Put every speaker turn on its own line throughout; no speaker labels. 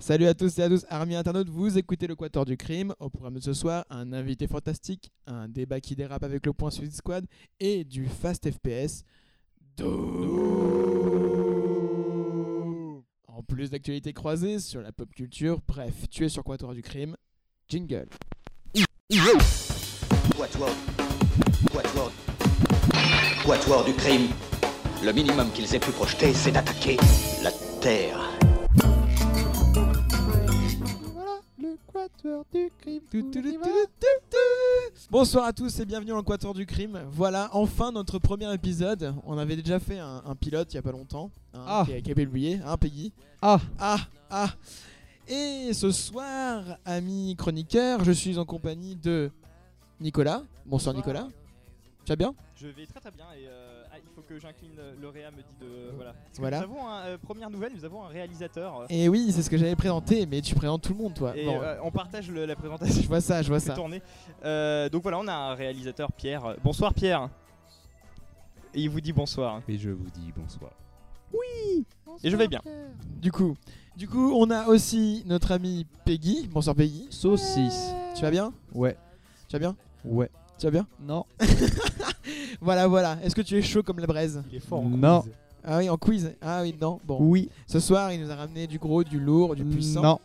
Salut à tous et à tous, amis internautes, vous écoutez le Quator du Crime. Au programme de ce soir, un invité fantastique, un débat qui dérape avec le point Suicide Squad et du Fast FPS. Doom. En plus d'actualités croisées sur la pop culture, bref, tu es sur Quator du Crime. Jingle.
Quatuor. Quatuor. Quatuor du crime. Le minimum qu'ils aient pu projeter, c'est d'attaquer la Terre.
Voilà, le Quatuor du Crime. Bonsoir à tous et bienvenue dans le Quatuor du Crime. Voilà, enfin notre premier épisode. On avait déjà fait un, un pilote il y a pas longtemps, hein,
Ah.
qui, a, qui a été publié, hein, Peggy
Ah,
Ah, ah Et ce soir, amis chroniqueurs, je suis en compagnie de Nicolas. Bonsoir Nicolas. Tu vas bien
Je vais très très bien et euh, ah, il faut que j'incline euh, Lauréat me dit de voilà. Parce que
Voilà.
Nous avons un, euh, première nouvelle, nous avons un réalisateur euh,
Et oui, c'est ce que j'avais présenté, mais tu présentes tout le monde, toi.
et
Bon,
euh, on partage le- la présentation.
Je vois ça, je vois
fait
ça.
tourner. Euh, donc voilà, on a un réalisateur Pierre. Bonsoir Pierre. Et il vous dit bonsoir.
et je vous dis bonsoir.
Et je vais bien.
Du coup, du coup, on a aussi notre ami Peggy. Bonsoir Peggy.
Saucisse.
Tu vas bien
Ouais,
Tu vas bien
ouais.
Tu vas bien
Non.
Voilà, voilà. Est-ce que tu es chaud comme la braise
Il est
non.
Ah oui, en quiz. Ah oui, non. Bon.
Oui.
Ce soir, il nous a ramené du gros, du lourd, du puissant.
Non.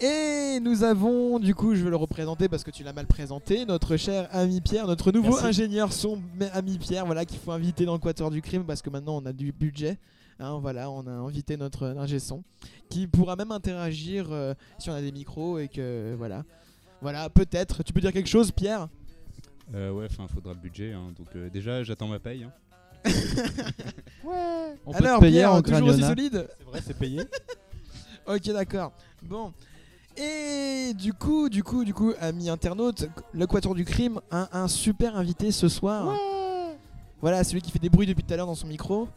Et nous avons, du coup, je vais le représenter parce que tu l'as mal présenté, notre cher ami Pierre, notre nouveau
Merci.
ingénieur son, mais ami Pierre, voilà, qu'il faut inviter dans le Quator du Crime parce que maintenant on a du budget. Hein, voilà, on a invité notre ingé son qui pourra même interagir euh, si on a des micros et que voilà. Voilà, peut-être. Tu peux dire quelque chose, Pierre
Euh, ouais, enfin, faudra le budget. hein. Donc euh, déjà, j'attends ma paye. hein.
On peut
Alors,
te payer
Pierre,
en
toujours aussi
granola.
solide
C'est vrai, c'est payé.
Ok, d'accord. Bon. Et du coup, du coup, du coup, amis internautes, le Quator du Crime a un super invité ce soir. Voilà, celui qui fait des bruits depuis tout à l'heure dans son micro,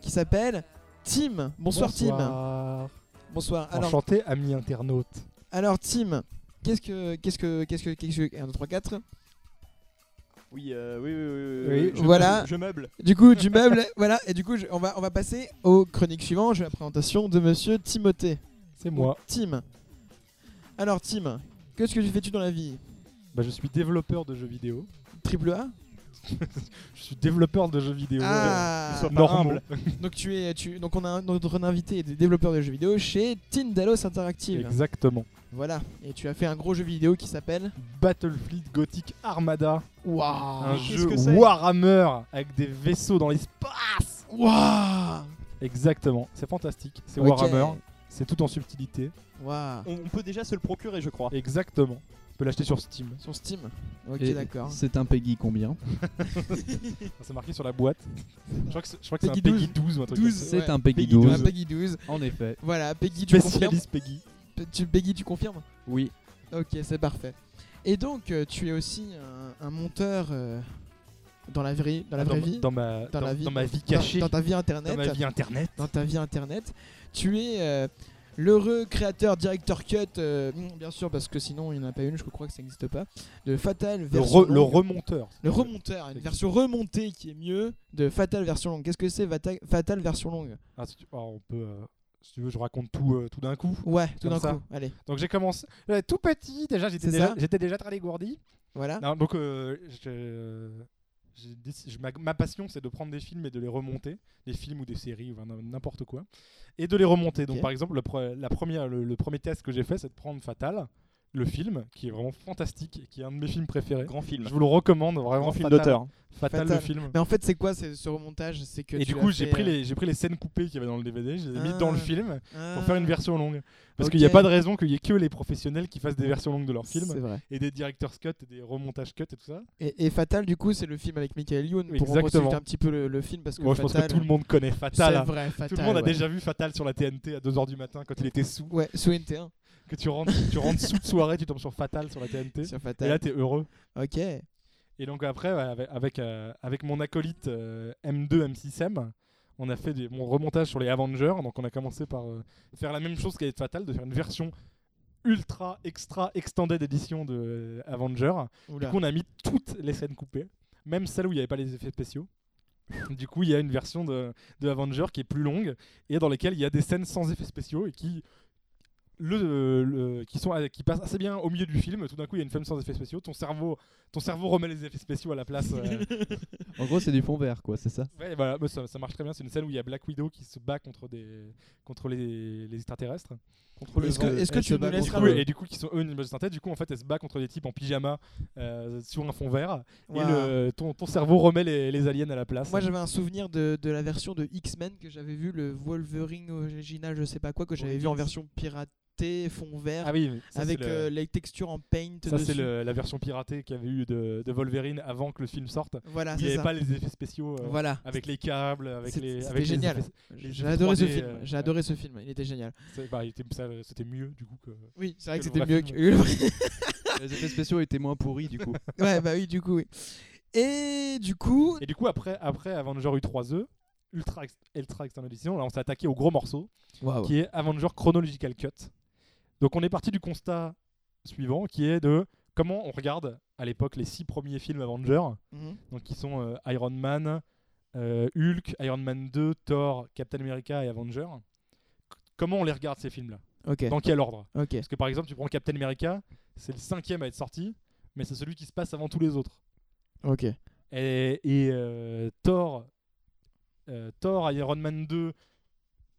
qui s'appelle Tim. Bonsoir, Tim. Bonsoir. Alors,
Enchanté, ami internaute.
alors Tim, qu'est-ce que, qu'est-ce que, qu'est-ce que, qu'est-ce que, 1, 2, 3, 4.
Oui, euh, oui, oui, oui,
Oui,
oui, je-
voilà.
Je, je meuble.
Du coup, du meuble, voilà. Et du coup, je- on va, on va passer aux chroniques suivantes. J'ai la présentation de Monsieur Timothée.
C'est moi.
Tim. Alors, Tim, qu'est-ce que tu fais-tu dans la vie
Bah, je suis développeur de jeux vidéo.
Triple A
Je suis développeur de jeux vidéo.
Ah.
euh,
Sois pas
normal.
humble.
Donc tu es, tu, donc on a un- notre invité est des développeurs de jeux vidéo chez Tindalos Interactive.
Exactement.
Voilà. Et tu as fait un gros jeu vidéo qui s'appelle.
Battlefield Gothic Armada,
Waouh.
un
qu'est-ce
jeu
que c'est
Warhammer avec des vaisseaux dans l'espace.
Waouh.
Exactement, c'est fantastique. C'est
Ok.
Warhammer, c'est tout en subtilité.
Waouh.
On, on peut déjà se le procurer, je crois.
Exactement. Tu peux l'acheter sur Steam.
Sur Steam Ok,
Et
d'accord.
C'est un Peggy combien
C'est marqué sur la boîte. je crois que c'est je crois que c'est un
Peggy 12.
Peggy 12 ou un truc.
12.
comme
C'est
Ouais.
un Peggy
Peggy 12.
Voilà,
12.
Peggy 12.
En effet.
Voilà, Peggy,
ça.
tu confirmes
Spécialiste Peggy.
Pe- tu, Peggy, tu confirmes
Oui.
Ok, c'est parfait. Et donc, euh, tu es aussi un, un monteur euh, dans la vraie, dans la vraie
ma-
vie,
Ah, dans ma,
Dans la vie-
dans ma vie
Dans-
cachée,
dans, ta vie
dans
internet,
ma vie internet.
dans ta vie internet. Tu es euh, l'heureux créateur, directeur cut, euh, mm, bien sûr, parce que sinon il n'y en a pas une, je crois que ça n'existe pas, de Fatal
Le,
version.
re- le
longue.
remonteur.
Le remonteur, une version remontée qui est mieux de Fatal version longue. Qu'est-ce que c'est Vata- Fatal version longue
Ah, si tu- ah, on peut, euh, si tu veux, je raconte tout, euh, tout d'un coup.
Ouais, tout
Comme
d'un
ça.
coup. Allez,
Donc j'ai commencé euh, tout petit, déjà j'étais
C'est
déjà,
ça
j'étais déjà très dégourdi.
voilà.
Non, donc euh, je- j'ai déc- je- ma, ma passion c'est de prendre des films et de les remonter, des films ou des séries ou n- n'importe quoi, et de les remonter. Donc
Ok.
par exemple, le, pre- la première, le, le premier test que j'ai fait, c'est de prendre Fatal, le film, qui est vraiment fantastique et qui est un de mes films préférés.
Grand film.
Je vous le recommande vraiment.
Grand film
Fatal-
d'auteur.
Fatal,
Fatal.
le film.
Mais en fait, c'est quoi c'est- ce remontage C'est que
Et
tu
du coup,
as
j'ai
fait,
pris,
euh,
les- j'ai pris les scènes coupées qu'il y avait dans le DVD, je les ai mis dans le
Ah.
film pour
Ah,
faire une version longue. Parce
Ok.
qu'il n'y a pas de raison qu'il y ait que les professionnels qui fassent des versions longues de leurs
C'est
films
vrai.
et des directeurs cut et des remontages cut et tout ça.
Et, et Fatal, du coup, c'est le film avec Michael Youn pour
Exactement.
ressusciter un petit peu le, le film parce que
Moi, je
Fatal.
pense que tout le monde connaît Fatal.
c'est
hein.
vrai,
Tout
Fatal.
le monde a
ouais.
déjà vu Fatal sur la TNT à 2h du matin quand il était sous.
Ouais, sous NT1
Que tu rentres, tu rentres sous de soirée, tu tombes sur Fatal sur la TNT.
sur
Et
Fatal.
là, t'es heureux.
Ok.
Et donc après, ouais, avec, avec, euh, avec mon acolyte euh, M2, M6M, on a fait des, mon remontage sur les Avengers. Donc on a commencé par euh, faire la même chose qu'avec Fatal, de faire une version ultra, extra, extended édition de euh, Avengers.
Oula.
Du coup, on a mis toutes les scènes coupées, même celles où il n'y avait pas les effets spéciaux. Du coup, il y a une version de, de Avenger qui est plus longue et dans laquelle il y a des scènes sans effets spéciaux et qui le, le- qui, sont, euh, qui passent assez bien au milieu du film. Tout d'un coup, il y a une femme sans effets spéciaux. Ton cerveau, ton cerveau remet les effets spéciaux à la place. euh,
En gros, c'est du fond vert, quoi, c'est ça
Ouais, voilà, mais ça, ça marche très bien. C'est une scène où il y a Black Widow qui se bat contre, des, contre les, les extraterrestres.
Contre
Est-ce que- est-ce que tu nous laisseras-
Oui,
Ouais.
et du coup, qui sont eux une image de synthèse. Du coup, en fait, elle se bat contre des types en pyjama euh, sur un fond vert. Et le, ton, ton cerveau remet les, les aliens à la place.
Moi j'avais un souvenir de, de la version de X-Men que j'avais vu, le Wolverine original, je sais pas quoi, que j'avais vu en version piratée, fond vert,
ah oui, oui, ça, c'est
avec
le-
euh, les textures en paint.
ça, c'est
dessus.
le- la version piratée qu'il y avait eu de, de Wolverine avant que le film sorte.
Voilà,
il n'y
Ah, c'est
avait
ça.
pas les effets spéciaux euh,
voilà.
avec les câbles, avec
C'est-
les.
c'était
avec les
génial.
effets- les
J'ai adoré ce
3D,
film.
euh,
J'ai adoré ce film. Il était génial.
c'est- bah, il était- ça, C'était mieux du coup que.
Oui, c'est vrai que
que le
c'était
vrai
mieux que.
film.
le vrai-
Les effets spéciaux étaient moins pourris, du coup.
ouais, bah oui, du coup, oui. Et du coup,
Et du coup, après, après Avenger U3E, E, Ultra, Ex- Ultra Extended Edition, là, on s'est attaqué au gros morceau,
waouh.
qui est Avenger Chronological Cut. Donc, on est parti du constat suivant, qui est de comment on regarde à l'époque les six premiers films Avengers,
Mhm.
donc qui sont euh, Iron Man, euh, Hulk, Iron Man 2, Thor, Captain America et Avenger. C- Comment on les regarde ces films-là
Ok,
Dans quel ordre
ok.
Parce que par exemple, tu prends Captain America, c'est le cinquième à être sorti, mais c'est celui qui se passe avant tous les autres.
Ok.
et, et, euh, Thor, euh, Thor, Iron Man 2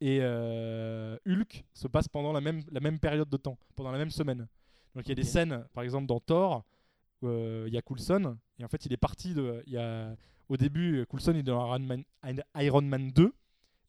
et euh, Hulk se passent pendant la même, la même période de temps, pendant la même semaine. Donc il y a des
Ok.
scènes, par exemple dans Thor, où, euh, il y a Coulson, et en fait il est parti de... Il y a, au début, Coulson est dans Iron Man, Iron Man 2,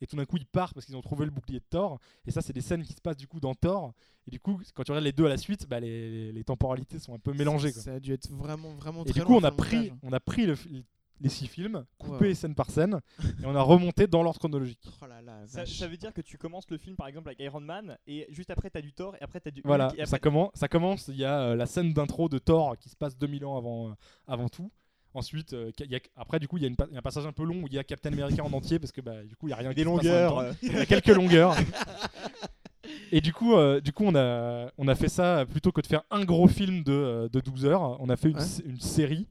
et tout d'un coup il part parce qu'ils ont trouvé le bouclier de Thor, et ça c'est des scènes qui se passent du coup dans Thor, et du coup quand tu regardes les deux à la suite, bah, les, les- les temporalités sont un peu mélangées. quoi.
Ça a dû être vraiment, vraiment
Et
très
du coup,
long
on a
à faire
pris,
montage.
on a pris le fi- les six films, coupé
Wow.
scène par scène, et on a remonté dans l'ordre chronologique.
Oh là là,
Ça,
vache.
ça veut dire que tu commences le film par exemple avec Iron Man et juste après t'as du Thor et après t'as du
Voilà,
Hulk, et
ça,
après-
commence, ça commence. Il y a euh, la scène d'intro de Thor qui se passe 2000 ans avant, euh, avant tout. Ensuite, euh, il y a- après, du coup, il y, a une pa- il y a un passage un peu long où il y a Captain America en entier parce que bah, du coup, il y a rien
des
qui se passe en même
longueurs.
temps.
euh,
Il y a quelques longueurs. Et du coup, euh, du coup on, a, on a fait ça euh, plutôt que de faire un gros film de, euh, de 12 heures. On a fait une,
Ouais.
sé- une série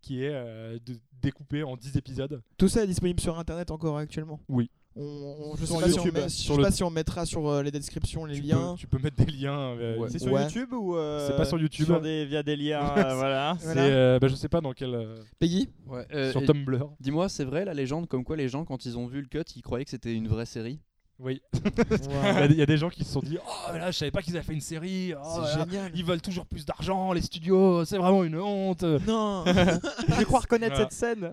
qui est euh, de- découpée en 10 épisodes.
Tout ça est disponible sur internet encore actuellement
Oui.
On, on- je sais,
Sur
pas si on,
YouTube. hein.
met- je
Sur
sais
le-
pas si on mettra sur euh, les descriptions les
tu
liens.
Peux, tu peux mettre des liens. euh,
Ouais.
C'est sur
Ouais.
YouTube ou euh,
C'est pas sur YouTube.
des, via des liens, euh, voilà.
c'est,
Voilà.
euh, bah, je sais pas dans quel. euh,
Peggy
Ouais, euh,
sur
et-
Tumblr.
Dis-moi, c'est vrai la légende comme quoi les gens, quand ils ont vu le cut, ils croyaient que c'était une vraie série
Oui. Il y
Waouh,
a des- il y a des gens qui se sont dit Oh là, je savais pas qu'ils avaient fait une série. Oh là
C'est
là,
génial.
Ils veulent toujours plus d'argent, les studios, c'est vraiment une honte. Bah,
Non
Je crois reconnaître
Voilà.
cette scène.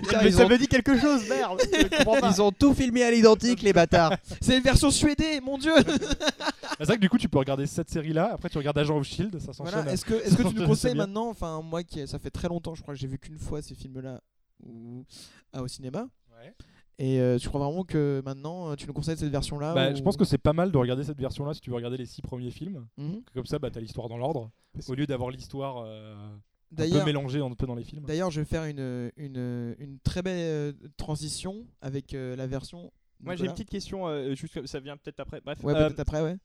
Putain,
Mais
ils
ça
ont-
me dit quelque chose, merde. Je comprends pas.
Ils ont tout filmé à l'identique, les bâtards. C'est une version suédée, mon dieu.
C'est vrai que du coup, tu peux regarder cette série-là. Après, tu regardes Agent of Shield, E ça s'enchaîne.
Voilà. Est-ce que, est-ce que tu nous
C'est
conseilles
bien.
maintenant, enfin moi qui ça fait très longtemps, je crois que j'ai vu qu'une fois ces films-là ou- ah, au cinéma.
Ouais.
Et euh, tu crois vraiment que maintenant euh, tu nous conseilles cette version-là
Bah,
ou-
Je pense que c'est pas mal de regarder cette version-là si tu veux regarder les six premiers films.
Mhm.
Comme ça, bah, t'as l'histoire dans l'ordre.
Parce-
Au lieu d'avoir l'histoire euh, un peu
D'ailleurs,
mélangée un peu dans les films.
d'ailleurs, je vais faire une, une, une très belle euh, transition avec euh, la version.
Moi j'ai
Nicolas.
une petite question, euh, juste que ça vient peut-être après. Bref.
Ouais,
Euh,
peut-être après, ouais.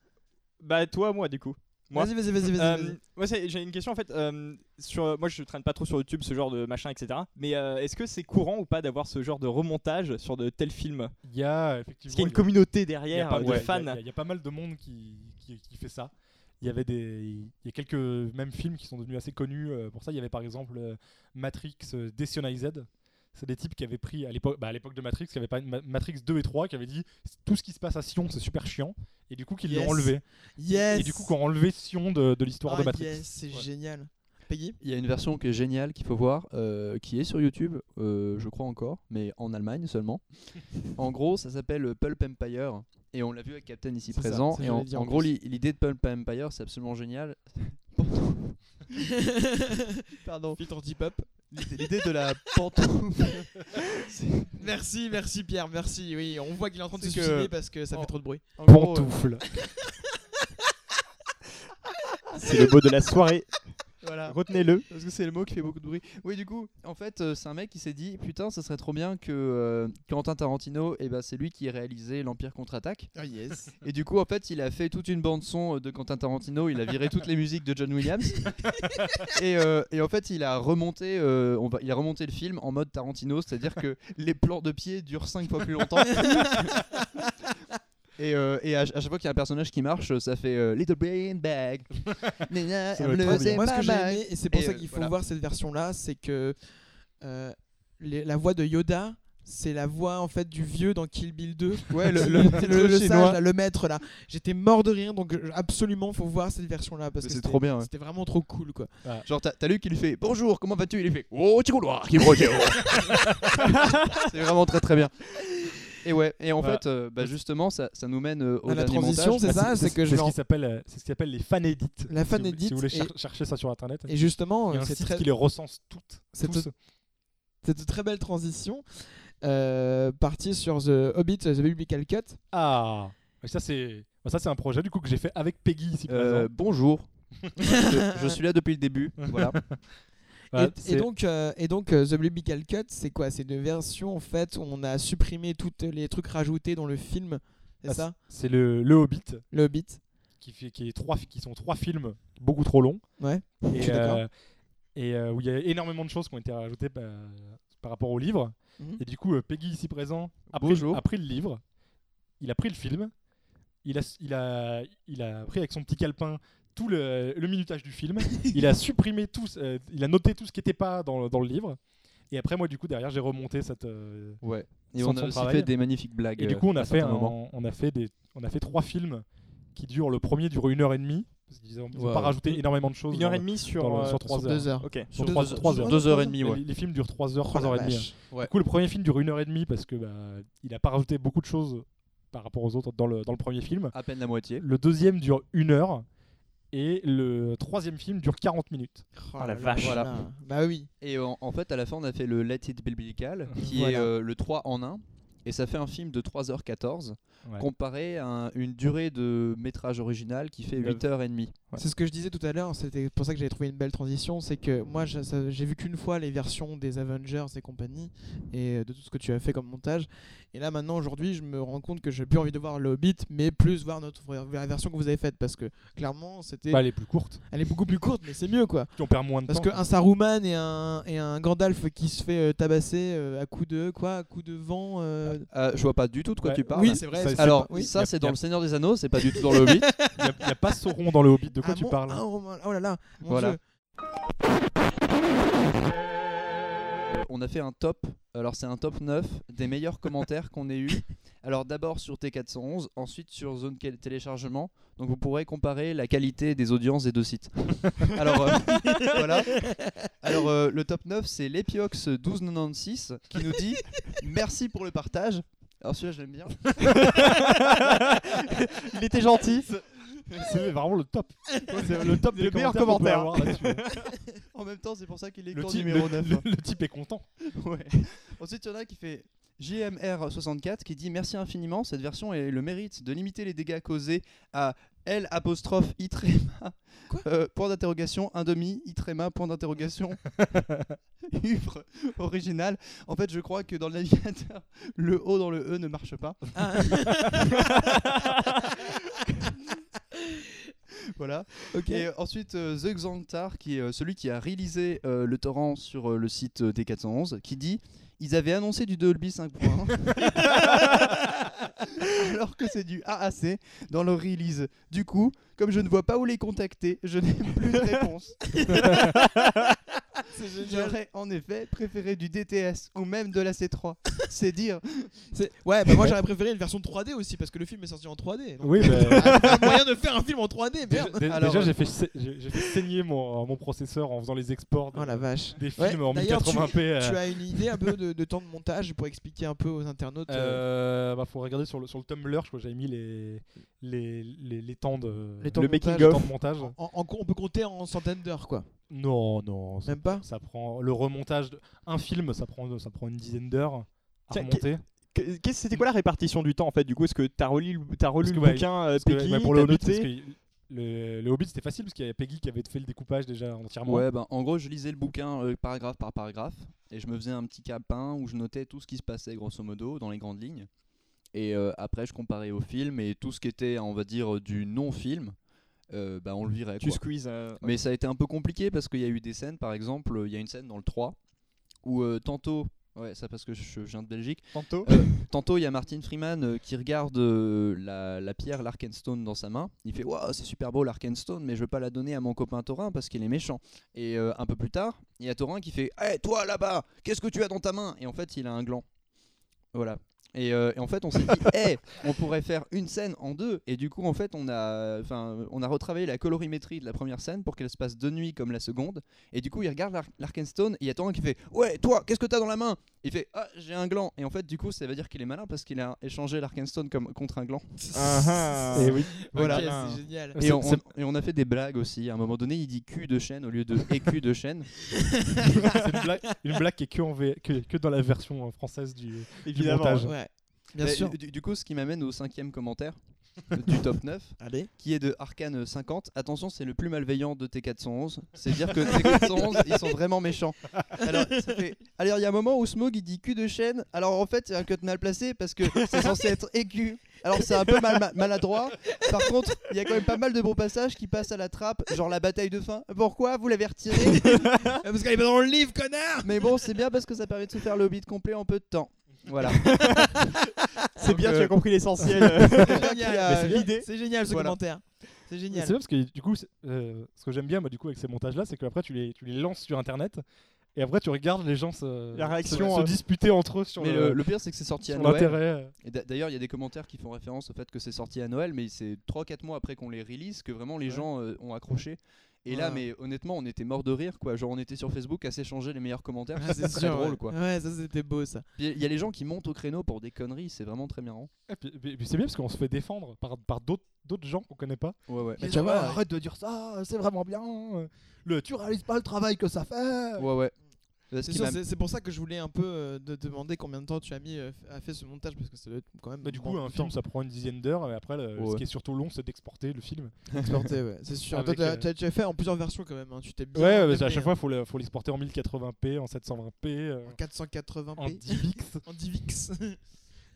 bah toi, moi du coup. moi
Vas-y, vas-y, vas-y, vas-y.
Euh,
vas-y.
ouais, c'est- j'ai une question en fait. euh, sur, moi, je traîne pas trop sur YouTube ce genre de machin, etc. Mais euh, est-ce que c'est courant ou pas d'avoir ce genre de remontage sur de tels films
Il y a
Parce
effectivement.
qu'il y a une
il y a-
communauté
Il y a
derrière
pas-
euh, de
ouais, il y a-
fans.
Il y, a- il y a pas mal de monde qui, qui, qui fait ça. Il y avait des, il y a quelques même films qui sont devenus assez connus euh, pour ça. Il y avait par exemple euh, Matrix euh, Desionized. C'est des types qui avaient pris à l'époque, bah, à l'époque de Matrix, qui avaient pas Ma- Matrix 2 et 3, qui avaient dit tout ce qui se passe à Sion, c'est super chiant, et du coup qu'ils
Yes.
l'ont enlevé.
Yes.
Et du coup, qu'on enlevé Sion de, de l'histoire
Ah,
de Matrix.
yes, c'est
Ouais.
génial. Peggy.
Il y a une version qui est géniale qu'il faut voir, euh, qui est sur YouTube, euh, je crois encore, mais en Allemagne seulement. en gros, ça s'appelle Pulp Empire, et on l'a vu avec Captain
C'est
ici
ça,
présent.
ça,
et
j'allais
en,
dire
en
en
gros,
plus.
l'i- l'idée de Pulp Empire, c'est absolument génial.
Pardon. Fit anti-pop.
L'idée de la pantoufle.
Merci, merci Pierre, merci. Oui, on voit qu'il est en train de se Oh.
C'est que-
suicider parce que ça
en-
fait trop de bruit.
En gros, euh,
Pantoufle.
C'est le mot de la soirée.
voilà.
Retenez-le.
Parce que c'est le mot qui fait beaucoup de bruit. Oui, du coup, en fait, euh, c'est un mec qui s'est dit Putain, ça serait trop bien que euh, Quentin Tarantino, eh ben, c'est lui qui réalisait L'Empire contre-attaque.
Ah yes.
Et du coup, en fait, il a fait toute une bande-son euh, de Quentin Tarantino il a viré toutes les musiques de John Williams. et, euh, et en fait, il a, remonté, euh, on va, il a remonté le film en mode Tarantino, c'est-à-dire que les plans de pied durent 5 fois plus longtemps. Et, euh, et à, ch- à chaque fois qu'il y a un personnage qui marche, ça fait euh, Little Brain Bag. Nina,
Ça doit être
le
trop bien.
c'est
Ah, Moi, ce
pas
que j'ai
mal.
aimé, et c'est pour
Et,
ça
euh,
qu'il faut
voilà.
voir cette version-là, c'est que euh, les- la voix de Yoda, c'est la voix en fait du vieux dans Kill Bill 2.
Ouais, le,
Qui-
le-
le, le sage,
chinois.
là, le maître là. J'étais mort de rire, donc euh, absolument, faut voir cette version-là parce
Mais
que
c'est
c'était-
trop bien, ouais.
C'était vraiment trop cool, quoi.
Genre, t'as, t'as Luke qui lui fait Bonjour, comment vas-tu Il lui fait Oh, tu qui Kimojo C'est vraiment très très bien. Et ouais, et en
Voilà.
fait, euh, bah, justement, ça, ça nous mène euh, au
À la
dernier
transition,
montage.
c'est ça, c'est que je
ce
l'en-
qui s'appelle euh, bah, c'est ce qui s'appelle les fan edits.
La fan
si vous,
edit
si vous voulez
et-
cher- chercher ça sur internet,
Et
il y a
justement,
un
c'est
site
très,
qui les recense toutes.
c'est
tous.
c'est une très belle transition. Euh, partie sur The Hobbit, The Biblical Cut.
Ah, Et ça c'est bah, ça c'est un projet du coup que j'ai fait avec Peggy ici
Euh,
présent.
bonjour. je, je suis là depuis le début. Voilà.
Et-
Voilà,
et,
Bah, c'est-
donc, euh, et donc euh, The Biblical Cut, c'est quoi C'est une version en fait où on a supprimé tous les trucs rajoutés dans le film, c'est
Ah,
ça
c'est le, le Hobbit
Le Hobbit
qui fait qui est trois qui sont trois films beaucoup trop longs
Ouais. Je
et,
suis d'accord.
euh, et euh, où il y a énormément de choses qui ont été rajoutées par, par rapport au livre.
Mhm.
Et du coup, euh, Peggy ici présent a pris,
Bonjour.
a pris le livre, il a pris le film, il a, s- il a, il a pris avec son petit calepin tout le, le minutage du film, il a supprimé tout, ce- euh, il a noté tout ce qui n'était pas dans, le- dans le livre. Et après, moi, du coup, derrière, j'ai remonté cette. euh,
Ouais. Et
Sans
on a
son
aussi
travail.
fait des magnifiques blagues.
Et du
euh,
coup, on
à
a fait,
certains
un-
moments.
on a fait des, on a fait trois films qui durent. Le premier dure une heure et demie. Parce qu'ils ont, ils ont
Ouais.
pas rajouté énormément de choses.
Une heure
dans
et
le-
demie sur,
dans le-
euh,
sur trois
Sur
heures.
deux heures.
Ok.
Sur
Deux
trois,
heures.
trois heures.
Deux heures et demie,
Les-
ouais.
Les, films durent 3 heures,
Oh
3
la
heures et demie. hein.
vache.
Ouais.
Du coup, le premier film dure 1 heure et demie parce que bah, il a pas rajouté beaucoup de choses par rapport aux autres dans le, dans le premier film.
À peine la moitié.
Le deuxième dure 1 heure et le troisième film dure 40 minutes.
Oh
Ah, la
là
vache.
là là. Bah oui.
Et en, en fait, à la fin, on a fait le Let It Biblical, qui est
Voilà.
euh, le 3 en 1. Et ça fait un film de 3h14,
Ouais.
comparé à un- une durée de métrage original qui fait
Neuf.
8h30.
C'est ce que je disais tout à l'heure, c'était pour ça que j'avais trouvé une belle transition, c'est que moi je- ça- j'ai vu qu'une fois les versions des Avengers et compagnie, et euh, de tout ce que tu as fait comme montage, et là maintenant aujourd'hui je me rends compte que j'ai plus envie de voir le Hobbit, mais plus voir notre, la version que vous avez faite, parce que clairement c'était...
Bah, elle est plus courte.
Elle est beaucoup plus courte, mais c'est mieux quoi.
Puis on perd moins de
Parce
temps.
qu'un Saruman et un, et un Gandalf qui se fait euh, tabasser euh, à coups de quoi à coups de vent. euh,
Euh, je vois pas du tout de quoi
Ouais.
tu parles.
Oui, c'est vrai.
Ça,
c'est
c'est
Alors,
pas- oui.
Y
ça,
a-
c'est
y
dans
a-
Le Seigneur des Anneaux, c'est pas du tout dans le Hobbit.
Il n'y a, pas Sauron dans le Hobbit. De quoi
Ah,
tu
mon-
parles
ah, oh, mon- oh là là, mon
Voilà.
Dieu.
on a fait un top. Alors, c'est un top 9 des meilleurs commentaires qu'on ait eu. Alors, d'abord sur T411, ensuite sur Zone Quel- Téléchargement. Donc, vous pourrez comparer la qualité des audiences des deux sites. Alors, euh, voilà. Alors, euh, le top 9, c'est l'Epiox1296 qui nous dit Merci pour le partage. Alors, celui-là, je l'aime bien.
Il était gentil.
C'est vraiment le top. C'est le top
Le
des
meilleur
commentaires qu'on peut
commentaire.
avoir là-dessus.
En même temps, c'est pour ça qu'il est
le,
qu'en
type,
numéro
le-
9.
le- le type est content.
Ouais. Ensuite, il y en a qui fait JMR64 qui dit merci infiniment. Cette version est le mérite de limiter les dégâts causés à L apostrophe itrema.
Quoi
Euh, point d'interrogation, un demi, itrema, point d'interrogation. Ivre, original. En fait, je crois que dans le navigateur, le O dans le E ne marche pas.
Ah.
Voilà.
Ok.
Et euh, ensuite, euh, The Xantar, qui est euh, celui qui a réalisé euh, le torrent sur euh, le site euh, D411, qui dit Ils avaient annoncé du Dolby 5.1, alors que c'est du AAC dans leur release. Du coup, comme je ne vois pas où les contacter, je n'ai plus de réponse.
C'est génial.
J'aurais en effet préféré du DTS ou même de la C3. C'est dire.
C'est- Ouais, bah moi j'aurais préféré une version 3D aussi parce que le film est sorti en 3D. donc-
Oui, bah,
Ah, c'est un moyen de faire un film en 3D,
Déjà,
merde.
dé-
Alors,
déjà,
euh,
j'ai fait, sa- j'ai j'ai fait saigner mon, euh, mon processeur en faisant les exports de-
Oh la vache.
des films
Ouais,
en
d'ailleurs, tu-
1080p. euh,
Tu as une idée un peu de, de temps de montage pour expliquer un peu aux internautes euh,
euh, bah, faut regarder sur le, sur le Tumblr, je crois que j'avais mis les, les, les, les temps de,
Les temps de montage.
les temps de montage.
en- en- On peut compter en centaines d'heures, quoi.
Non, non, ça,
Même pas
ça prend le remontage. de- un film, ça prend, ça prend une dizaine d'heures à
Tiens,
remonter.
Qu'est- qu'est-ce- C'était quoi la répartition du temps en fait du coup Est-ce que t'as relu, le- t'as relu
Parce
le
que, ouais,
bouquin euh,
Parce que,
Peggy,
bah, pour le
t'as
Hobbit,
noté
parce que le, le Hobbit c'était facile parce qu'il y avait Peggy qui avait fait le découpage déjà entièrement.
Ouais, ben, en gros, je lisais le bouquin euh, paragraphe par paragraphe et je me faisais un petit calepin où je notais tout ce qui se passait grosso modo dans les grandes lignes. Et euh, après, je comparais au film et tout ce qui était, on va dire, du non-film, euh, ben, on le virait.
Tu
quoi.
squeezes. euh,
Mais ça a été un peu compliqué parce qu'il y a eu des scènes, par exemple, il y a une scène dans le 3 où euh, tantôt Ouais, ça parce que je viens de Belgique.
Tantôt.
Euh, tantôt, il y a Martin Freeman euh, qui regarde euh, la, la pierre, l'Arkenstone, dans sa main. Il fait Waouh, c'est super beau l'Arkenstone, mais je veux pas la donner à mon copain Thorin parce qu'il est méchant. Et euh, un peu plus tard, il y a Thorin qui fait Hé, toi là-bas, qu'est-ce que tu as dans ta main Et en fait, il a un gland. Voilà. Et, euh, et en fait, on s'est dit Hé, on pourrait faire une scène en deux. Et du coup, en fait, on a, enfin, on a retravaillé la colorimétrie de la première scène pour qu'elle se passe de nuit comme la seconde. Et du coup, il regarde l'Ar- l'Arkenstone et il y a Thorin qui fait Ouais, toi, qu'est-ce que t'as dans la main Il fait Ah, j'ai un gland. Et en fait, du coup, ça veut dire qu'il est malin parce qu'il a échangé l'Arkenstone comme contre un gland.
Et oui.
Voilà.
Voilà.
c'est génial.
Et
Euh, C'est-
on,
c'est-
et on a fait des blagues aussi. À un moment donné, il dit cul de chaîne au lieu de écu de chaîne.
C'est une blague, une blague qui est que, en V- que, que dans la version euh, française du, du
Évidemment.
montage.
Ouais. Bien
Mais
sûr.
Du, du coup, ce qui m'amène au cinquième commentaire du top 9,
Allez.
qui est de Arcane 50. Attention, c'est le plus malveillant de T411. C'est-à-dire que T411, ils sont vraiment méchants. Alors, ça fait- Alors, il y a un moment où Smog il dit cul de chaîne. Alors, en fait, c'est un cut mal placé parce que c'est censé être aigu. Alors, c'est un peu mal- ma- maladroit. Par contre, il y a quand même pas mal de bons passages qui passent à la trappe, genre la bataille de fin. Pourquoi Vous l'avez retiré
Ah, Parce qu'elle est pas dans le livre, connard
Mais bon, c'est bien parce que ça permet de se faire le hobbit complet en peu de temps. Voilà.
C'est bien,
euh,
tu as compris l'essentiel.
C'est
c'est
génial. Euh,
l'idée.
C'est génial ce
Voilà.
commentaire. C'est
C'est bien
génial.
parce que du coup, c'est- euh, ce que j'aime bien moi, du coup, avec ces montages-là, c'est qu'après tu les, tu les lances sur internet et après tu regardes les gens se,
La réaction,
se, se
euh.
disputer entre eux sur
Mais
le-
le, le pire, c'est que c'est sorti à
sur
Noël.
l'intérêt.
Et d'a- D'ailleurs, il y a des commentaires qui font référence au fait que c'est sorti à Noël, mais c'est 3-4 mois après qu'on les release que vraiment les gens euh, ont accroché. Et là,
Ouais.
mais honnêtement, on était mort de rire, quoi. Genre, on était sur Facebook à s'échanger les meilleurs commentaires.
Ah,
c'est très
sûr,
drôle,
ouais.
quoi.
Ouais, ça c'était beau ça.
Puis Il y a les gens qui montent au créneau pour des conneries, c'est vraiment très marrant.
Et puis, et puis- et puis c'est bien parce qu'on se fait défendre par, par d'autres d'autres gens qu'on connaît pas.
Ouais, ouais.
Mais tu vois,
arrête de dire ça, c'est vraiment bien. Le, tu réalises pas le travail que ça fait.
Ouais, ouais. Parce
C'est
qu'il
sûr,
m'a-
c'est- c'est pour ça que je voulais un peu euh, te demander combien de temps tu as mis euh, f- à faire ce montage parce que ça doit être quand même.
Bah, du coup,
prendre
un
du temps.
film ça prend une dizaine d'heures, et après, le-
Ouais.
ce qui est surtout long, c'est d'exporter le film.
Exporté, ouais, c'est sûr.
Avec,
Toi, t'as-
euh,
t'as- tu as fait en plusieurs versions quand même. hein, Tu t'es bien.
ouais,
tapé,
parce qu'à chaque
hein.
fois, faut le- faut l'exporter en 1080p, en 720p, euh,
En
en
480p,
10x.
en 10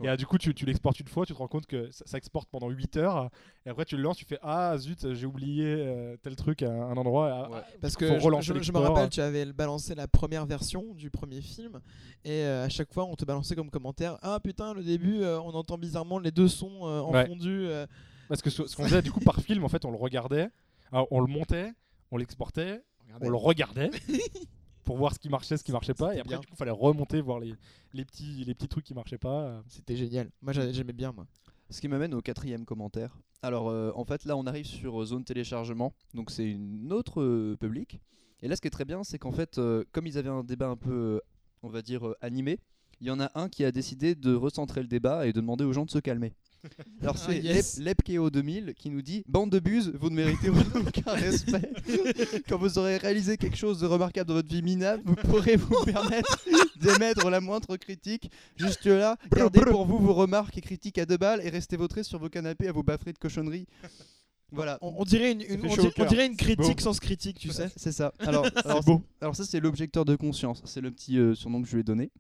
Et ah, du coup, tu, tu l'exportes une fois, tu te rends compte que ça, ça exporte pendant 8 heures, et après, tu le lances, tu fais Ah zut, j'ai oublié euh, tel truc à un endroit. et, ah,
Ouais.
Parce que
Faut
je-
relancer hein.
je, je me
l'export.
rappelle, tu avais balancé la première version du premier film et euh, à chaque fois on te balançait comme commentaire Ah putain, le début euh, on entend bizarrement les deux sons euh, en
Ouais.
fondu. euh.
Parce que ce, ce qu'on faisait, du coup, par film, en fait, on le regardait, ah, on le montait, on l'exportait, on le regardait pour voir ce qui marchait, ce qui marchait pas, et
C'était
après,
bien.
du coup, fallait remonter, voir les, les, petits, les petits trucs qui marchaient pas.
C'était génial. Moi j'a- j'aimais bien, moi.
Ce qui m'amène au quatrième commentaire. Alors, euh, en fait, là, on arrive sur euh, zone téléchargement, donc c'est une autre euh, public. Et là, ce qui est très bien, c'est qu'en fait, euh, comme ils avaient un débat un peu, euh, on va dire, euh, animé, il y en a un qui a décidé de recentrer le débat et de demander aux gens de se calmer. Alors,
Ah,
c'est
yes.
Lep- Lepkeo2000 qui nous dit Bande de buses, vous ne méritez aucun respect. Quand vous aurez réalisé quelque chose de remarquable dans votre vie minable, vous pourrez vous permettre d'émettre la moindre critique. Juste là, gardez pour vous vos remarques et critiques à deux balles et restez vautrés sur vos canapés à vous baffrer de cochonneries. Voilà.
On, on dirait une, une-
fait
on,
chaud
di-
au cœur.
on dirait une
C'est beau.
critique sans critique, tu sais.
C'est ça. Alors, alors,
beau.
alors ça, c'est l'objecteur de conscience. C'est le petit euh, surnom que je lui ai donné.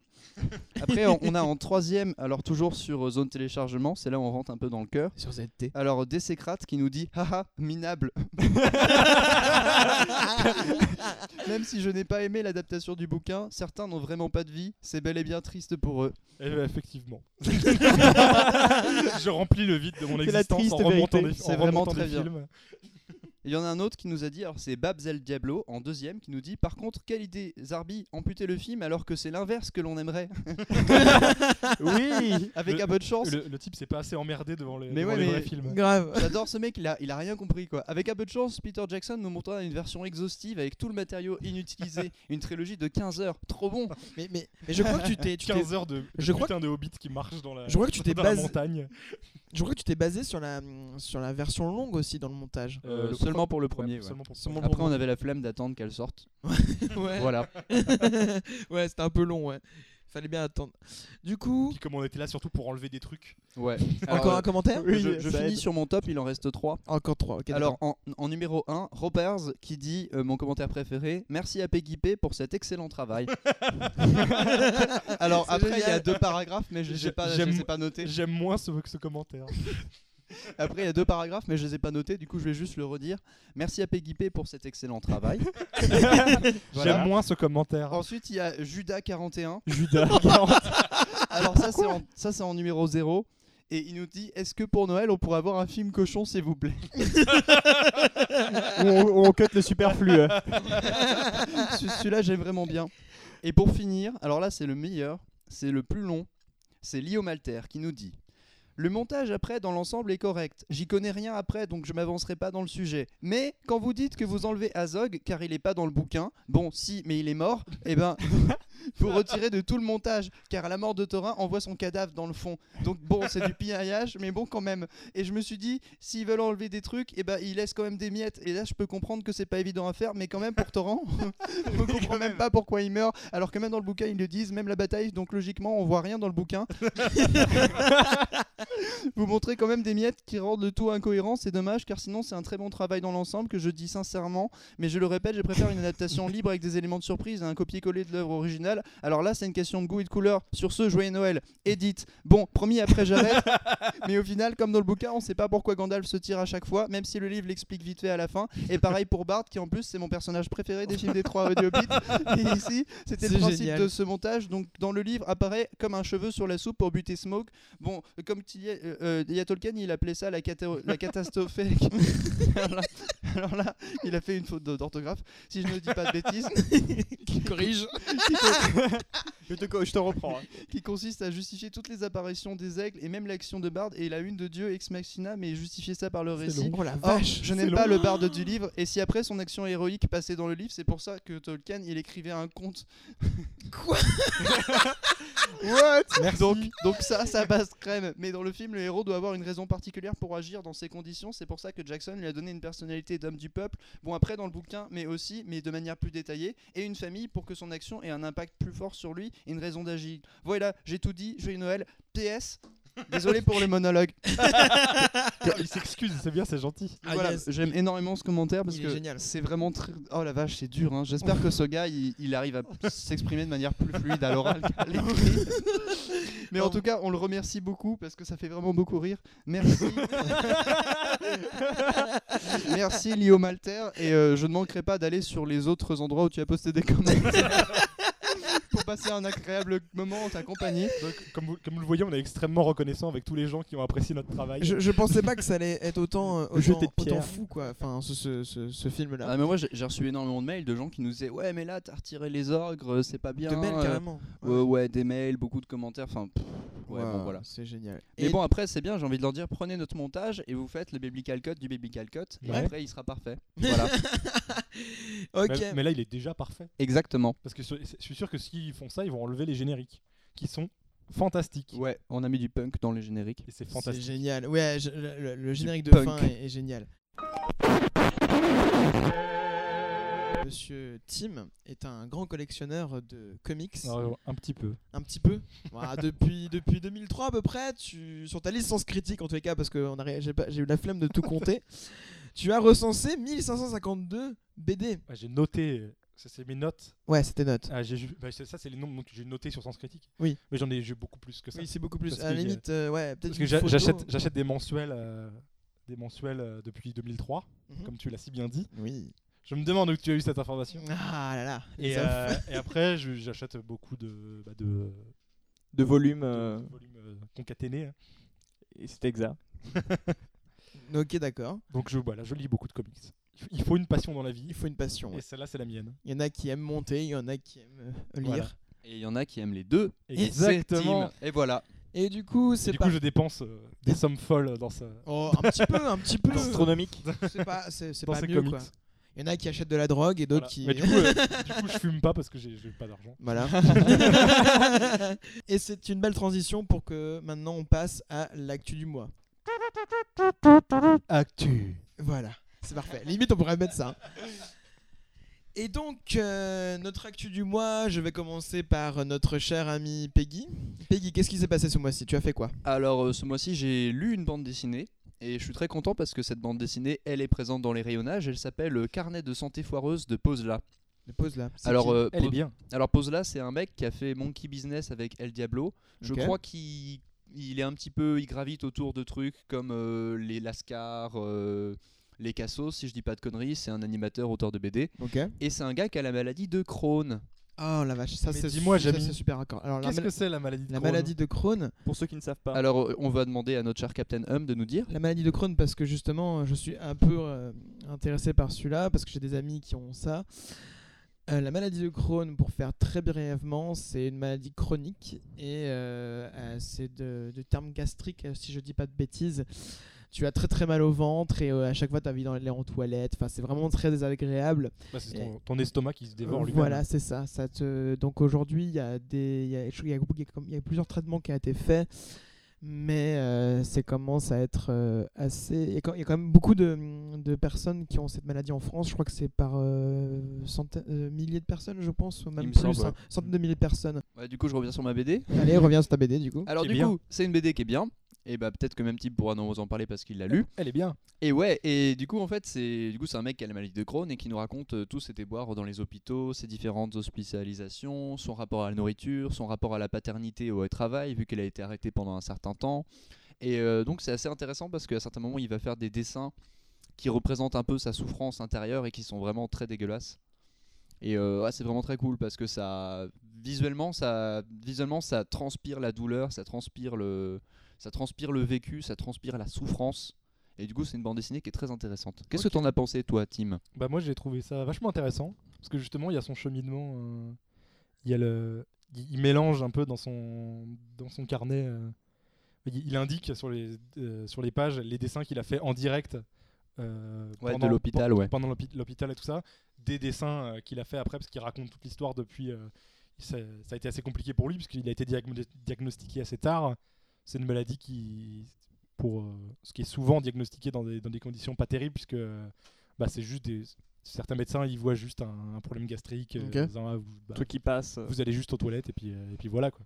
Après, on, on a en troisième, alors toujours sur euh, zone téléchargement, c'est là où on rentre un peu dans le cœur.
Sur ZT.
Alors, Décécrate qui nous dit Haha, minable. Même si je n'ai pas aimé l'adaptation du bouquin, certains n'ont vraiment pas de vie. C'est bel et bien triste pour eux.
Et bah, effectivement. je remplis le vide de mon
C'est la
existence en
triste
remontant
vérité.
des,
C'est
en
vraiment
remontant
très
des
bien.
films.
Il y en a un autre qui nous a dit, alors c'est Babzel Diablo en deuxième, qui nous dit Par contre, quelle idée, Zarbi, amputer le film alors que c'est l'inverse que l'on aimerait
Oui
Avec
le,
un peu de chance.
le, le type s'est pas assez emmerdé devant, le,
Mais
devant
ouais,
les
mais-
vrais films.
Grave.
J'adore ce mec, il a, il a rien compris quoi. Avec un peu de chance, Peter Jackson nous montrera une version exhaustive avec tout le matériau inutilisé, une trilogie de 15 heures, trop bon.
Mais, mais, mais je crois que tu t'es tu t'es-
15 heures de, de
je crois
putain de hobbit qui marche dans la,
Je crois que tu t'es
dans la
basé-
montagne.
je crois que tu t'es basé sur la sur la version longue aussi dans le montage.
Euh, le
seulement pour le
Ouais,
premier. ouais.
seulement pour-
Seulement
Après,
pour-
on avait la flemme d'attendre qu'elle sorte.
Ouais.
Voilà.
ouais, c'était un peu long, ouais. Fallait bien attendre. Du coup,
Puis comme on était là surtout pour enlever des trucs.
Ouais.
encore
Alors,
un commentaire
Oui,
je, je
ça
finis
aide.
sur mon top, il en reste 3.
Encore trois. ok,
Alors, en, en numéro 1, Roberts qui dit euh, mon commentaire préféré Merci à Peggy P pour cet excellent travail. Alors,
C'est
après, il y a
génial.
deux paragraphes, mais je ne
J'ai-
pas, je
j'aime-
sais pas noter.
J'aime moins ce, que ce commentaire.
Après, il y a deux paragraphes, mais je les ai pas notés, du coup, je vais juste le redire. Merci à Peggy P pour cet excellent travail.
J'aime
Voilà.
moins ce commentaire.
Oh.
Ensuite, il y a Judas41.
Judas.
Alors, ça, c'est en, ça, c'est en numéro 0. Et il nous dit Est-ce que pour Noël, on pourrait avoir un film cochon, s'il vous plaît
on, on cut le superflu. euh.
Ce- Celui-là, j'aime vraiment bien. Et pour finir, alors là, c'est le meilleur, c'est le plus long, c'est Lio Malter qui nous dit Le montage après, dans l'ensemble, est correct. J'y connais rien après, donc je m'avancerai pas dans le sujet. Mais quand vous dites que vous enlevez Azog, car il est pas dans le bouquin, bon, si, mais il est mort, eh ben, vous retirez de tout le montage, car la mort de Thorin envoie son cadavre dans le fond. Donc bon, c'est du pillage, mais bon, quand même. Et je me suis dit, s'ils veulent enlever des trucs, eh ben, ils laissent quand même des miettes. Et là, je peux comprendre que c'est pas évident à faire, mais quand même, pour Thorin, je comprends même pas pourquoi il meurt, alors que même dans le bouquin ils le disent, même la bataille, donc logiquement on voit rien dans le bouquin. Vous montrez quand même des miettes qui rendent le tout incohérent, c'est dommage car sinon c'est un très bon travail dans l'ensemble que je dis sincèrement, mais je le répète, je préfère une adaptation libre avec des éléments de surprise à un copier-coller de l'œuvre originale. Alors là c'est une question de goût et de couleur, sur ce joyeux Noël, Edith. Bon, promis après j'arrête, mais au final comme dans le bouquin on sait pas pourquoi Gandalf se tire à chaque fois, même si le livre l'explique vite fait à la fin, et pareil pour Bart, qui en plus c'est mon personnage préféré des films des trois euh, du Hobbit. Et ici, c'était le
C'est
principe
génial.
de ce montage. Donc dans le livre apparaît comme un cheveu sur la soupe pour buter Smoke. Bon, euh, comme il y, a, euh, euh, il y a Tolkien, il appelait ça la, cata- la catastrophe. alors, là, alors là, il a fait une faute d'orthographe. Si je ne dis pas de bêtises,
Corrige.
Je te, co- je te reprends. hein.
qui consiste à justifier toutes les apparitions des aigles et même l'action de Bard et la une de Dieu ex machina, mais justifier ça par le récit.
Oh la
Or,
vache.
je n'aime pas le barde du livre, et si après son action héroïque passait dans le livre, c'est pour ça que Tolkien il écrivait un conte.
Quoi
What
Merci.
donc, donc ça, ça passe crème. Mais dans le film, le héros doit avoir une raison particulière pour agir dans ces conditions. C'est pour ça que Jackson lui a donné une personnalité d'homme du peuple. Bon après dans le bouquin, mais aussi, mais de manière plus détaillée, et une famille pour que son action ait un impact plus fort sur lui et une raison d'agir. Voilà, j'ai tout dit. Joyeux Noël. PS. Désolé pour le monologue.
Il s'excuse, c'est bien, c'est gentil.
Ah,
Voilà,
yes.
j'aime énormément ce commentaire parce
Il est
que
génial.
c'est vraiment très. Oh la vache, c'est dur. hein. J'espère que ce gars, il, il arrive à s'exprimer de manière plus fluide à l'oral qu'à l'écrit. Mais en
Non.
tout cas, on le remercie beaucoup parce que ça fait vraiment beaucoup rire. Merci. Merci Lio Malter et euh, je ne manquerai pas d'aller sur les autres endroits où tu as posté des commentaires. Pour passer un agréable moment en ta compagnie.
Donc, comme, vous, comme vous le voyez, on est extrêmement reconnaissant avec tous les gens qui ont apprécié notre travail.
Je, je pensais pas que ça allait être autant, euh,
Le jeter
autant,
de pierre.
autant fou quoi. Enfin, ce, ce, ce, ce film là.
Ah, mais moi j'ai j'ai reçu énormément de mails de gens qui nous disaient Ouais, mais là t'as retiré les orgres, c'est pas bien.
de Mel
euh,
carrément.
Ouais, ouais, des mails, beaucoup de commentaires, enfin, pff, ouais,
Waouh,
bon, voilà.
C'est génial.
Mais bon, après, c'est bien, j'ai envie de leur dire, prenez notre montage et vous faites le biblical cut du biblical cut, et
Ouais.
après, il sera parfait. Voilà,
ok.
mais, mais là, il est déjà parfait.
exactement.
Parce que sur- je suis sûr que s'ils font ça, ils vont enlever les génériques, qui sont fantastiques.
Ouais, on a mis du punk dans les génériques.
Et c'est
C'est
fantastique.
génial. Ouais, je- le, le- le générique de
punk.
fin est, est génial. Monsieur Tim est un grand collectionneur de comics.
Alors, un petit peu.
Ah, Un petit peu. Voilà, depuis, depuis 2003 à peu près, tu, sur ta licence critique en tous les cas, parce que on a ré- j'ai pas- j'ai eu la flemme de tout compter, tu as recensé 1552 BD.
Ah, j'ai noté, euh, ça c'est mes notes.
Ouais, c'était note.
Ah, j'ai ju- bah, c'est- ça c'est les nombres que j'ai notés sur Sens Critique.
Oui.
Mais j'en ai j'ai beaucoup plus que ça.
Oui, c'est beaucoup plus.
Parce
À la
que, euh,
limite, euh, ouais, peut-être
Parce que
une
j'a-
photo.
j'achète j'achète des mensuels, euh, des mensuels euh, depuis 2003,
Mhm.
comme tu l'as si bien dit.
Oui.
Je me demande où tu as eu cette information.
Ah là là. les
Et,
hommes.
euh, et après, je- j'achète beaucoup de, bah, de,
De volume,
de-
euh,
de volumes euh, concaténés. hein.
et c'est exact.
euh,
Ok, d'accord.
Donc je, voilà, je lis beaucoup de comics. Il faut- Il faut une passion dans la vie.
Il faut une passion. ouais.
Et celle-là, c'est la mienne.
Il y en a qui aiment monter, il y en a qui aiment euh, lire.
Voilà.
Et il y en a qui aiment les deux.
Exactement.
C'est Tim. Et voilà.
Et du coup,
Et
c'est
du
pas.
coup, je dépense euh, des sommes folles dans ça.
Oh, un petit peu, un petit peu.
Astronomique.
C'est pas, c'est, c'est
Dans
pas
ces
mieux
comics.
quoi. Il y en a qui achètent de la drogue et d'autres
Voilà.
qui.
Mais du coup, euh, du coup, je fume pas parce que j'ai j'ai pas d'argent.
Voilà. et c'est une belle transition pour que maintenant on passe à l'actu du mois.
Actu.
Voilà, c'est parfait. Limite, on pourrait mettre ça. hein. Et donc, euh, notre actu du mois, je vais commencer par notre chère amie Peggy. Peggy, qu'est-ce qui s'est passé ce mois-ci Tu as fait quoi
Alors, euh, ce mois-ci, j'ai lu une bande dessinée. Et je suis très content parce que cette bande dessinée, elle est présente dans les rayonnages. Elle s'appelle euh, Carnet de santé foireuse de Pozla.
Pose là.
Alors, euh,
Elle est
Po-
bien.
Alors Pozla, c'est un mec qui a fait Monkey Business avec El Diablo. Je
Ok.
crois qu'il il est un petit peu, il gravite autour de trucs comme euh, les Lascar, euh, les Cassos, si je dis pas de conneries. C'est un animateur, auteur de BD,
Ok.
et c'est un gars qui a la maladie de Crohn.
Oh la vache, ça
Mais
c'est
dis-moi,
ça,
Jamy.
c'est super raccord. Alors la,
Qu'est-ce
mal-
que c'est la maladie de
la
Crohn
maladie de Crohn,
Pour ceux qui ne savent
Ah.
pas.
Alors, euh, on va demander à notre cher Captain Hum de nous dire.
la maladie de Crohn parce que justement je suis un peu euh, intéressé par celui-là parce que j'ai des amis qui ont ça. Euh, la maladie de Crohn, pour faire très brièvement, c'est une maladie chronique et euh, euh, c'est de, de terme gastrique, euh, si je dis pas de bêtises. Tu as très très mal au ventre et euh, à chaque fois tu as envie d'aller en toilette. Enfin, c'est vraiment très désagréable.
Bah, C'est ton, ton estomac qui se
Eh.
dévore
Euh,
lui-même.
Voilà, c'est ça. ça te... Donc aujourd'hui, il y, a des- il y, a- je trouve qu'il y, a beaucoup- il y a comme- il y a plusieurs traitements qui ont été faits, mais euh, ça commence à être euh, assez. Il y, a quand- il y a quand même beaucoup de, de personnes qui ont cette maladie en France. Je crois que c'est par euh, centaines, euh, milliers de personnes, je pense, ou même
me
plus,
semble,
hein,
ouais.
centaines de milliers de personnes.
Ouais, du coup, je reviens sur ma BD.
Allez, reviens sur ta BD du coup.
Alors
Qui est
du
bien.
coup, c'est une BD qui est bien. Et bah peut-être que même type pourra nous en parler parce qu'il
Eh
l'a lu.
Elle est bien.
Et ouais, et du coup en fait c'est du coup c'est un mec qui a la maladie de Crohn et qui nous raconte euh, tous ses déboires dans les hôpitaux, ses différentes hospitalisations, son rapport à la nourriture, son rapport à la paternité et au travail vu qu'elle a été arrêtée pendant un certain temps. Et euh, donc c'est assez intéressant parce qu'à certains moments il va faire des dessins qui représentent un peu sa souffrance intérieure et qui sont vraiment très dégueulasses. Et euh, ouais, c'est vraiment très cool parce que ça visuellement ça visuellement ça transpire la douleur, ça transpire le ça transpire le vécu, ça transpire la souffrance. Et du coup, c'est une bande dessinée qui est très intéressante. Qu'est-ce que t'en as pensé, toi, Tim
Bah moi j'ai trouvé ça vachement intéressant parce que justement il y a son cheminement, euh, il y a le, il, il mélange un peu dans son dans son carnet, euh, il, il indique sur les euh, sur les pages les dessins qu'il a fait en direct euh,
Ouais, de
pendant-
l'hôpital,
pen-
ouais.
pendant l'hôpi- l'hôpital et tout ça, des dessins euh, qu'il a fait après parce qu'il raconte toute l'histoire depuis. euh, ça, ça a été assez compliqué pour lui parce qu'il a été diagno- diagnostiqué assez tard. C'est une maladie qui pour euh, ce qui est souvent diagnostiqué dans des, dans des conditions pas terribles puisque euh, bah, c'est juste des certains médecins ils voient juste un, un problème gastrique euh,
Ok.
en disant, ah, vous, bah,
truc qui passe. euh,
vous allez juste aux toilettes et puis euh, et puis voilà quoi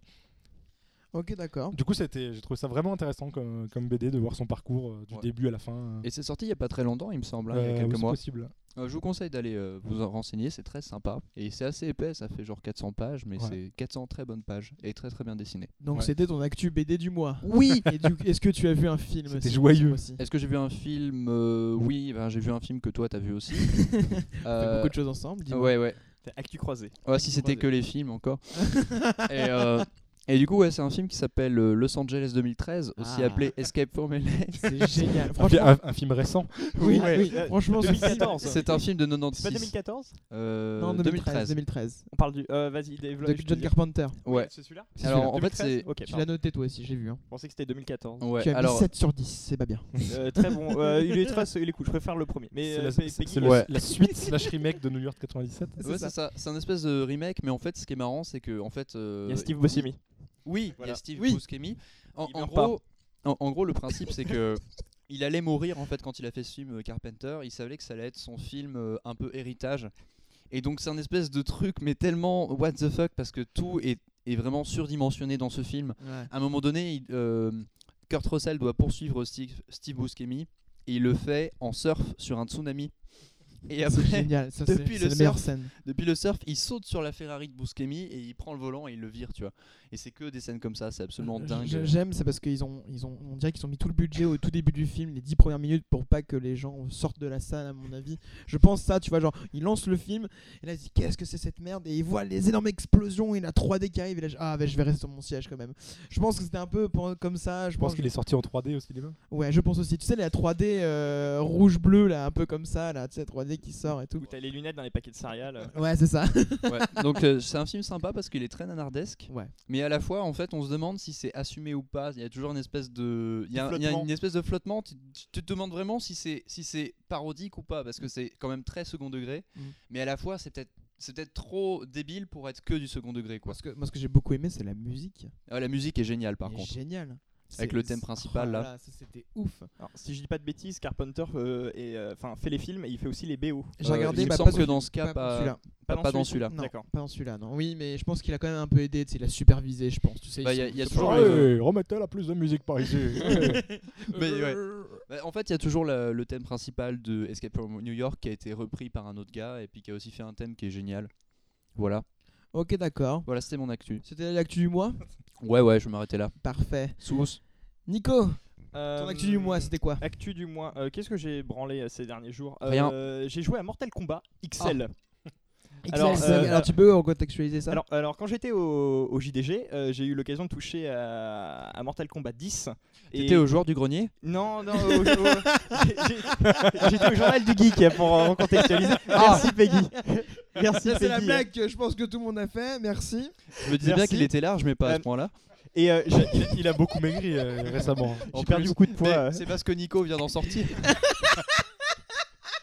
Ok, d'accord.
du coup c'était j'ai trouvé ça vraiment intéressant comme, comme BD de voir son parcours euh, du
Ouais.
début à la fin
Et c'est sorti il y a pas très longtemps, il me semble, hein, il y a
Euh,
quelques
oui, c'est
mois.
possible
Euh, je vous conseille d'aller euh, vous en renseigner, c'est très sympa. Et c'est assez épais, ça fait genre 400 pages, mais
Ouais.
c'est 400 très bonnes pages et très très bien dessiné.
Donc
Ouais.
c'était ton actu BD du mois. Oui. Et du... est-ce que tu as vu un film
C'était
aussi,
joyeux.
aussi
Est-ce que j'ai vu un film Euh, Oui, ben, j'ai vu un film que toi t'as vu aussi.
On fait
Euh,
beaucoup de choses ensemble. dis-moi.
Ouais, ouais.
Actu croisé.
Ouais, si c'était que les films encore. et, euh, et du coup, ouais, c'est un film qui s'appelle euh, Los Angeles 2013, aussi
Ah.
appelé Escape from LA.
C'est génial.
un, fi-
Franchement,
un- un film récent
Oui,
Ouais.
oui,
Euh,
franchement, ce film-
2014.
C'est un film de
C'est pas
96.
2014
Euh,
Non, 2013. 2013.
On parle du. euh, Vas-y, développe.
De
je te
John
dis.
Carpenter.
Ouais.
C'est celui-là
C'est
Alors
celui-là.
en fait,
2013?
c'est.
Ok,
Tu
pardon.
l'as noté toi aussi, j'ai vu. hein.
Je pensais que c'était 2014.
Ouais,
tu as mis
alors,
7 sur 10, c'est pas bien.
Euh, très bon. Euh, il, est très, il est cool. Je préfère le premier. Mais
c'est
euh,
la,
Pe-
c'est-
Peggy-
c'est le- la suite slash remake de New York 97
C'est
ouais,
ça.
c'est ça. C'est un espèce de remake, mais en fait, ce qui est marrant, c'est que en fait, euh,
Il y a Steve Buscemi.
Oui, il y
Voilà.
a Steve
Oui.
Buscemi. En,
Il
en
meurt
gros, en, en gros, le principe, c'est que il allait mourir en fait quand il a fait ce film euh, Carpenter. Il savait que ça allait être son film euh, un peu héritage. Et donc c'est un espèce de truc, mais tellement what the fuck parce que tout est, est vraiment surdimensionné dans ce film. À un moment donné, il- euh, Kurt Russell doit poursuivre Steve, Steve Buscemi et il le fait en surf sur un tsunami. Et
C'est
après,
génial. Ça, c'est
depuis
c'est
le
la meilleure
surf.
scène.
depuis le surf, il saute sur la Ferrari de Buscemi et il prend le volant et il le vire, tu vois. Et c'est que des scènes comme ça, c'est absolument
Je-
dingue.
Euh, je- J'aime, c'est parce qu'ils ont, ils ont, on dirait qu'ils ont mis tout le budget au tout début du film, les 10 premières minutes, pour pas que les gens sortent de la salle, à mon avis. Je pense ça, tu vois, genre, ils lancent le film, et là, ils disent qu'est-ce que c'est cette merde, et ils voient les énormes explosions, et la 3D qui arrive, et là, je- ah, ouais, je vais rester sur mon siège quand même. Je pense que c'était un peu pour- comme ça. Je
je pense
pense
qu'il est sorti en 3D au cinéma
Ouais, je pense aussi. Tu sais, la 3D euh, rouge-bleu, là, un peu comme ça, là, tu sais, 3D qui sort et tout.
Où t'as les lunettes dans les paquets de céréales. euh.
Ouais, c'est ça.
Ouais. Donc euh, c'est un film sympa parce qu'il est très nanardesque,
Ouais.
mais à la fois en fait on se demande si c'est assumé ou pas. Il y a toujours une espèce de, il y a, il y a une espèce de flottement. Tu, tu te demandes vraiment si c'est si c'est parodique ou pas parce que c'est quand même très second degré,
Mm.
mais à la fois c'est peut-être c'est peut-être trop débile pour être que du second degré quoi.
Parce que, moi, ce que j'ai beaucoup aimé, c'est la musique.
Ah, la musique est géniale par
Elle est
contre.
Géniale.
Avec
C'est-
le thème
c'est-
principal,
oh
là.
ça, c'était ouf.
Alors, si je dis pas de bêtises, Carpenter euh, est, euh, enfin, fait les films et il fait aussi les BO.
J'ai
Euh,
regardé,
il me
bah,
semble
pas
que
celui-
dans ce cas,
pas
pas-
celui-là.
Pas, pas dans celui-là.
Non,
D'accord.
pas dans celui-là, non. Oui, mais je pense qu'il a quand même un peu aidé, tu sais, il a supervisé, je pense. Tu sais,
Bah,
ils
y a-
sont-
y a
ils sont
toujours
pas-
Ouais, le-
remettez la plus de musique par ici
Mais ouais. Bah, en fait, il y a toujours la- le thème principal de Escape from New York qui a été repris par un autre gars et puis qui a aussi fait un thème qui est génial. Voilà.
Ok, d'accord.
Voilà, c'était mon actu.
C'était l'actu du mois
Ouais, ouais, je vais m'arrêter là.
Parfait.
Sous.
Nico,
Euh,
ton actu du mois, c'était quoi
Actu du mois. Euh, Qu'est-ce que j'ai branlé euh, ces derniers jours Euh, J'ai joué à Mortal Kombat
Ah,
XL. Alors,
XXL.
euh,
Alors, tu peux recontextualiser ça
Alors, alors, quand j'étais au, au JDG, euh, j'ai eu l'occasion de toucher à, à Mortal Kombat 10. et-
T'étais au joueur du grenier
Non, non, au- au- j'ai- j'ai- j'étais au journal du geek pour euh, recontextualiser. Merci Peggy. Merci
Ça,
Peggy.
c'est la blague que je pense que tout le monde a fait, merci.
Je me disais bien
Merci.
qu'il était large, mais pas à
Euh,
ce point-là.
Et euh, j'ai
Il a- il a beaucoup maigri euh, récemment.
En
j'ai perdu
plus.
beaucoup de poids. euh.
Mais C'est parce que Nico vient d'en sortir.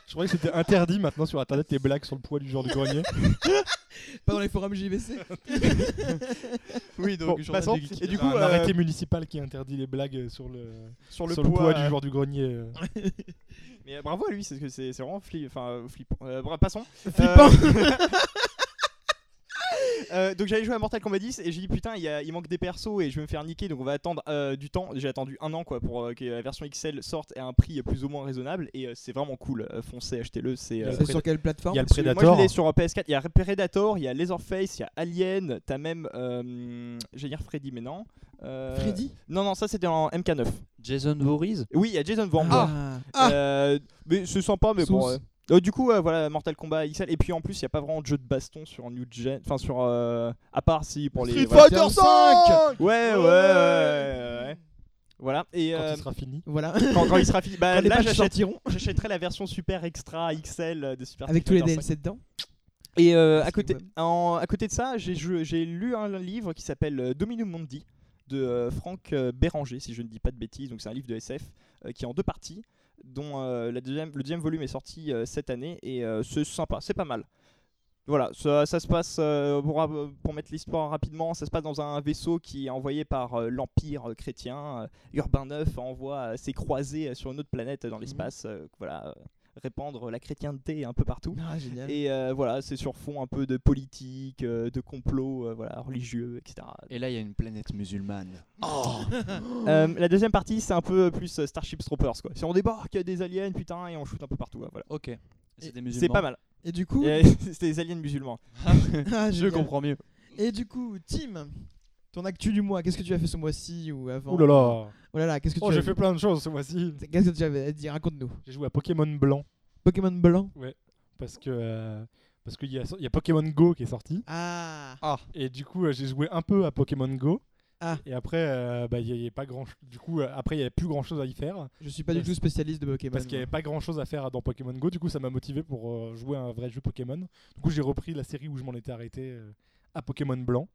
Je croyais que c'était interdit maintenant sur internet les blagues sur le poids du genre du grenier.
Pas dans les forums JVC.
oui,
Bon,
bah,
passons. Et du
Il y a
coup,
un
euh,
arrêté municipal qui interdit les blagues sur le,
sur le
sur
poids,
du
euh,
joueur du grenier. euh.
Mais euh, bravo à lui, c'est que c'est c'est vraiment flippant. Enfin, euh, flippant. Euh, bra- passons.
Flippant.
Euh, euh, donc j'avais joué à Mortal Kombat 10 et j'ai dit putain il, y a- il manque des persos et je vais me faire niquer donc on va attendre euh, du temps j'ai attendu un an quoi pour euh, que la version XL sorte à un prix plus ou moins raisonnable et euh, c'est vraiment cool Euh, foncez achetez-le c'est
y a
euh,
le
C'est sur quelle
Il y a
plateforme
le
Parce que Moi
Predator.
je l'ai sur euh, PS4, il y a Predator, il y a Leatherface, il y a Alien, t'as même. euh, J'allais dire Freddy, mais non. Euh,
Freddy
Non, non, ça c'était en MK9.
Jason Voorhees
Oui, il y a Jason Voorhees.
Ah, Ah.
Euh, mais c'est sympa, mais bon.
Sauce.
euh. Euh, du coup, euh, voilà, Mortal Kombat XL. Et puis en plus, il n'y a pas vraiment de jeu de baston sur New Gen. Enfin, sur. euh, à part si pour les.
Street
voilà.
Fighter 5
Ouais, ouais, ouais, ouais, ouais. Voilà. Et.
Quand
euh,
il sera fini.
Voilà.
Quand, quand il sera fini, bah,
Quand les
là
patchs
j'achète-
sortiront
j'achèterai la version super extra XL de Super
avec tous
Street
les
Fighter
DLC dedans.
et euh, à,
Parce
côté,
que, ouais.
en- à côté de ça, j'ai joué- j'ai lu un livre qui s'appelle euh, Dominum Mundi de euh, Franck euh, Béranger, si je ne dis pas de bêtises. Donc c'est un livre de SF euh, qui est en deux parties, dont euh, la deuxième, le deuxième volume est sorti euh, cette année et euh, c'est sympa, c'est pas mal. Voilà, ça, ça se passe, euh, pour, ra- pour mettre l'histoire rapidement, ça se passe dans un vaisseau qui est envoyé par euh, l'Empire euh, chrétien. Euh, Urbain IX envoie euh, ses croisés euh, sur une autre planète euh,
Mmh.
dans l'espace, euh, voilà, euh, répandre la chrétienté un peu partout.
Ah, génial.
Et euh, voilà, c'est sur fond un peu de politique, euh, de complot, euh, voilà, religieux, etc.
Et là, il y a une planète musulmane.
Mmh.
Euh, la deuxième partie, c'est un peu plus euh, Starship Troopers, quoi. Si on débarque, il y a des aliens, putain, et on shoot un peu partout, ouais, voilà.
Ok.
Et
C'est des
C'est
musulmans.
pas mal.
Et du coup,
Et, c'est des aliens musulmans.
Ah,
Je
génial.
comprends mieux.
Et du coup, Tim, ton actu du mois, qu'est-ce que tu as fait ce mois-ci ou avant
Ouh là là.
Oh là là, qu'est-ce que tu
Oh,
as
j'ai fait plein de choses ce mois-ci.
Qu'est-ce que tu avais à dire Raconte-nous.
J'ai joué à Pokémon Blanc
Pokémon blanc.
parce que euh, parce qu'il y a, il y a Pokémon Go qui est sorti
Ah.
et du coup euh, j'ai joué un peu à Pokémon Go.
Ah.
Et après, euh, bah, il y avait pas grand. Du coup, euh, après, il n'y avait plus grand chose à y faire
Je suis pas du
Parce-
tout spécialiste de Pokémon.
parce qu'il n'y
moi.
avait pas grand chose à faire dans Pokémon Go. Du coup, ça m'a motivé pour euh, jouer à un vrai jeu Pokémon. Du coup, j'ai repris la série où je m'en étais arrêté euh, à Pokémon Blanc.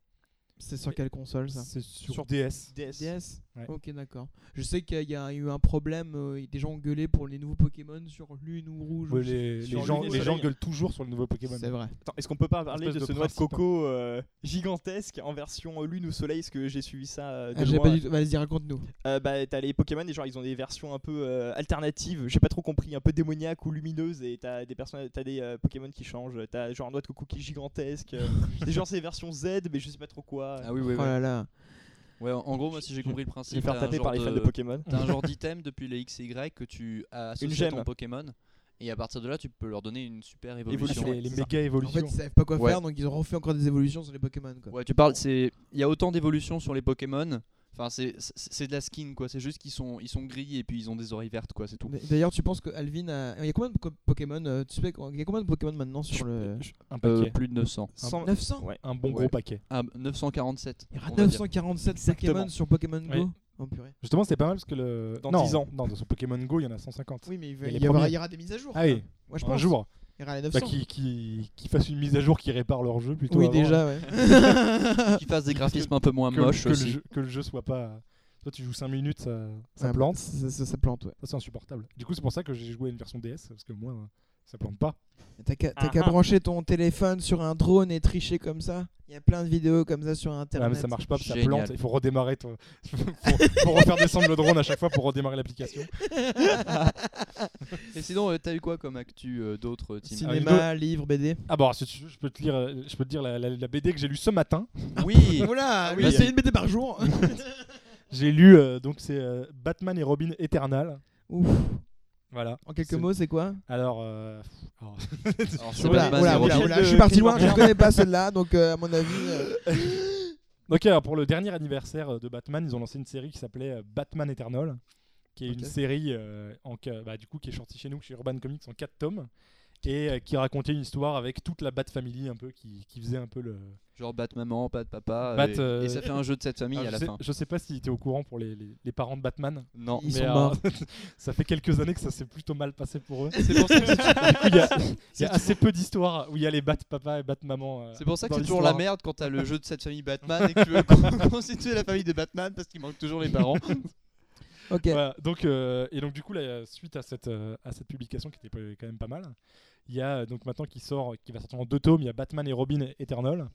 C'est sur quelle console ça
C'est sur,
Sur
DS.
DS.
DS
Ouais.
Ok, d'accord. Je sais qu'il y a eu un problème, euh, des gens ont gueulé pour les nouveaux Pokémon sur Lune ou Rouge.
Ouais,
ou je sais-
les,
sur
les gens,
Lune et
les gens
Soleil.
gueulent toujours sur le nouveau Pokémon.
C'est vrai.
Attends, est-ce qu'on peut pas parler de
Espèce
ce
de
noix de
principe,
coco euh, gigantesque en version euh, lune ou soleil Parce que j'ai suivi ça euh, de
Ah, j'ai
loin.
pas du tout. Vas-y, raconte-nous.
Euh, bah, t'as les Pokémon et genre ils ont des versions un peu euh, alternatives, j'ai pas trop compris, un peu démoniaques ou lumineuses et t'as des personnes, t'as des euh, Pokémon qui changent, t'as genre un doigt de coco qui est gigantesque, euh, c'est genre ces versions Z mais je sais pas trop quoi.
Ah oui, oui,
Oh là là.
Ouais, en en gros, moi, si j'ai compris le
Je vais
principe,
me faire
t'as un
taper
genre
par les fans de
de-
Pokémon.
T'as un genre d'item depuis les XY que tu as
Une
associé
gemme.
à ton Pokémon. Et à partir de là, tu peux leur donner une super
Ah,
évolution.
c'est les,
ouais,
les
c'est ça.
méga
En fait,
évolutions.
ils savaient pas quoi
Ouais.
faire, donc ils ont refait encore des évolutions sur les Pokémon. Quoi.
Ouais, tu parles, c'est il y a autant d'évolutions sur les Pokémon. Enfin, c'est c'est- c'est de la skin quoi, c'est juste qu'ils sont ils sont gris et puis ils ont des oreilles vertes quoi, c'est tout.
Mais D'ailleurs, tu penses que Alvin a. Il y a combien de po- Pokémon euh, Tu sais, il y a combien de Pokémon maintenant sur le.
un
Euh,
paquet.
plus de 900.
Sans-
900
Ouais.
Un bon
Ouais.
gros paquet.
Ah, 947.
Il y aura
on va dire.
947 Pokémon
Exactement.
sur Pokémon Go.
Oui.
Oh purée.
Justement, c'est pas mal parce que le.
Dans
non,
10 ans.
Non, dans son Pokémon Go, il y en a 150.
Oui, mais il,
Mais
va,
les
il y aura,
premiers.
il y aura des mises à jour.
Ah oui,
Moi, Oh, je
un
pense.
jour.
Il y aura les
Bah,
900.
qui, qui, qui fasse une mise à jour qui répare leur jeu plutôt.
Oui,
avant
déjà, ouais.
Qu'ils fassent des graphismes un peu moins
Que,
moches
que, le
aussi.
jeu, que le jeu soit pas. Toi, tu joues 5 minutes, ça,
Ah,
ça plante.
Ça,
Ça,
ça- ça plante, ouais.
c'est insupportable. Du coup, c'est pour ça que j'ai joué à une version DS parce que moi, ça plante pas.
T'as qu'à t'as
Ah,
qu'à
ah.
brancher ton téléphone sur un drone et tricher comme ça. Il y a plein de vidéos comme ça sur
Ah,
internet.
mais ça marche pas, ça
Génial.
plante. Il faut redémarrer. Toi. faut, faut refaire descendre le drone à chaque fois pour redémarrer l'application.
Et sinon, euh, t'as eu quoi comme actu euh, d'autres teams
Cinéma, livre, BD.
Ah bon, si tu veux, je peux te lire, euh, je peux te dire la, la- la BD que j'ai lue ce matin.
Oui.
Voilà,
oui.
bah, c'est une BD par jour.
J'ai lu euh, donc c'est euh, Batman et Robin Eternal.
Ouf.
Voilà.
En quelques
C'est-
mots, c'est quoi
Alors, euh, alors,
Alors,
Je
sur
Oula,
la base
oula,
zéro,
oula,
je-
oula,
de-
Je suis parti
quel
loin, je
ordre
connais pas celle-là, donc euh, à mon avis. euh,
Ok, alors pour le dernier anniversaire euh, de Batman, ils ont lancé une série qui s'appelait euh, Batman Eternal, qui est
Ok.
une série euh, en, ca- bah, du coup qui est sortie chez nous, chez Urban Comics en 4 tomes, et euh, qui racontait une histoire avec toute la Bat Family un peu, qui, qui faisait un peu le.
Genre Bat maman, Bat papa.
Bat,
et,
euh,
et ça fait un jeu de cette famille
Alors,
à
je,
la
sais,
fin.
je sais pas si tu au courant pour les, les- les parents de Batman.
Non.
Ils sont
euh,
morts.
ça fait quelques années que ça s'est plutôt mal passé pour eux.
C'est pour ça que c'est-
Du coup, Il y a, il y a assez peu d'histoires où il y a les Bat Papa et Bat Maman. euh,
c'est pour ça que
dans
c'est toujours la
l'histoire.
merde quand t'as le jeu de cette famille Batman et que tu veux con- constituer la famille de Batman parce qu'il manque toujours les parents.
Ok.
Voilà, donc, euh, et donc du coup, là, suite à cette, euh, à cette publication qui était pas- quand même pas mal, il y a euh, donc maintenant qui sort, qui va sortir en deux tomes, il y a Batman et Robin Eternal.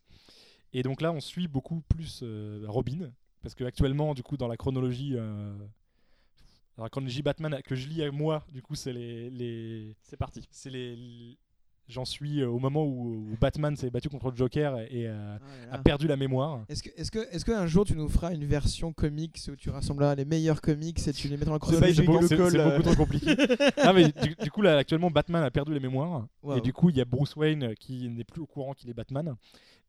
Et donc là, on suit beaucoup plus euh, Robin, parce que actuellement, du coup, dans la chronologie, euh, dans la chronologie Batman que je lis à moi, du coup, c'est les, les
C'est parti.
c'est les, les- j'en suis euh, au moment où, où Batman s'est battu contre le Joker et euh,
Oh là
a
là.
perdu la mémoire.
Ah. Est-ce que, est-ce que, est-ce que un jour tu nous feras une version comics où tu rassembleras les meilleurs comics et tu les mettras en
pas
chronologie
J'ai
C'est
eu
beau-
le
c'est-
col,
c'est
euh.
beaucoup trop compliqué. Ah, mais du, du coup, là, actuellement, Batman a perdu les mémoires.
Waouh.
Et du coup, il y a Bruce Wayne euh, qui n'est plus au courant qu'il est Batman.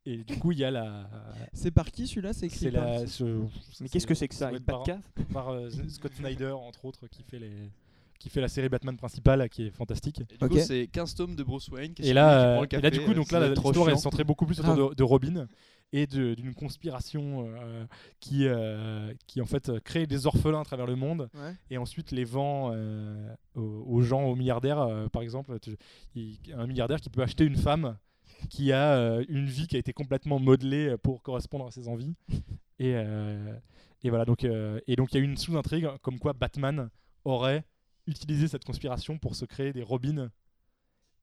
Et du coup, il y a la.
C'est par qui celui-là C'est écrit
C'est
par
la.
qui
ce-
Mais qu'est-ce que c'est que
doit
ça Une
être
patte cave
par, par, euh, Scott Snyder, entre autres, qui fait, les, qui fait la série Batman principale, qui est fantastique.
Et du
Ok.
coup, c'est 15 tomes de Bruce Wayne. qui est sur lui, qui
Et là,
prend
euh,
le
et là,
café,
du coup, donc
c'est
là,
trop
l'histoire est
chiant.
centrée beaucoup plus autour de, de Robin et de- d'une conspiration euh, qui, euh, qui en fait euh, crée des orphelins à travers le monde
Ouais.
et ensuite les vend euh, aux, aux gens, aux milliardaires. euh, par exemple, tu- il- un milliardaire qui peut acheter une femme qui a euh, une vie qui a été complètement modelée euh, pour correspondre à ses envies. Et, euh, et voilà, donc euh, et donc il y a une sous-intrigue comme quoi Batman aurait utilisé cette conspiration pour se créer des Robins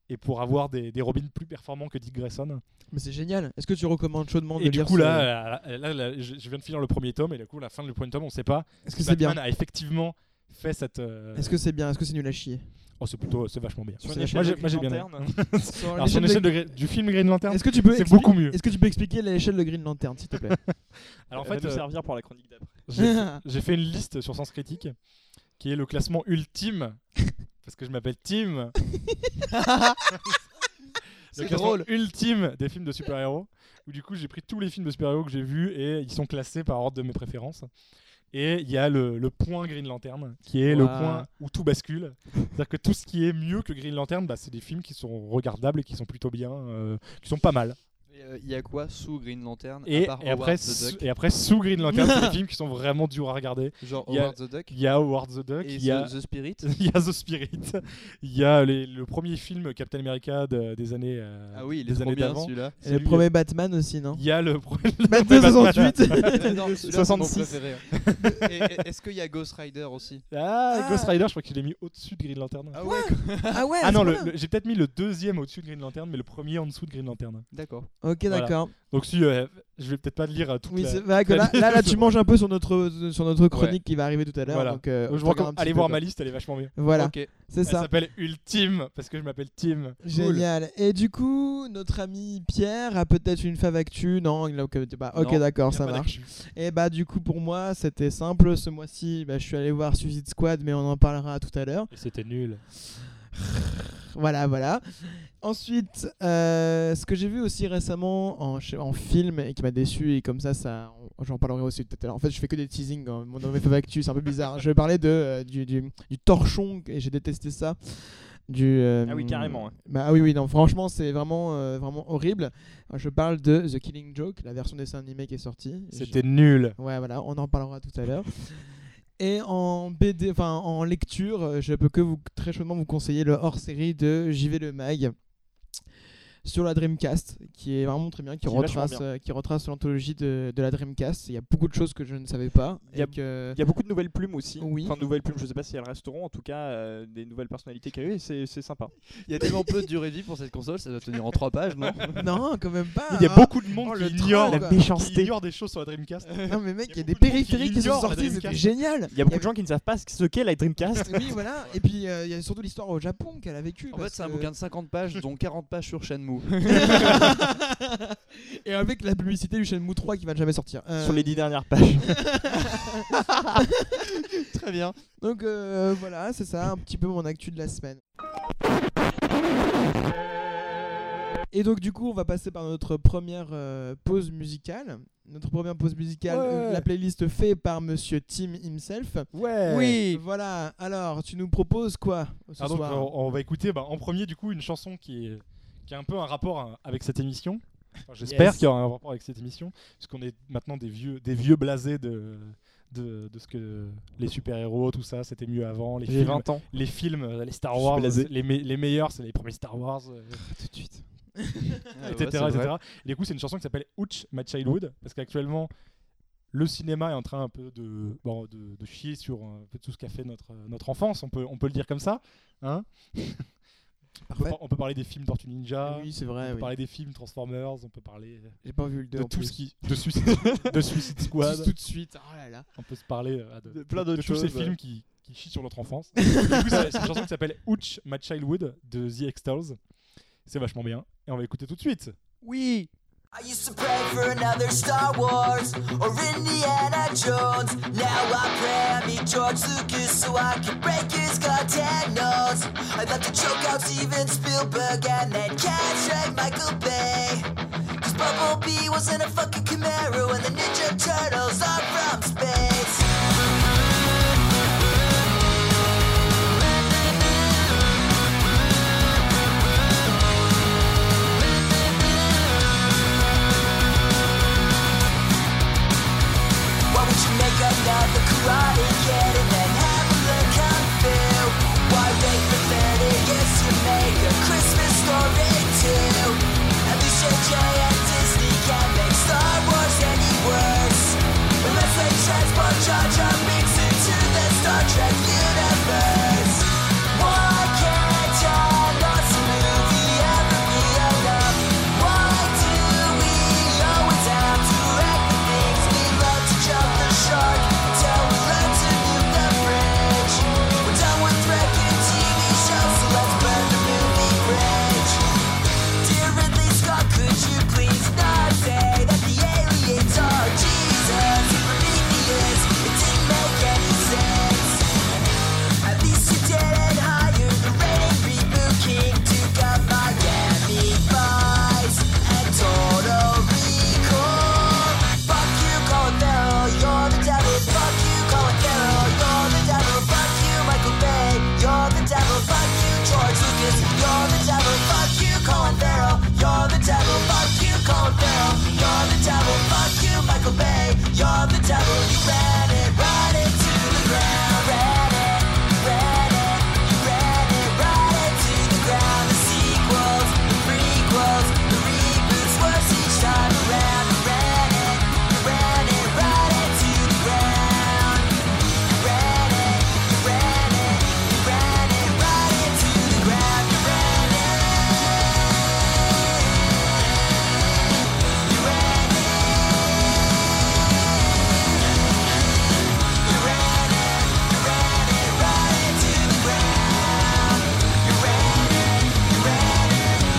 et pour avoir des, des Robins plus performants que Dick Grayson.
Mais c'est génial. Est-ce que tu recommandes chaudement de
Et du
lire
coup,
ce-
là, là, là, là, je je viens de finir le premier tome, et du coup, à la fin du premier tome, on sait pas.
Est-ce que
si
c'est bien
Batman a effectivement fait cette. euh,
Est-ce que c'est bien Est-ce que c'est nul à chier
Oh, c'est plutôt, c'est vachement bien.
Sur
C'est-
une
moi,
échelle
j'ai-
de
moi, j'ai bien
Green Lantern,
Sur
Alors, sur
l'échelle
l'échelle
de-
de Gré- du film Green Lantern,
Est-ce que tu peux
c'est
expli-
beaucoup mieux.
Est-ce que tu peux expliquer l'échelle de Green Lantern, s'il te plaît
Alors, en
elle va
fait,
nous
euh,
servir pour la chronique d'après.
j'ai j'ai fait une liste sur Sens Critique qui est le classement ultime, parce que je m'appelle Tim.
C'est
le classement
drôle.
ultime des films de super-héros, où du coup j'ai pris tous les films de super-héros que j'ai vus et ils sont classés par ordre de mes préférences. Et il y a le, le point Green Lantern, qui est le
Ouah.
point où tout bascule. C'est-à-dire que tout ce qui est mieux que Green Lantern, bah, c'est des films qui sont regardables et qui sont plutôt bien, euh, qui sont pas mal.
Et, euh, Il y a quoi sous Green Lantern
Et,
à part
et après,
Howard the
sous,
Duck
et après, sous Green Lantern, c'est des films qui sont vraiment durs à regarder.
Genre
il y a-
Howard the Duck
Il y a Howard the Duck,
et
il y a
The, The Spirit
il y a The Spirit, il y a les- le premier film Captain America de- des années euh,
Ah oui, il est
des
trop
années
bien
d'avant.
celui-là.
Et le
Celui- euh,
premier Batman aussi, non
Il y a le premier
Batman
Batman.
68
J'adore, celui-là, c'est mon
66.
préféré. hein. Et- et- Est-ce qu'il y a Ghost Rider aussi
Ah,
Ah.
Ghost Rider, je crois qu'il est mis au-dessus de Green Lantern.
Ah ouais,
Ah ouais
Ah non,
c'est
le-
pas mal.
le- j'ai peut-être mis le deuxième au-dessus de Green Lantern, mais le premier en dessous de Green Lantern.
d'accord.
Ok,
Voilà.
d'accord.
Donc si, euh, je vais peut-être pas te lire euh, toute
Oui,
la-
c'est vrai que
la
là,
liste,
là, là,
je-
tu manges un peu sur notre, euh, sur notre chronique qui va arriver tout à l'heure.
Voilà.
Donc, euh,
Donc, je
on regarde
vous
un
recommande-
petit
allez
peu,
voir
quoi.
ma liste, elle est vachement bien.
Voilà,
Ok.
c'est
Elle
ça.
s'appelle Ultime, parce que je m'appelle Tim.
Génial. Et du coup, notre ami Pierre a peut-être une fave actu. Non, il l'a pas. Ok,
Non,
d'accord,
Y a
ça
pas
marche.
d'actu.
Et bah, du coup, pour moi, c'était simple. Ce mois-ci, bah, je suis allé voir Suicide Squad, mais on en parlera tout à l'heure.
Et c'était nul.
Voilà, voilà. Ensuite, euh, ce que j'ai vu aussi récemment en, ch- en film et qui m'a déçu, et comme ça, ça on- j'en parlerai aussi tout à l'heure. En fait, je fais que des teasings hein, mon- dans mes faves actu, c'est un peu bizarre. je vais parler de, euh, du, du, du torchon, et j'ai détesté ça. Du, euh,
Ah oui, carrément. hein.
Bah, ah oui, oui, non, franchement, c'est vraiment, euh, vraiment horrible. Je parle de The Killing Joke, la version dessin animé qui est sortie.
C'était nul.
Ouais, voilà, on en parlera tout à l'heure. Et en BD, enfin en lecture, euh, je peux que vous très chaudement vous conseiller le hors-série de JV Le Mag sur la Dreamcast, qui est vraiment très bien, qui,
Qui est vachement
retrace,
bien.
euh, qui retrace l'anthologie de, de la Dreamcast. Il y a beaucoup de choses que je ne savais pas.
Il y a-
et que-
Il y a beaucoup de nouvelles plumes aussi.
Oui.
Enfin, de nouvelles plumes, je sais pas si elles resteront. En tout cas, euh, des nouvelles personnalités qu'il y a eu. et C'est c'est sympa.
Il y a tellement peu de durée de vie pour cette console, ça doit tenir en 3 pages, non
Non, quand même pas.
Il y a
hein.
beaucoup de monde
Oh, le
qui,
troll,
ignore,
quoi.
qui
La
méchanceté.
ignore des choses sur la Dreamcast.
hein. Non, mais mec, il y a des
beaucoup de monde qui
périphériques qui sont
ignorent la
sortis, c'était
Dreamcast.
génial.
Il y a beaucoup de gens qui ne savent pas ce qu'est la Dreamcast.
Oui, voilà. Et puis, euh, il y a surtout l'histoire au Japon qu'elle a vécue.
En fait,
parce
c'est un
que-
bouquin de 50 pages, dont 40 pages sur Shenmue. Shenmue.
Et avec la publicité du Shenmue 3 qui va jamais sortir. Euh,
Sur les dix dernières pages.
Très bien.
Donc euh, voilà, c'est ça, un petit peu mon actu de la semaine. Et donc du coup, on va passer par notre première euh, pause musicale. Notre première pause musicale,
Ouais.
euh, la playlist faite par Monsieur Tim himself.
Ouais.
Oui. Voilà. Alors, tu nous proposes quoi ce
Ah, donc,
soir
on, on va écouter bah, en premier du coup une chanson qui est qui a un peu un rapport hein, avec cette émission. Enfin, J'espère
Yes.
qu'il y aura un rapport avec cette émission, puisqu'on est maintenant des vieux, des vieux blasés de, de, de ce que les super-héros, tout ça, c'était mieux avant. Les
J'ai
films,
20 ans.
les, films, euh, les
Je
Star
suis
Wars,
blasé.
les, me- les meilleurs, c'est les premiers Star Wars, euh,
Tout de suite. Ah
etc. etc. Et du coup, c'est une chanson qui s'appelle Ouch, My Childhood, parce qu'actuellement, le cinéma est en train un peu de, bon, de, de chier sur euh, un peu tout ce qu'a fait notre, euh, notre enfance, on peut, on peut le dire comme ça. Hein on, peut,
Parfait.
par- on peut parler des films Tortue Ninja,
Ah
Oui, c'est
on
vrai.
peut
oui.
parler des films Transformers, on peut parler
J'ai pas vu le 2
de
en
tout
plus.
ce qui. de Suicide, de Suicide Squad,
bah.
Tout, tout de suite. Oh là là.
on peut se parler euh, de,
De plein
de
d'autres
tous ces
choses, ouais.
films qui, qui chient sur notre enfance. du coup, c'est c'est une chanson qui s'appelle Ouch, My Childhood de The Extals. C'est vachement bien. Et on va écouter tout de suite.
Oui.
I used to pray for another Star Wars or Indiana Jones. Now I pray I meet George Lucas so I can break his goddamn nose. I'd love to choke out Steven Spielberg and then catch right Michael Bay. Cause Bumblebee was in a fucking Camaro and the Ninja Turtles are from space. Why would you make another karate kid and then have him learn kung fu? Why wait for 30 years to make a Christmas story too? At least JJ and Disney can't make Star Wars any worse. Unless they transport Jar Jar Binks into the Star Trek universe. Why can't an awesome movie ever be enough? Why do we always have to wreck the things we love to jump the shark until we learn to mute the fridge? We're done with wrecking TV shows, so let's burn the movie bridge. Dear Ridley Scott, could you please not say that the aliens are Jesus? Prometheus, it didn't make any sense. At least you didn't hire the rating reboot king Duke of Miami Vice and Total Recall. Fuck you, Colin Farrell, you're the devil. Fuck you, Colin Farrell, you're the devil. Fuck you, Michael Bay, you're the devil. Fuck you, George Lucas, you're the devil. Fuck you, Colin Farrell, you're the devil. Fuck you, Colin Farrell, you're the devil. Fuck you, Michael Bay, you're the devil. You ran it right into the ground. Ran it.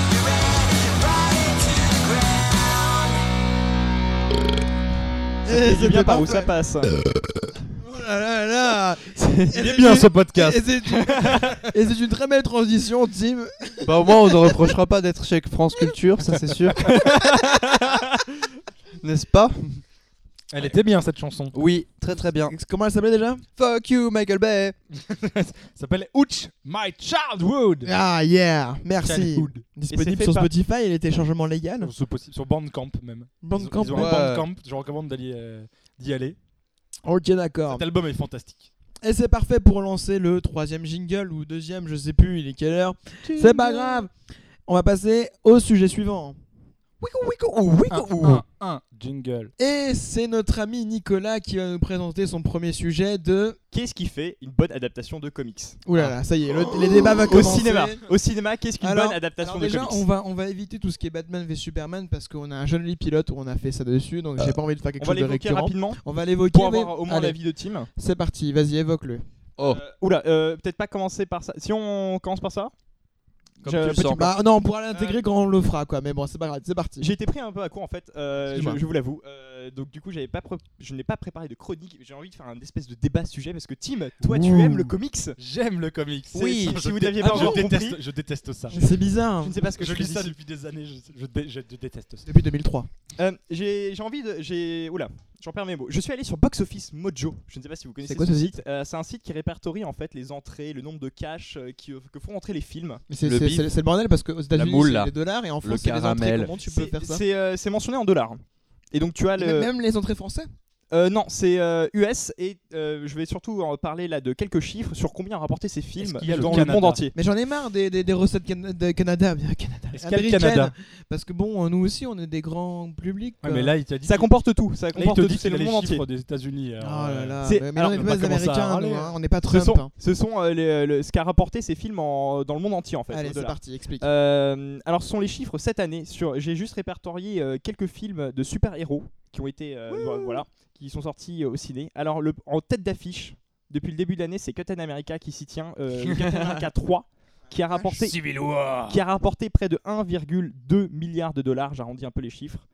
Eh,
C'est bien
c'était
par où
parfait.
ça passe.
Oh là là là
Il est bien ce podcast.
Et c'est une- et c'est une très belle transition, Tim.
Bah au moins on ne reprochera pas d'être chez France Culture, ça c'est sûr. N'est-ce pas
Elle était bien cette chanson.
Oui, très très bien.
Comment elle s'appelait déjà
Fuck you Michael Bay.
Ça s'appelle Ouch, My Childhood.
Ah yeah, merci.
Childhood.
Et c'est
Disponible
fait
sur
par-
Spotify et les téléchargements légaux.
Sur, possible- sur Bandcamp même.
Bandcamp.
Ils ont
ouais.
un Bandcamp, je recommande d'aller euh, d'y aller.
Ok d'accord.
Cet album est fantastique.
Et c'est parfait pour lancer le troisième jingle ou deuxième, je sais plus, il est quelle heure. C'est pas grave. On va passer au sujet suivant. Ah,
Un, un, un, jingle.
Et c'est notre ami Nicolas qui va nous présenter son premier sujet de.
Qu'est-ce qui fait une bonne adaptation de comics
Ouh là là, ça y est, le, les débats vont
Ah. Au
commencer.
cinéma. Au cinéma, qu'est-ce qu'une
Alors-
bonne adaptation
Alors
de
déjà,
comics
on va, on va éviter tout ce qui est Batman v Superman parce qu'on a un jeune lit pilote où on a fait ça dessus, donc j'ai pas envie de faire quelque
Euh, On va
chose de
l'évoquer
récurrent.
rapidement
On va l'évoquer.
pour
mais-
avoir au moins
Allez,
l'avis de Tim.
C'est parti, vas-y, évoque-le.
Oh.
Euh, oula, euh, peut-être pas commencer par ça. Si on commence par ça
Comme
J'ai
tu
un
le
petit
sens.
Bah non, on pourra l'intégrer quand on le fera quoi. Mais bon, c'est pas grave, c'est parti.
J'ai été pris un peu à court en fait, euh,
Excuse-moi.
je, je vous l'avoue. Euh, donc du coup, j'avais pas pré- je n'ai pas préparé de chronique. J'ai envie de faire un espèce de débat à ce sujet parce que Tim, toi, tu
Ouh.
aimes le comics.
J'aime le comics.
C'est- Oui,
je
si vous
dé-
n'aviez pas
je
encore
déteste,
compris.
Je déteste ça.
C'est bizarre.
Je ne sais pas ce que
je
je
lis
fais
ça
ici.
depuis des années. Je, je dé- je déteste ça.
Depuis 2003.
Euh, j'ai j'ai envie de. j'ai- Oula, j'en perds mes mots. Je suis allé sur Box Office Mojo. Je ne sais pas si vous connaissez
C'est quoi ce site
Euh, C'est un site qui répertorie en fait les entrées, le nombre de cash euh, qui- que font entrer les films.
Mais C'est
Le
c'est-
bif.
c'est- c'est le bordel parce qu'aux États-Unis
moule,
c'est
là.
les dollars et en France
Le
c'est les entrées.
caramel.
Comment tu peux
C'est-
faire ça
C'est euh, c'est mentionné en dollars. Et donc tu as le.
Même les entrées françaises
Euh, non, c'est euh, US et euh, je vais surtout en parler là de quelques chiffres sur combien ont rapporté ces
Est-ce
films
qu'il y a le
dans le
Canada
monde entier.
Mais j'en ai marre des, des, des recettes cana- de Canada, bien, Canada.
Est-ce qu'il y a le
américaines.
Canada
Parce que bon, nous aussi, on est des grands publics. euh.
Ouais,
quoi.
mais là, il t'a dit.
euh, Ça comporte tout, ça
là, il
comporte
te
tout,
dit
c'est
qu'il a
le Ah
les
monde entier.
chiffres des États-Unis.
Oh
alors,
là
euh,
là,
C'est-
mais,
alors,
on n'est
on
pas
va
des
commencer à
Américains, nous,
râler,
hein, on n'est pas
Ce
Trump.
sont,
hein.
ce sont, euh, les- le- ce qu'a rapporté ces films en- dans le monde entier en fait.
Allez,
au
c'est
dollar.
parti, explique.
Euh, alors, ce sont les chiffres cette année. Sur, j'ai juste répertorié euh, quelques films de super-héros qui ont été, euh, vo- voilà, qui sont sortis euh, au ciné. Alors, le, en tête d'affiche, depuis le début de l'année, c'est Captain America qui s'y tient. euh, le Captain America 3, qui a rapporté, qui a rapporté près de 1,2 milliard de dollars. J'arrondis un peu les chiffres.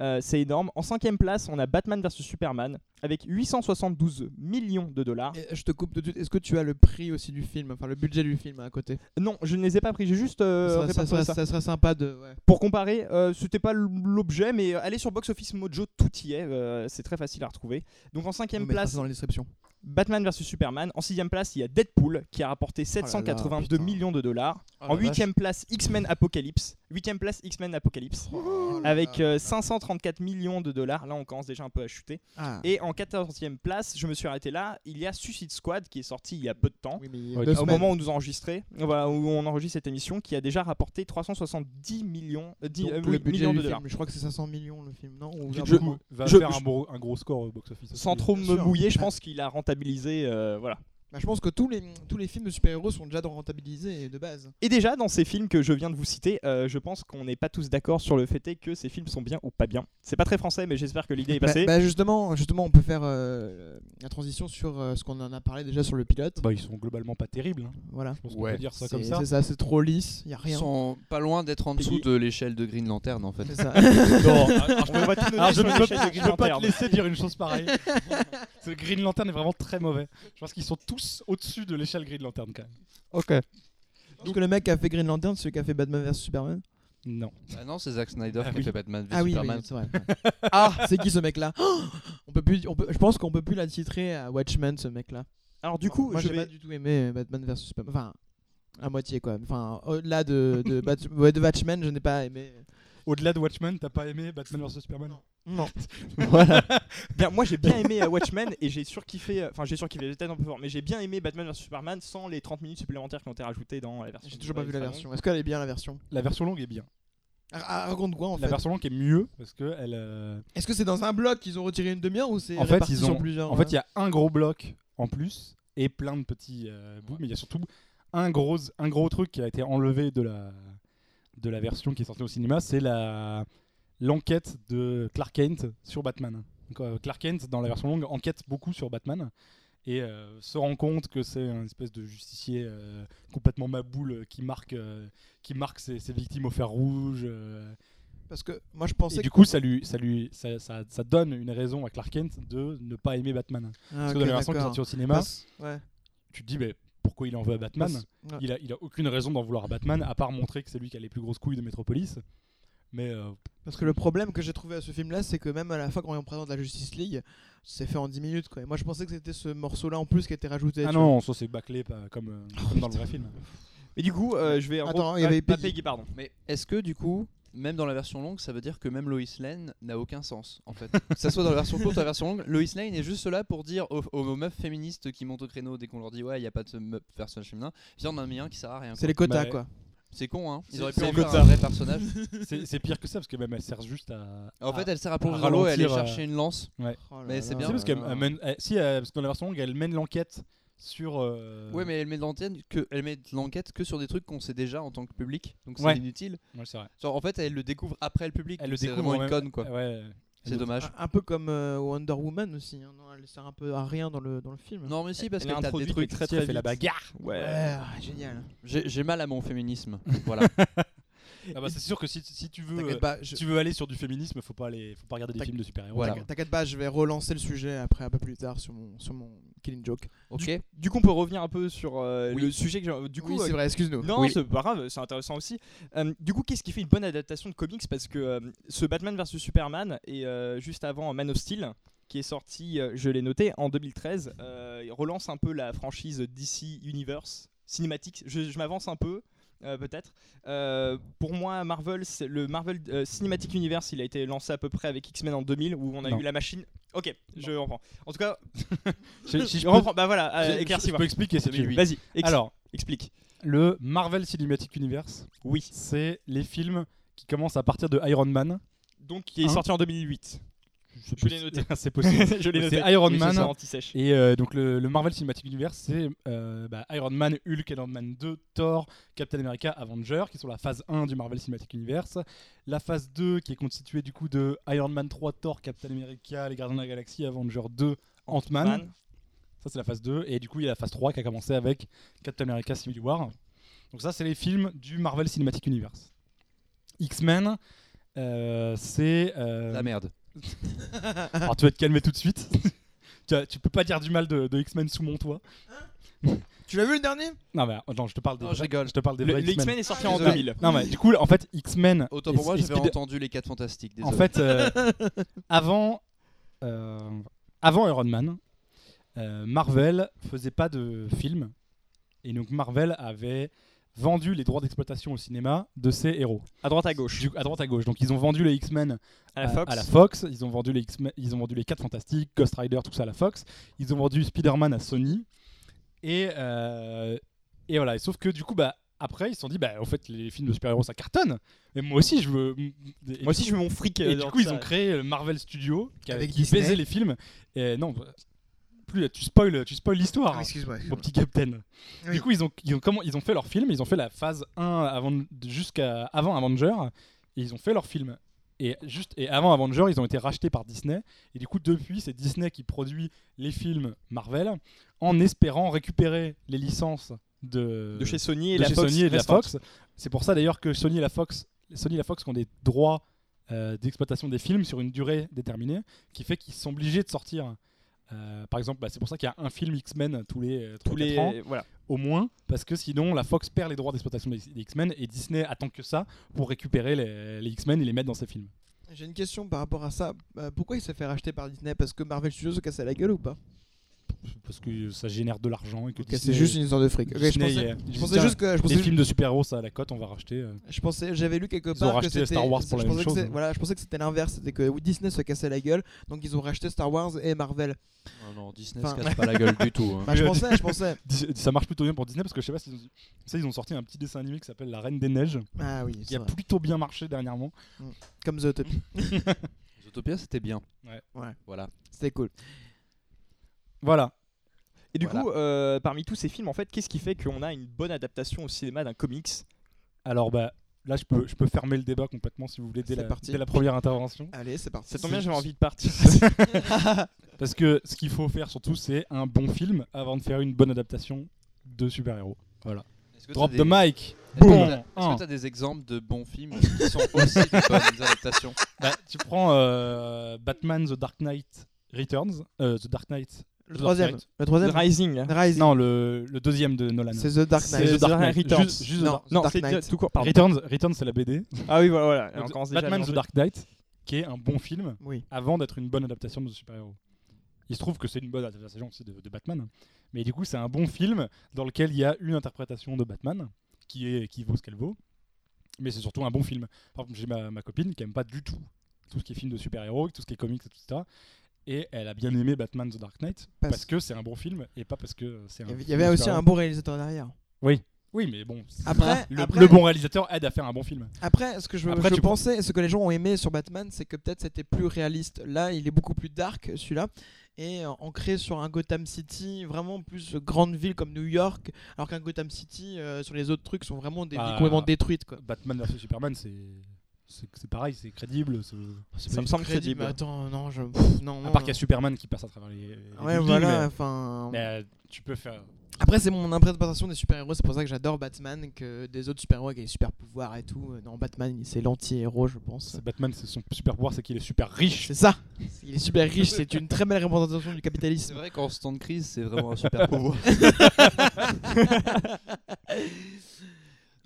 Euh, c'est énorme. En cinquième place, on a Batman vs Superman avec 872 millions de dollars.
Et Je te coupe de suite. Est-ce que tu as le prix aussi du film, enfin le budget du film à côté
Non, je ne les ai pas pris. J'ai juste euh,
ça, serait- ça
répertorié
serait-
ça.
ça serait sympa de. ouais.
Pour comparer, euh, c'était pas l- l'objet, mais euh, allez sur Box Office Mojo, tout y est, euh, c'est très facile à retrouver. Donc en
On
cinquième
mettra
place,
ça dans la description.
Batman vs Superman. En sixième place, il y a Deadpool qui a
Oh
rapporté
là là,
782
putain.
millions de dollars.
Oh
en
la vache.
huitième place, X-Men Apocalypse. Huitième place, X-Men Apocalypse.
Oh là
Avec
là.
euh, 534 millions de dollars, là on commence déjà un peu à chuter.
Ah.
Et en 14e place, je me suis arrêté là, il y a Suicide Squad qui est sorti il y a peu de temps
Oui, mais il y a
Ok.
deux
au
semaines.
moment où nous enregistrons, voilà, où on enregistre cette émission, qui a déjà rapporté 370 millions, euh, dix-
Donc,
euh,
le
oui,
budget
millions
du
de
film,
dollars.
Je crois que c'est 500 millions le film, non Ou
qui,
un
du
peu
coup,
moins.
va
je-
faire un,
je-
gros, un gros score euh, au box-office.
Sans trop
bien
me
sûr.
mouiller, je
Ah.
pense qu'il a rentabilisé. euh, voilà.
Bah, je pense que tous les, tous les films de super-héros sont déjà rentabilisés de base.
Et déjà, dans ces films que je viens de vous citer, euh, je pense qu'on n'est pas tous d'accord sur le fait est que ces films sont bien ou pas bien. C'est pas très français, mais j'espère que l'idée est
Bah-
passée.
bah, justement, justement, on peut faire euh, la transition sur euh, ce qu'on en a parlé déjà sur le pilote.
Bah, ils sont globalement pas terribles. hein.
Voilà.
Je pense qu'on
Ouais.
peut dire ça
C'est
comme ça.
c'est ça, c'est trop lisse, y a
Ils
rien.
sont pas loin d'être en dessous
Peggy.
de l'échelle de Green Lantern en fait.
C'est ça.
Non, on va tout donner
Alors, Ah, je
sur
ne
les
peux,
chaînes
pas-
de
je
Green
peux pas
Lantern.
te laisser dire une chose pareille. Ce Green Lantern est vraiment très mauvais. Je pense qu'ils sont tous au-dessus de l'échelle Green Lantern quand même.
ok. Parce que le mec qui a fait Green Lantern, celui qui a fait Batman vs Superman.
Non.
Ah non, c'est Zack Snyder
Ah
qui
oui.
a fait Batman v
Ah oui,
Superman.
oui, c'est vrai. ah, c'est qui ce mec-là Oh On peut plus, on peut, je pense qu'on peut plus l'attitrer à Watchmen, ce mec-là.
Alors, du coup,
moi,
je
j'ai
vais-
pas du tout aimé euh, Batman vs Superman. Enfin, à moitié quoi. Enfin, au-delà de de, Bat- ouais, de Watchmen, je n'ai pas aimé.
Au-delà de Watchmen, t'as pas aimé Batman vs Superman
Non.
Bien, moi j'ai bien aimé euh, Watchmen et j'ai surkiffé, euh, enfin j'ai surkiffé, j'étais un peu fort, mais j'ai bien aimé Batman vs Superman sans les 30 minutes supplémentaires qui ont été rajoutées dans la version.
J'ai toujours pas vu la
extra longue.
version. Est-ce qu'elle est bien la version
La version longue est bien.
Ah, ah, Raconte quoi en
La
fait
version longue est mieux parce que elle. euh,
Est-ce que c'est dans un bloc qu'ils ont retiré une demi-heure ou c'est
En fait,
réparti
ils
sur
ont-
plusieurs hein
En fait, il y a un gros bloc en plus et plein de petits euh, bouts, mais il y a surtout un gros, un gros truc qui a été enlevé de la, de la version qui est sortie au cinéma, c'est la l'enquête de Clark Kent sur Batman. Donc, euh, Clark Kent, dans la version longue, enquête beaucoup sur Batman et euh, se rend compte que c'est un espèce de justicier euh, complètement maboule euh, qui marque, euh, qui marque ses, ses victimes au fer rouge. euh,
Parce que moi, je
et
pensais.
du coup, ça, lui, ça, lui, ça, ça, ça donne une raison à Clark Kent de ne pas aimer Batman.
que,
Parce
Ah,
que
ok,
dans la version qui est
d'accord.
sortie au cinéma,
Parce- ouais.
tu te dis mais pourquoi il en veut à Batman
Parce- ouais.
il a, il a aucune raison d'en vouloir à Batman à part montrer que c'est lui qui a les plus grosses couilles de Metropolis mais euh,
Parce que le problème que j'ai trouvé à ce film-là, c'est que même à la fin, quand on présente la Justice League, c'est fait en 10 minutes. Quoi. Et moi, je pensais que c'était ce morceau-là en plus qui était rajouté.
ah
tu
non ça c'est bâclé pas comme, euh,
Oh,
comme dans le vrai film
Mais du coup, euh, je vais. en
Attends,
gros-
il y avait
ah, pas
Peggy.
Peggy, pardon.
Mais est-ce que du coup, même dans la version longue, ça veut dire que même Lois Lane n'a aucun sens en fait Que ça soit dans la version courte ou la version longue, Lois Lane est juste là pour dire aux, aux- aux meufs féministes qui montent au créneau dès qu'on leur dit ouais, il n'y a pas de meuf- personnage féminin, viens, on en a mis un qui sert à rien.
C'est
quoi.
les quotas,
Bah,
quoi.
C'est con hein, ils
C'est-
auraient pu
c'est
en
le
faire
quota.
un vrai personnage.
c'est c'est pire que ça parce que même elle sert juste à
En
à-
fait, elle sert à plonger
à
dans l'eau et elle est
ralentir, euh,
chercher une lance.
Oh là
mais c'est
là
bien.
c'est parce
là
qu'elle
là.
elle mène elle- si elle- parce que dans la version longue elle mène l'enquête sur euh,
Ouais, mais elle met de l'antenne que elle met de l'enquête que sur des trucs qu'on sait déjà en tant que public, donc c'est
Ouais.
inutile.
ouais, c'est vrai
Genre en fait, elle le découvre après le public.
Elle le
c'est
découvre
vraiment
en
une conne
même-
quoi.
Ouais,
C'est dommage.
Un, un peu comme euh, Wonder Woman aussi. hein. Non, elle sert un peu à rien dans le, dans le film.
Non, mais si, parce que
Elle est
t'as des
introduite,
trucs
mais très, très
elle fait la
vite.
bagarre.
Ouais,
Ouais.
ah, génial.
J'ai j'ai mal à mon féminisme. Voilà.
Ah bah, c'est sûr que si, si tu veux,
T'inquiète
euh,
pas, je-
si tu veux aller sur du féminisme, faut pas aller, faut pas regarder des
T'inquiète-
films de super-héros.
Voilà.
t'inquiète- t'inquiète pas, je vais relancer le sujet après un peu plus tard sur mon, sur mon Killing Joke.
Ok.
Du coup, on peut revenir un peu sur euh, le sujet que j'ai- du coup.
Oui,
euh,
c'est vrai, excuse-nous.
Non,
Oui.
c'est pas grave, c'est intéressant aussi. Euh, du coup, qu'est-ce qui fait une bonne adaptation de comics Parce que euh, ce Batman vs Superman et euh, juste avant Man of Steel, qui est sorti, euh, je l'ai noté, en 2013, euh, il relance un peu la franchise DC Universe cinématique. Je, je m'avance un peu. euh, peut-être. Euh, pour moi, Marvel, c'est- le Marvel euh, Cinematic Universe, il a été lancé à peu près avec X-Men en 2000, où on a
Non.
eu la machine. Ok, je reprends. En tout cas,
Si- si
je
je peux-
reprends. Bah voilà,
si-
euh,
si- je
éclaircis-moi.
peux expliquer si tu veux.
Vas-y, ex-
Alors,
explique.
le Marvel Cinematic Universe,
Oui.
c'est les films qui commencent à partir de Iron Man.
Donc, qui est
Hein
sorti en 2008. Je l'ai noté.
c'est possible.
je l'ai noté.
C'est Iron
Oui,
Man.
c'est ça, anti-sèche.
Et euh, donc le, le Marvel Cinematic Universe, c'est euh, bah, Iron Man, Hulk, Iron Man 2, Thor, Captain America, Avenger, qui sont la phase 1 du Marvel Cinematic Universe. La phase 2 qui est constituée du coup de Iron Man 3, Thor, Captain America, les Gardiens de la Galaxie, Avenger 2, Ant-Man.
Man.
Ça c'est la phase 2. Et du coup il y a la phase 3 qui a commencé avec Captain America Civil War. Donc ça c'est les films du Marvel Cinematic Universe. X-Men, euh, c'est... euh,
La merde.
alors tu vas te calmer tout de suite. tu, as- tu peux pas dire du mal de, de X-Men sous mon toit.
Tu l'as vu le dernier
Non mais attends, je te parle des
Non,
vrais-
je rigole.
Je te parle des
Le,
vrais
le
X-Men.
X-Men est sorti en
Désolé.
2000.
Non mais du coup en fait X-Men.
Autant
et-
pour moi,
et
j'avais
Speed-
entendu les 4 fantastiques.
En
Désolé.
fait euh, avant euh, avant Iron Man, euh, Marvel faisait pas de films et donc Marvel avait vendu les droits d'exploitation au cinéma de ses héros
À droite, à gauche.
Du- à droite à gauche. Donc ils ont vendu les X-Men
À la Fox.
Fox, ils ont vendu les X-Men- ils ont vendu les 4 fantastiques, Ghost Rider, tout ça à la Fox, ils ont vendu Spider-Man à Sony et euh, et voilà, Et sauf que du coup bah après ils se sont dit bah en fait les films de super-héros ça cartonne. Mais moi aussi je veux et
Moi
du
aussi, je veux mon fric.
et
euh,
du
dans
coup, ils
ça.
ont créé le Marvel Studio qui, a-
Avec
qui
Disney.
baisait les films. Et non, bah, plus tu spoil, tu spoil l'histoire,
Excuse-moi.
mon petit Captain.
Oui.
Du coup, ils ont, ils ont comment ils ont fait leur film. Ils ont fait la phase 1 avant jusqu'à avant Avenger. Et ils ont fait leur film. Et juste et avant Avenger, ils ont été rachetés par Disney. Et du coup, depuis, c'est Disney qui produit les films Marvel en espérant récupérer les licences de
De chez Sony et
de
la
chez
Fox.
Sony et de la
restantes.
Fox. C'est pour ça d'ailleurs que Sony et la Fox, Sony et la Fox ont des droits euh, d'exploitation des films sur une durée déterminée, qui fait qu'ils sont obligés de sortir. euh, par exemple, bah, c'est pour ça qu'il y a un film X-Men tous les euh,
Tous
trois, quatre ans,
les. Voilà.
au moins, parce que sinon la Fox perd les droits d'exploitation des, des X-Men et Disney attend que ça pour récupérer les, les X-Men et les mettre dans ses films.
J'ai une question par rapport à ça. Euh, pourquoi il s'est fait racheter par Disney Parce que Marvel Studios se cassait la gueule ou pas
Parce que ça génère de l'argent et que
Ok, C'est juste une histoire de fric. Ok, je
Disney,
pensais,
il-
je pensais juste que je
les
pensais,
films de super-héros, ça a la cote, on va racheter. euh.
je pensais- j'avais lu quelque
Ils
part
ont
que
racheté
c'était
Star Wars pour
je
la
pensais
même
que
chose. hein.
c'est- Voilà, je pensais que c'était l'inverse, c'était que Disney se cassait la gueule, donc ils ont racheté Star Wars et Marvel.
Non, non, Disney
Enfin-
se casse pas la gueule du tout. hein.
Bah, je pensais, je pensais.
Dis- Ça marche plutôt bien pour Disney parce que je sais pas s'ils ont... ça, ils ont sorti un petit dessin animé qui s'appelle La Reine des Neiges
Ah oui,
qui
c'est
a
vrai.
plutôt bien marché dernièrement.
comme Zootopie,
Zootopia, c'était bien.
Ouais.
Ouais.
Voilà.
c'était cool.
Voilà.
Et du
Voilà.
coup, euh, parmi tous ces films, en fait, qu'est-ce qui fait qu'on a une bonne adaptation au cinéma d'un comics
Alors bah là je peux je peux fermer le débat complètement si vous voulez dès
C'est
la,
parti.
dès la première intervention
Allez, c'est parti.
Ça tombe bien, j'avais envie de partir.
parce que ce qu'il faut faire surtout c'est un bon film avant de faire une bonne adaptation de super-héros. Voilà.
Est-ce que
Drop
t'as
the
des-
mic.
Est-ce que
Boum.
t'as- Est-ce
Un.
que t'as des exemples de bons films qui sont aussi de bonnes adaptations
Bah, tu prends euh, Batman The Dark Knight Returns euh, The Dark Knight
Le troisième. Le troisième.
Rising. là.
Rise.
non le, le deuxième de Nolan.
C'est The Dark
C'est
Knight.
The Dark Knight.
Returns.
Juste, juste The
Non.
Dark-
The
Non,
Dark
c'est
Knight.
tout court. Pardon.
Returns, Returns c'est la BD.
Ah oui, voilà, voilà. on commence déjà à
Batman The
mélanger.
Dark Knight qui est un bon film
Oui.
avant d'être une bonne adaptation de super-héros. Il se trouve que c'est une bonne adaptation aussi de, de Batman. Mais du coup, c'est un bon film dans lequel il y a une interprétation de Batman qui, est, qui vaut ce qu'elle vaut. Mais c'est surtout un bon film. Par exemple, j'ai ma, ma copine qui aime pas du tout tout ce qui est film de super-héros, tout ce qui est comics, etc. Et elle a bien aimé Batman The Dark Knight
Parce-
parce, que c'est un bon film et pas parce que c'est un.
Il y avait- il y
film
avait
de
aussi
super-héros.
un bon réalisateur derrière.
Oui, mais bon. c'est-
Après,
Le,
après,
le bon réalisateur aide à faire un bon film.
Après, ce que je,
Après,
je
tu-
pensais, ce que les gens ont aimé sur Batman, c'est que peut-être c'était plus réaliste. Là, il est beaucoup plus dark, celui-là, et euh, ancré sur un Gotham City, vraiment plus grande ville comme New York, alors qu'un Gotham City, euh, sur les autres trucs, sont vraiment des
Ah.
villes complètement détruites. Quoi.
Batman vs Superman, c'est C'est c'est pareil, c'est crédible. c'est-
Ça me semble crédible.
Mais attends, non, je. pff, non,
À
non,
part qu'il y a
non.
Superman qui passe à travers les. les
Hmm. Ouais,
buildings,
voilà,
mais-
enfin.
mais, euh, tu peux faire.
Après, c'est mon interprétation des super-héros, c'est pour ça que j'adore Batman, que des autres super-héros avec des super-pouvoirs et tout. Euh, Non, Batman, il- c'est l'anti-héros, je pense.
c'est Batman, c'est son super pouvoir, c'est qu'il est super riche.
C'est ça Il est super riche, c'est une très belle représentation du
C'est
capitalisme.
vrai qu'en ce temps de crise, c'est vraiment un super pouvoir.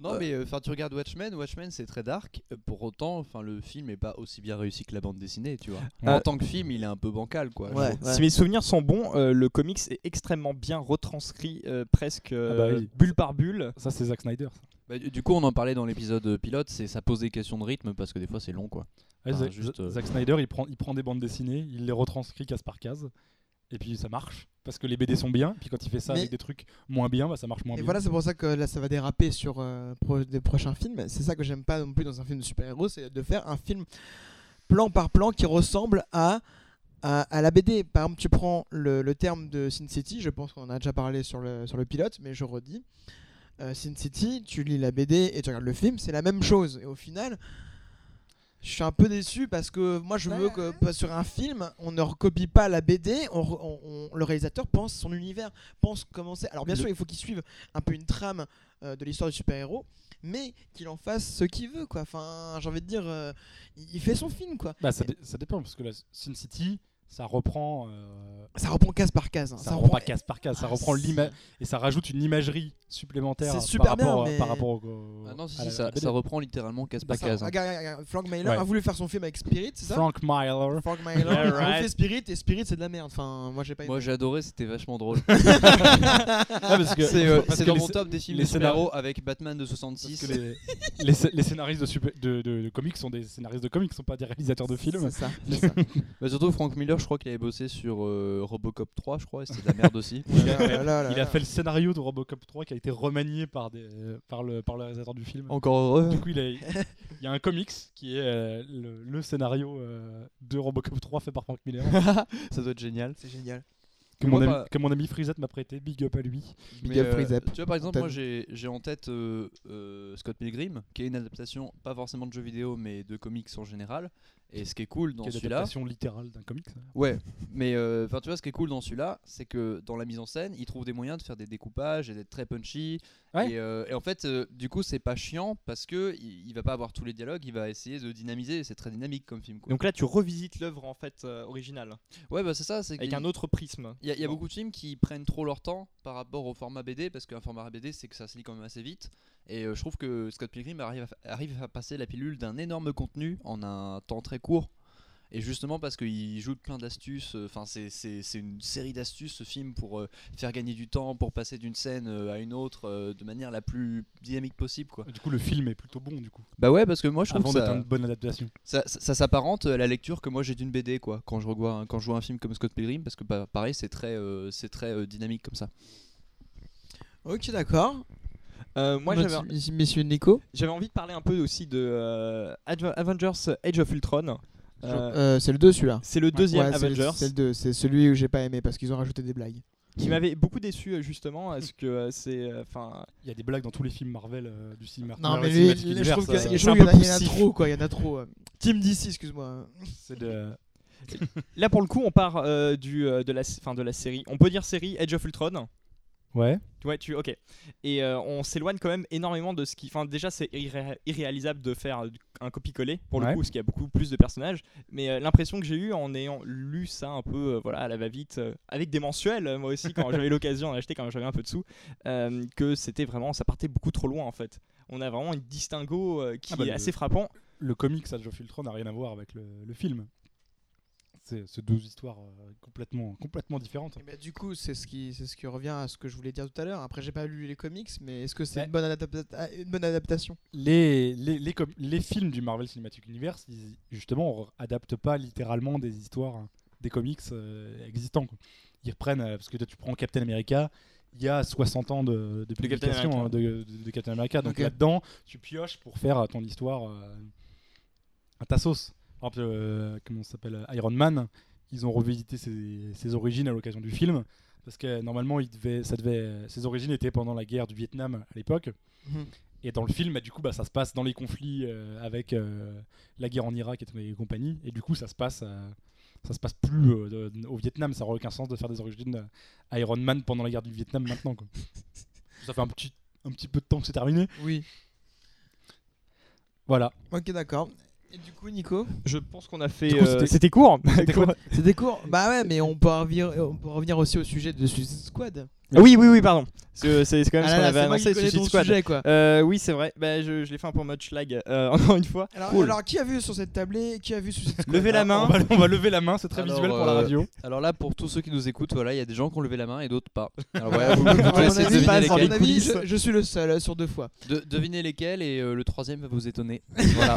non, mais euh, enfin, tu regardes Watchmen, Watchmen c'est très dark. Euh, Pour autant, enfin, le film est pas aussi bien réussi que la bande dessinée, tu vois.
Euh,
En tant que film, il est un peu bancal, quoi.
Ouais, ouais.
Si mes souvenirs sont bons, euh, le comics est extrêmement bien retranscrit, euh, presque euh,
Ah bah oui.
bulle par bulle.
Ça, c'est Zack Snyder. ça.
Bah, du du coup, on en parlait dans l'épisode euh, pilote, c'est ça pose des questions de rythme parce que des fois c'est long, quoi.
Ouais,
Ah,
Zack-
juste, euh,
Zack Snyder, il prend, il prend des bandes dessinées, il les retranscrit case par case, et puis ça marche. Parce que les BD sont bien, puis quand il fait ça
Mais-
avec des trucs moins bien, bah, ça marche moins
Et
bien.
voilà, c'est pour ça que là, ça va déraper sur euh, pro- des prochains films. C'est ça que j'aime pas non plus dans un film de super-héros, c'est de faire un film plan par plan qui ressemble à, à, à la BD. Par exemple, tu prends le, le terme de Sin City, je pense qu'on en a déjà parlé sur le, sur le pilote, mais je redis. Euh, Sin City, tu lis la BD et tu regardes le film, c'est la même chose. Et au final, je suis un peu déçu parce que moi, je veux que pas- sur un film, on ne recopie pas la BD, on re- on- on- le réalisateur pense son univers, pense comment c'est. Alors bien sûr, il faut qu'il suive un peu une trame euh, de l'histoire du super-héros, mais qu'il en fasse ce qu'il veut, quoi. Enfin, j'ai envie de dire, euh, il il fait son film, quoi.
Bah, ça, dé- ça dépend, parce que la Sin City, ça reprend. euh,
Ça reprend case par case. hein.
ça, reprend pas case par case, ça
Ah,
reprend
si.
l'image et ça rajoute une imagerie supplémentaire
C'est
par
super bien,
rapport, à-
mais-
par rapport au- au.
Ah non, si, si,
à la- à la
ça,
BD.
ça reprend littéralement case par
Bah, Ça,
case. hein.
regarde, regarde, regarde, Frank Miller
Ouais.
a voulu faire son film avec Spirit, c'est ça
Frank Miller.
Frank Miller
Yeah,
a
right.
fait Spirit et Spirit c'est de la merde. Enfin, moi j'ai pas aimé.
Moi j'ai adoré, c'était vachement drôle.
Ah, parce que-
c'est euh,
parce
c'est
que
dans
les-
mon top des films
les
de super-héros avec Batman de 66.
Parce que les, les sc- les scénaristes de, super- de, de- de comics sont des scénaristes de comics, sont pas des réalisateurs de films.
C'est ça. c'est ça.
Bah, surtout Frank Miller, je crois qu'il avait bossé sur euh, Robocop 3, je crois, et c'était de la merde aussi.
Oh là là là là
Il
là.
a fait le scénario de Robocop 3 qui a été remanié par, des, par, le, par le réalisateur du film.
Encore heureux.
Du coup, il, a- il y a un comics qui est euh, le, le scénario euh, de Robocop 3 fait par Frank Miller,
Ça doit être génial.
C'est génial.
que,
Mais
mon
moi,
ami,
pas-
que mon ami Frizette m'a prêté, big up à lui.
Big
Mais,
up
euh,
Freeze Up.
Tu vois, par exemple,
Antoine.
moi j'ai j'ai en tête euh, euh, Scott Pilgrim, qui est une adaptation, pas forcément de jeux vidéo, mais de comics en général. Et ce qui est cool dans
qui est
celui-là,
l'adaptation littérale d'un comics.
ouais, mais euh, enfin tu vois, ce qui est cool dans celui-là, c'est que dans la mise en scène, il trouve des moyens de faire des découpages et d'être très punchy.
Ouais.
Et, euh, et en fait, euh, du coup, c'est pas chiant parce que il, il va pas avoir tous les dialogues, il va essayer de dynamiser. et C'est très dynamique comme film. Quoi.
Donc là, tu revisites l'œuvre en fait euh, originale
ouais, bah c'est ça. c'est
avec
qu'il-
un autre prisme.
Il y a, il y a
Bon.
beaucoup de films qui prennent trop leur temps par rapport au format BD, parce qu'un format BD, c'est que ça se lit quand même assez vite. Et euh, je trouve que Scott Pilgrim arrive à, fa- arrive à passer la pilule d'un énorme contenu en un temps très court. Et justement parce qu'il joue de plein d'astuces, euh, enfin c'est c'est une série d'astuces ce film pour euh, faire gagner du temps, pour passer d'une scène euh, à une autre euh, de manière la plus dynamique possible quoi.
Du coup, le film est plutôt bon, du coup.
Bah ouais parce que moi je trouve
Avant
que
d'être
ça-
une bonne adaptation.
ça, ça- ça s'apparente à la lecture que moi j'ai d'une BD quoi quand je revois un- quand je vois un film comme Scott Pilgrim parce que bah, pareil c'est très euh, c'est très euh, dynamique comme ça.
Ok, d'accord.
Euh, moi,
Notre-
j'avais
Monsieur monsieur Nico,
j'avais envie de parler un peu aussi de euh, Adve- Avengers Age of Ultron. Euh,
Euh, c'est le 2 celui-là.
c'est le deuxième
Ouais, c'est le-
Avengers
C'est le 2, c'est celui où j'ai pas aimé parce qu'ils ont rajouté des blagues.
qui m'avait beaucoup déçu euh, justement parce que euh, c'est enfin
Il y a des blagues dans tous les films Marvel euh, du cinéma.
Non, mais
Marvel
lui,
Cinematic
lui, je
Universe,
trouve qu'il y,
ça-
a- je
Euh, c'est un
trouve qu'il y en
peu
a- il y en a
poussif.
trop, quoi. Il y en a trop. euh. Team DC, excuse-moi.
C'est de-
là pour le coup on part euh, du euh, de la fin de la série. On peut dire série Age of Ultron.
Ouais.
Ouais, tu ok. Et euh, on s'éloigne quand même énormément de ce qui. Enfin, déjà, c'est irré- irréalisable de faire un copie-coller pour le
Ouais.
coup, parce qu'il y a beaucoup plus de personnages. Mais euh, l'impression que j'ai eue en ayant lu ça un peu, euh, voilà, à la va-vite, euh, avec des mensuels, euh, moi aussi, quand j'avais l'occasion d'en acheter, quand j'avais un peu de sous, euh, que c'était vraiment, ça partait beaucoup trop loin en fait. On a vraiment une distingo euh, qui
Ah bah,
est
le-
assez frappant.
Le comics Age of Ultron n'a rien à voir avec le, le film. C'est c'est deux histoires euh, complètement, complètement différentes.
Et bah, du coup, c'est ce, qui, c'est ce qui revient à ce que je voulais dire tout à l'heure. Après, j'ai pas lu les comics, mais est-ce que c'est
Ouais.
une, bonne adapta- ah, une bonne adaptation
Les, les, les, com- les films du Marvel Cinematic Universe, ils- justement, on adapte pas littéralement des histoires, hein, des comics euh, existants. quoi. Ils reprennent, euh, parce que toi, tu prends Captain America, il y a 60 ans de,
Captain
de publication
America.
hein, de, de- de Captain America. Donc
Ok.
là-dedans, tu pioches pour faire euh, ton histoire euh, à ta sauce. Par exemple, euh, comment ça s'appelle euh, Iron Man, ils ont revisité ses, ses origines à l'occasion du film.
Mhm.
Parce que euh, normalement, il devait, ça devait, ses origines étaient pendant la guerre du Vietnam à l'époque. Et dans le film, bah, du coup, bah, ça se passe dans les conflits euh, avec euh, la guerre en Irak et compagnie. Et du coup, ça se passe, euh, ça se passe plus euh, de- au Vietnam. Ça n'aurait aucun sens de faire des origines euh, Iron Man pendant la guerre du Vietnam maintenant. quoi. ça fait un petit, un petit peu de temps que c'est terminé.
Oui.
Voilà.
Ok, d'accord. Et du coup, Nico
Je pense qu'on a fait.
Du coup,
euh,
c'était-
C'était court. Court.
C'était court. Bah ouais, mais on peut, revenir, on peut revenir aussi au sujet de Suicide Squad.
Ah oui, oui, oui, pardon. Parce que C'est c'est quand même
Ah
ce
là
qu'on
là,
avait
c'est moi qui
annoncé,
connais
Suicide
ton
Squad.
sujet, quoi.
Euh, oui, c'est vrai. Bah, je, je l'ai fait un peu en mode schlag, euh, encore une fois.
Alors,
Cool.
alors, qui a vu sur cette tablée Qui a vu Suicide Squad
Levez la
On
main.
va, on va lever la main, c'est très
Alors,
visuel pour la
euh,
radio.
Alors là, pour tous ceux qui nous écoutent, voilà, il y a des gens qui ont levé la main et d'autres pas. Alors voilà, vous, vous
Euh, À mon
pouvez essayer de
avis,
deviner
à mon
lesquels.
avis, je, je suis le seul euh, sur deux fois.
De- devinez lesquels et euh, le troisième va vous étonner. Voilà.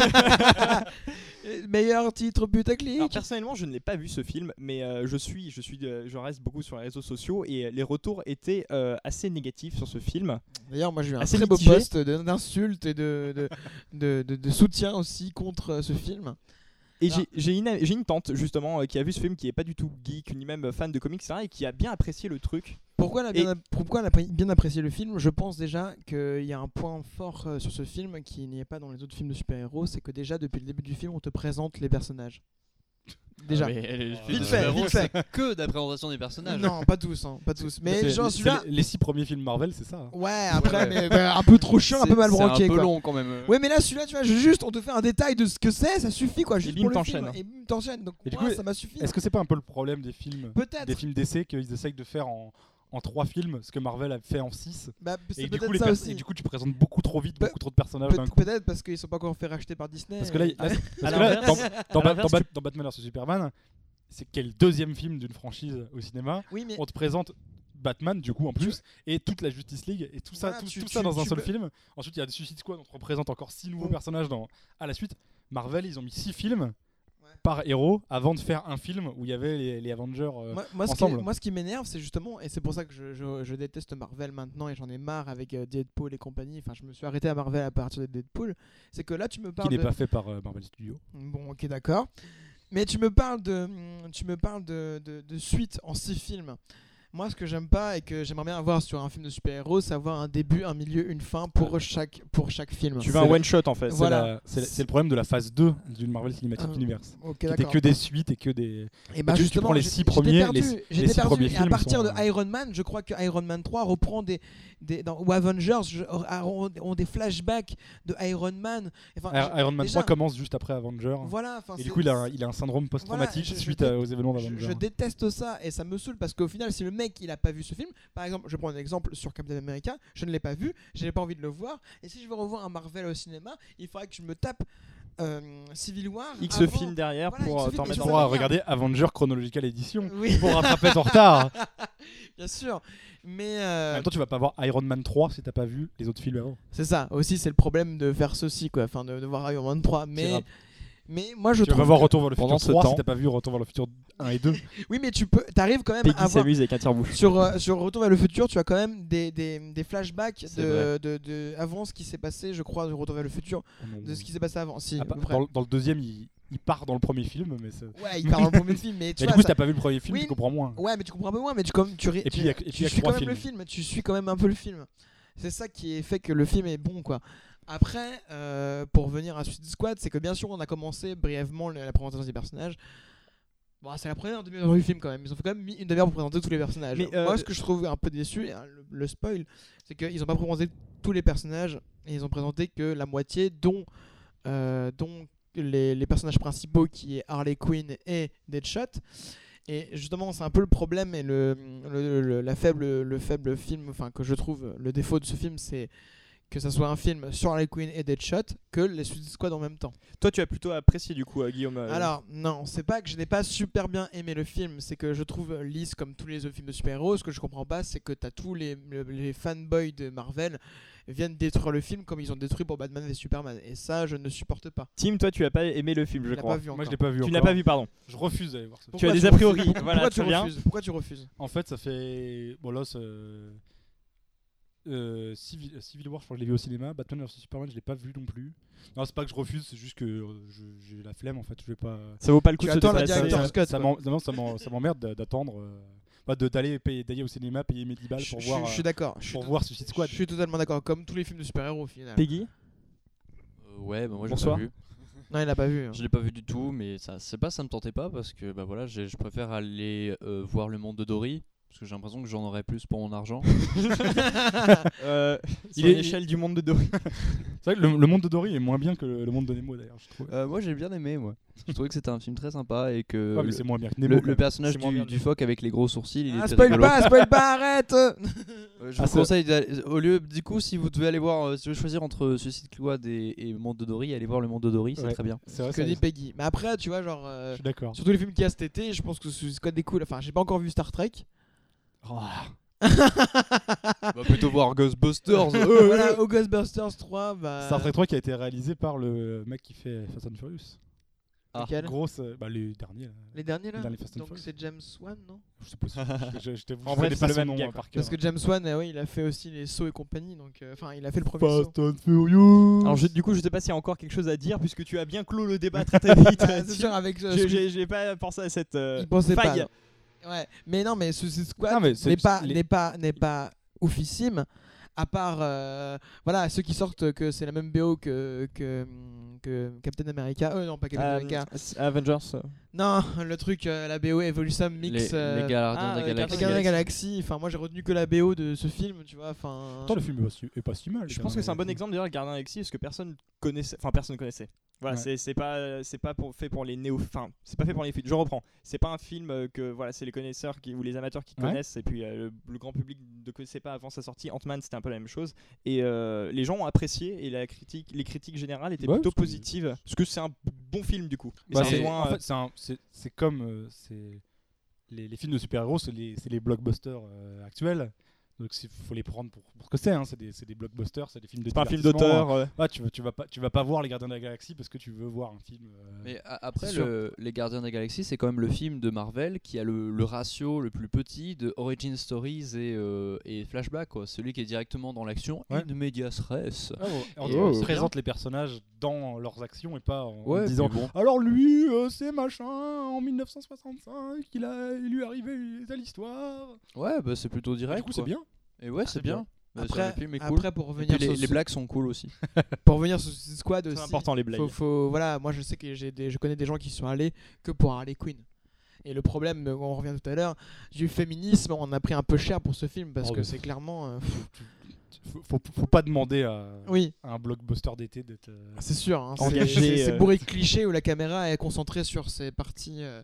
Euh, Meilleur titre
Alors,
putaclic.
personnellement, je ne l'ai pas vu ce film, mais euh, je suis, je suis, euh, je reste beaucoup sur les réseaux sociaux et euh, les retours étaient euh, assez négatifs sur ce film.
D'ailleurs, moi j'ai eu un
Assez
très beau
mitigé.
post de- d'insultes et de, de, de, de- de soutien aussi contre euh, ce film.
Et
Ah.
j'ai- j'ai une, j'ai une tante justement euh, qui a vu ce film, qui est pas du tout geek ni même fan de comics, etc., et qui a bien apprécié le truc.
Pourquoi elle a
Et-
bien, app- pourquoi elle a pré- bien apprécié le film Je pense déjà qu'il y a un point fort euh, sur ce film qui n'y est pas dans les autres films de super-héros, c'est que déjà depuis le début du film, on te présente les personnages. Déjà.
Ah Vite
fait, vite fait.
Que d'appréhension des personnages.
Non, pas tous, hein, pas tous. Mais
C'est-
genre
c'est
celui-là,
les- Les six premiers films Marvel, c'est ça. hein.
ouais, après,
Ouais.
mais bah, un peu trop chiant, un peu mal
C'est-
branqué.
C'est un peu
quoi.
long quand même.
Ouais, mais là, celui-là, tu vois, je- juste, on te fait un détail de ce que c'est, ça suffit quoi. Juste
bim,
pour le
t'enchaînes,
film.
hein.
Et bim, t'enchaînes. Donc,
Et du
moi,
coup,
ça m'a suffi.
Est-ce que c'est pas un peu le problème des films, des
Peut-être.
films d'essai qu'ils essayent de faire en, en trois films, ce que Marvel a fait en six
Bah, c'est
et du, coup,
peut-être
les
ça
pers-
aussi.
et du coup, tu présentes beaucoup trop vite,
Pe-
beaucoup trop de personnages
Peut-
d'un coup.
Peut-être parce qu'ils sont pas encore fait racheter par Disney. euh.
Parce que là,
et-
là- parce
Ah à
que là,
l'inverse-
dans, dans
à
Ba-
l'inverse,
dans Ba- dans Batman vs Superman, c'est quel deuxième film d'une franchise au cinéma
oui, mais
On te présente Batman, du coup, en plus, et toute la Justice League, et tout ça,
Voilà,
tout,
tu-
tout
tu-
ça dans un
tu
seul
le-
film. Ensuite, il y a des Suicide Squad, on te représente encore six nouveaux
Mm.
personnages dans... à la suite. Marvel, ils ont mis six films
Ouais.
par héros avant de faire un film où il y avait les, les Avengers. euh,
moi, moi, ce qui,
ensemble.
moi, ce qui m'énerve, c'est justement, et c'est pour ça que je, je- je déteste Marvel maintenant et j'en ai marre avec euh, Deadpool et compagnie. Enfin, je me suis arrêté à Marvel à partir de Deadpool. C'est que là, tu me
qui
parles.
n'est
de-
pas fait par euh, Marvel Studios.
Bon, ok, d'accord. Mais tu me parles de, mm, tu me parles de, de, de suite en six films. Moi, ce que j'aime pas et que j'aimerais bien avoir sur un film de super-héros, c'est avoir un début, un milieu, une fin pour chaque, pour chaque film.
Tu veux un
C'est la-
one shot en fait.
C'est
Voilà.
la- C'est la- c'est le problème de la phase 2 du Marvel Cinematic
Ah.
Universe.
Ok,
Qui était
d'accord.
que des suites et que des.
Et ben
tu- tu
justement,
prends les
j'ai-
six
j'étais
premiers,
perdu,
les six-
j'étais
les six
perdu.
premiers
Et à
films
partir
sont,
de
euh,
Iron Man, je crois que Iron Man 3 reprend des, des dans, ou Avengers je- ont, ont des flashbacks de Iron Man. Enfin,
I-
Ah, je-
Iron Man
déjà-
3 commence juste après Avenger.
voilà. enfin,
Ah, Et
c'est-
du coup, il a un, il a un syndrome
Voilà,
post-traumatique
je- je
suite
dé-
à- aux événements
Je, je
d'Avenger.
déteste ça et ça me saoule parce qu'au final, si le mec il a pas vu ce film, par exemple, je prends un exemple sur Captain America, je ne l'ai pas vu, je n'ai pas envie de le voir. Et si je veux revoir un Marvel au cinéma, il faudrait que je me tape euh, Civil War.
X
avant-
film derrière
Voilà, X
pour euh,
film,
t'en
mais
Tu
je
mettre
veux
en
pourras
regarde.
regarder Avenger Chronological Edition
Oui,
pour rattraper ton retard.
bien sûr. Mais
En
euh,
même temps, tu vas pas voir Iron Man 3 si t'as pas vu les autres films avant.
c'est ça aussi, c'est le problème de faire ceci quoi, enfin de, de voir Iron Man 3. Mais,
grave.
mais moi je
Tu vas pas
trouve.
voir Retour vers le
pendant
futur
ce
3
temps-
si t'as pas vu Retour vers le futur 1 et 2.
que- Oui, mais tu peux, t'arrives quand même à
Peggy
voir.
s'amuse avec un tire-bouche.
Sur, euh, sur Retour vers le futur, tu as quand même des, des, des flashbacks
C'est
de,
vrai.
de, de- avant ce qui s'est passé, je crois, de Retour vers le futur. de ce qui s'est passé avant. Si,
Ah, pas-
à peu près.
dans, le- dans le deuxième, il, il part dans le premier film, mais, c'est-
Ouais, il parle dans le premier film, mais tu
Mais du
vois,
coup, si
ça-
t'as pas vu le premier film,
Oui,
tu comprends moins.
ouais, mais tu comprends un peu moins, mais tu comme tu, ré-
Et
tu,
puis, il y a que- et puis,
tu
il y a que
suis quand
trois
même le
films.
film, tu suis quand même un peu le film. C'est ça qui est fait que le film est bon, quoi. Après, euh, pour revenir à Suicide Squad, c'est que bien sûr, on a commencé brièvement le- la présentation des personnages. Bon, c'est la première demi-heure du film quand même. Ils ont fait quand même mis une demi-heure pour présenter tous les personnages.
Mais, euh,
Moi, ce que je trouve un peu déçu, et, hein, le, le spoil, c'est qu'ils ont pas présenté tous les personnages et ils ont présenté que la moitié, dont, euh, dont les, les personnages principaux qui est Harley Quinn et Deadshot. Et justement, c'est un peu le problème et le, le- le- la faible, le faible film, enfin que je trouve le défaut de ce film, c'est que ça soit un film sur Harley Quinn et Deadshot que les Suicide Squad en même temps.
Toi, tu as plutôt apprécié du coup, euh, Guillaume. euh,
Alors non, c'est pas que je n'ai pas super bien aimé le film, c'est que je trouve euh, lisse comme tous les autres films de super-héros. Ce que je comprends pas, c'est que t'as tous les, le- les fanboys de Marvel viennent détruire le film comme ils ont détruit pour Batman et Superman. Et ça, je ne supporte pas.
Tim, toi, tu as pas aimé le film,
Tu
je
l'as pas
crois.
vu
Moi, je
encore.
l'ai pas vu.
Tu
encore.
l'as pas vu, pardon.
Je refuse d'aller voir ce film.
Tu
Pourquoi
as des
tu
a priori.
refuses
Voilà,
Pourquoi tu
très bien.
refuses Pourquoi tu refuses
En fait, ça fait. Bon, là, c'est- euh, Civil, Civil War, je crois que je l'ai vu au cinéma. Batman vs Superman, je l'ai pas vu non plus. Non, c'est pas que je refuse, c'est juste que euh, je- j'ai la flemme en fait. Je vais pas.
Ça vaut pas le coup
Tu
de se
attends la
déplacer.
directeur
ça,
Scott,
ça
quoi.
m'en- non, ça m'en- ça m'emmerde d'a- d'attendre, euh, bah, de- d'aller payer- d'aller au cinéma, payer mes 10 balles
Je
pour
je-
voir,
je suis
euh,
d'accord. Je suis
pour voir Suicide Squad.
Je suis totalement d'accord, comme tous les films de super-héros au final.
Peggy
Euh, ouais, bah moi je l'ai
Bonsoir.
pas vu.
Non, il l'a pas vu. hein.
Je l'ai pas vu du tout, mais ça, c'est pas, ça me tentait pas parce que bah voilà, j'ai- je préfère aller euh, voir le monde de Dory parce que j'ai l'impression que j'en aurais plus pour mon argent.
euh,
Il
Sur
est-
l'échelle du monde de Dory.
C'est vrai que le, le monde de Dory est moins bien que le, le monde de Nemo d'ailleurs, je trouve.
Euh, moi j'ai bien aimé, moi. je trouvais que c'était un film très sympa et que
Ah, mais
le,
c'est moins bien que
le-
Nemo.
le personnage
C'est moins
du,
bien.
du phoque avec les gros sourcils, il
Ah,
était
spoil
rigolo.
pas, spoil pas, arrête
Euh, je
Ah,
vous
ça-
conseille d'aller- au lieu du coup si vous devez aller voir euh, si vous devez choisir entre Suicide Squad et, et Monde de Dory, allez voir le Monde de Dory, c'est
Ouais.
très bien.
C'est vrai,
Ce que
ça-
dit Peggy. Mais après, tu vois, genre.
je
euh,
suis d'accord.
Surtout les films qu'il y a cet été, je pense que ce Scott des cool. Enfin, j'ai pas encore vu Star Trek.
On va plutôt voir Ghostbusters.
euh,
voilà, au Ghostbusters 3, bah.
Star Trek 3 qui a été réalisé par le mec qui fait Fast and Furious.
Ah,
lequel
Grosse, euh, bah les derniers. là.
Les derniers là
Les derniers Fast and
Donc
Furious.
c'est James Wan, non
Je sais pas si- je- je- je t'ai- je
En
connais
bref,
pas
c'est
son
le même
nom,
gars,
hein, par cœur.
Parce que James Wan, euh, oui, il a fait aussi les sauts et compagnie, donc. euh, Enfin, il a fait le premier saut.
Fast and Furious.
Alors je- du coup, je sais pas s'il y a encore quelque chose à dire puisque tu as bien clos le débat très très vite.
Ah, c'est
là-dessus.
sûr, avec. euh,
J'ai-
ce que-
J'ai j'ai pas pensé à cette euh,
il pensait pas.
faille.
non. Ouais, mais non, mais Suicide Squad
Non, mais c'est-
n'est pas,
les-
n'est pas, n'est pas oufissime. À part, euh, voilà, ceux qui sortent que c'est la même BO que, que, que Captain America. Euh, non, pas Captain
Euh,
America.
Avengers. euh,
Non, le truc, euh, la BO Evolution Mix.
les,
euh,
les Gardiens
ah,
de
euh,
la
Les
Galaxie.
Gardiens de la Galaxie, enfin moi j'ai retenu que la BO de ce film, tu vois, enfin...
Pourtant, le film est pas si- est pas si mal.
Je
quand
pense que
même.
c'est un bon exemple d'ailleurs, Gardien Alexis, parce que personne connaissait. Enfin, personne connaissait. Voilà,
Ouais.
c'est- c'est pas, c'est pas pour, fait pour les néo. Enfin, c'est pas fait pour les filles. Je reprends. C'est pas un film euh, que voilà, c'est les connaisseurs qui, ou les amateurs qui
Ouais.
connaissent, et puis euh, le, le grand public ne connaissait pas avant sa sortie. Ant-Man, c'était un peu la même chose, et euh, les gens ont apprécié, et la critique, les critiques générales étaient
Ouais,
plutôt
parce que-
positives, parce que c'est un bon film du coup. Et
Bah,
ça
c'est-
rejoint,
en
euh,
fait, c'est un- c'est- c'est comme euh, c'est les, les films de super-héros, c'est les, c'est les blockbusters euh, actuels. Donc il faut les prendre pour, pour ce que c'est. Hein. C'est des, c'est des blockbusters, c'est des films de
c'est pas un film
divertissement.
d'auteur. euh,
Ah, tu, veux- tu vas pas, tu vas pas voir les Gardiens de la Galaxie parce que tu veux voir un film. euh,
Mais a- après,
C'est sûr.
le- les Gardiens de la Galaxie, c'est quand même le film de Marvel qui a le, le ratio le plus petit de Origin Stories et, euh, et Flashback, quoi. celui qui est directement dans l'action
Ouais.
et de Medias Res.
Ah, ouais.
Et,
on
euh, c'est
présente les personnages dans leurs actions et pas en, en
Ouais,
disant
mais bon.
alors lui euh, c'est machin en 1965 il a il lui est arrivé à l'histoire.
Ouais, bah, c'est plutôt
Et
direct.
Du coup c'est
quoi.
bien.
Et ouais, c'est bien. Bah, c'est-
Après,
le film est cool.
après pour
Et
revenir
puis, les,
sur
les
ce-
blagues sont cool aussi.
pour revenir sur Suicide Squad
C'est
aussi,
important les blagues.
faut, faut- voilà, moi je sais que j'ai des, je connais des gens qui sont allés que pour Harley Quinn. Et le problème, euh, on revient tout à l'heure, du féminisme, on a pris un peu cher pour ce film parce
Oh,
que
mais-
c'est clairement, euh,
Faut, faut, faut pas demander à,
oui,
à un blockbuster d'été d'être. euh,
c'est sûr, hein, c'est-
Engagé,
c'est c'est
euh,
bourré de clichés où la caméra est concentrée sur ces parties, euh,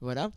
voilà.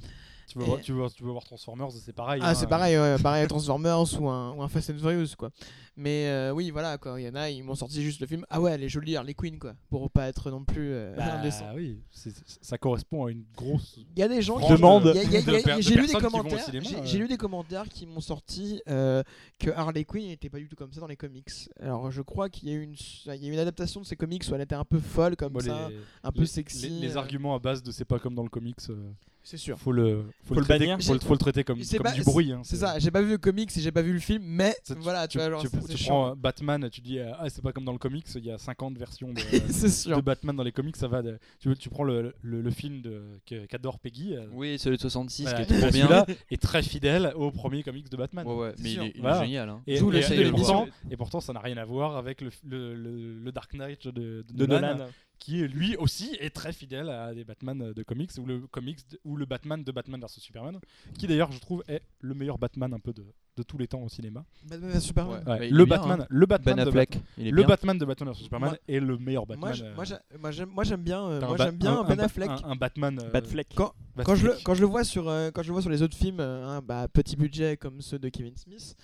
Tu veux, voir,
Et-
tu, veux, tu veux voir Transformers, c'est pareil.
Ah,
hein.
c'est pareil, ouais, pareil à Transformers ou un, ou un Fast and Furious, quoi. Mais euh, oui, voilà, quoi. Il y en a, ils m'ont sorti juste le film. Ah ouais, elle est jolie, Harley Quinn, quoi. Pour pas être non plus euh,
Bah,
indécent.
oui, c'est- ça correspond à une grosse.
Il y a des gens
Franche
qui
demande
il y a- il y a- il y a-
de per- de
J'ai lu des
personnes qui vont au
commentaires.
cinéma, euh.
j'ai-
ouais.
J'ai lu des commentaires qui m'ont sorti euh, que Harley Quinn n'était pas du tout comme ça dans les comics. Alors je crois qu'il y a eu une, il y a eu une adaptation de ces comics où elle était un peu folle comme
Moi,
ça,
les-
un peu
les-
sexy.
Les, les
euh,
arguments à base de c'est pas comme dans le comics, euh,
C'est sûr.
faut le, faut
Faut
le
le
traiter,
bannir.
faut le- faut le traiter comme,
C'est
comme
pas-
du bruit. hein,
C'est ça. J'ai pas vu le comics et j'ai pas vu le film, mais
Ça, tu-
voilà, tu,
Tu,
vois, genre,
tu-
ça,
tu
c'est
prends
chiant.
euh, Batman, tu dis euh, ah c'est pas comme dans le comics, il y a 50 versions de,
C'est sûr.
de Batman dans les comics, ça va. de- tu, veux- tu prends le, le, le film de- que- qu'adore Peggy, euh,
Oui, celui de 66
voilà,
qui est trop bien.
celui-là est très fidèle au premier comics de Batman.
Ouais, ouais,
C'est
mais il
sûr.
est, il est
Voilà.
génial. hein.
Et,
Tout le
et-
film
et
de
pourtant,
Batman.
et pourtant, ça n'a rien à voir avec le, le, le- le Dark Knight de, de
de
Nolan,
Nolan.
qui lui aussi est très fidèle à des Batman de comics ou le comics de- ou le Batman de Batman vs Superman, qui d'ailleurs je trouve est le meilleur Batman un peu de, de tous les temps au cinéma.
Batman vs Superman.
Ouais.
Ouais,
Bah, il
le
est bien,
Batman,
hein.
le Batman,
Ben
de
Affleck, il est
Bat- le
bien.
Batman de Batman vs Superman
Moi-
est le meilleur Batman.
Moi, je-
euh,
moi, j'a- moi, j'aime- moi, j'aime bien, euh,
t'as un
moi,
Bat-
j'aime bien
un-
euh,
un
Ben
Ba-
Affleck.
un, un Batman. euh,
Batfleck.
Quand-
Batfleck.
Quand je, le, quand je le vois sur euh, quand je le vois sur les autres films euh, hein, bah, petit budget comme ceux de Kevin Smith,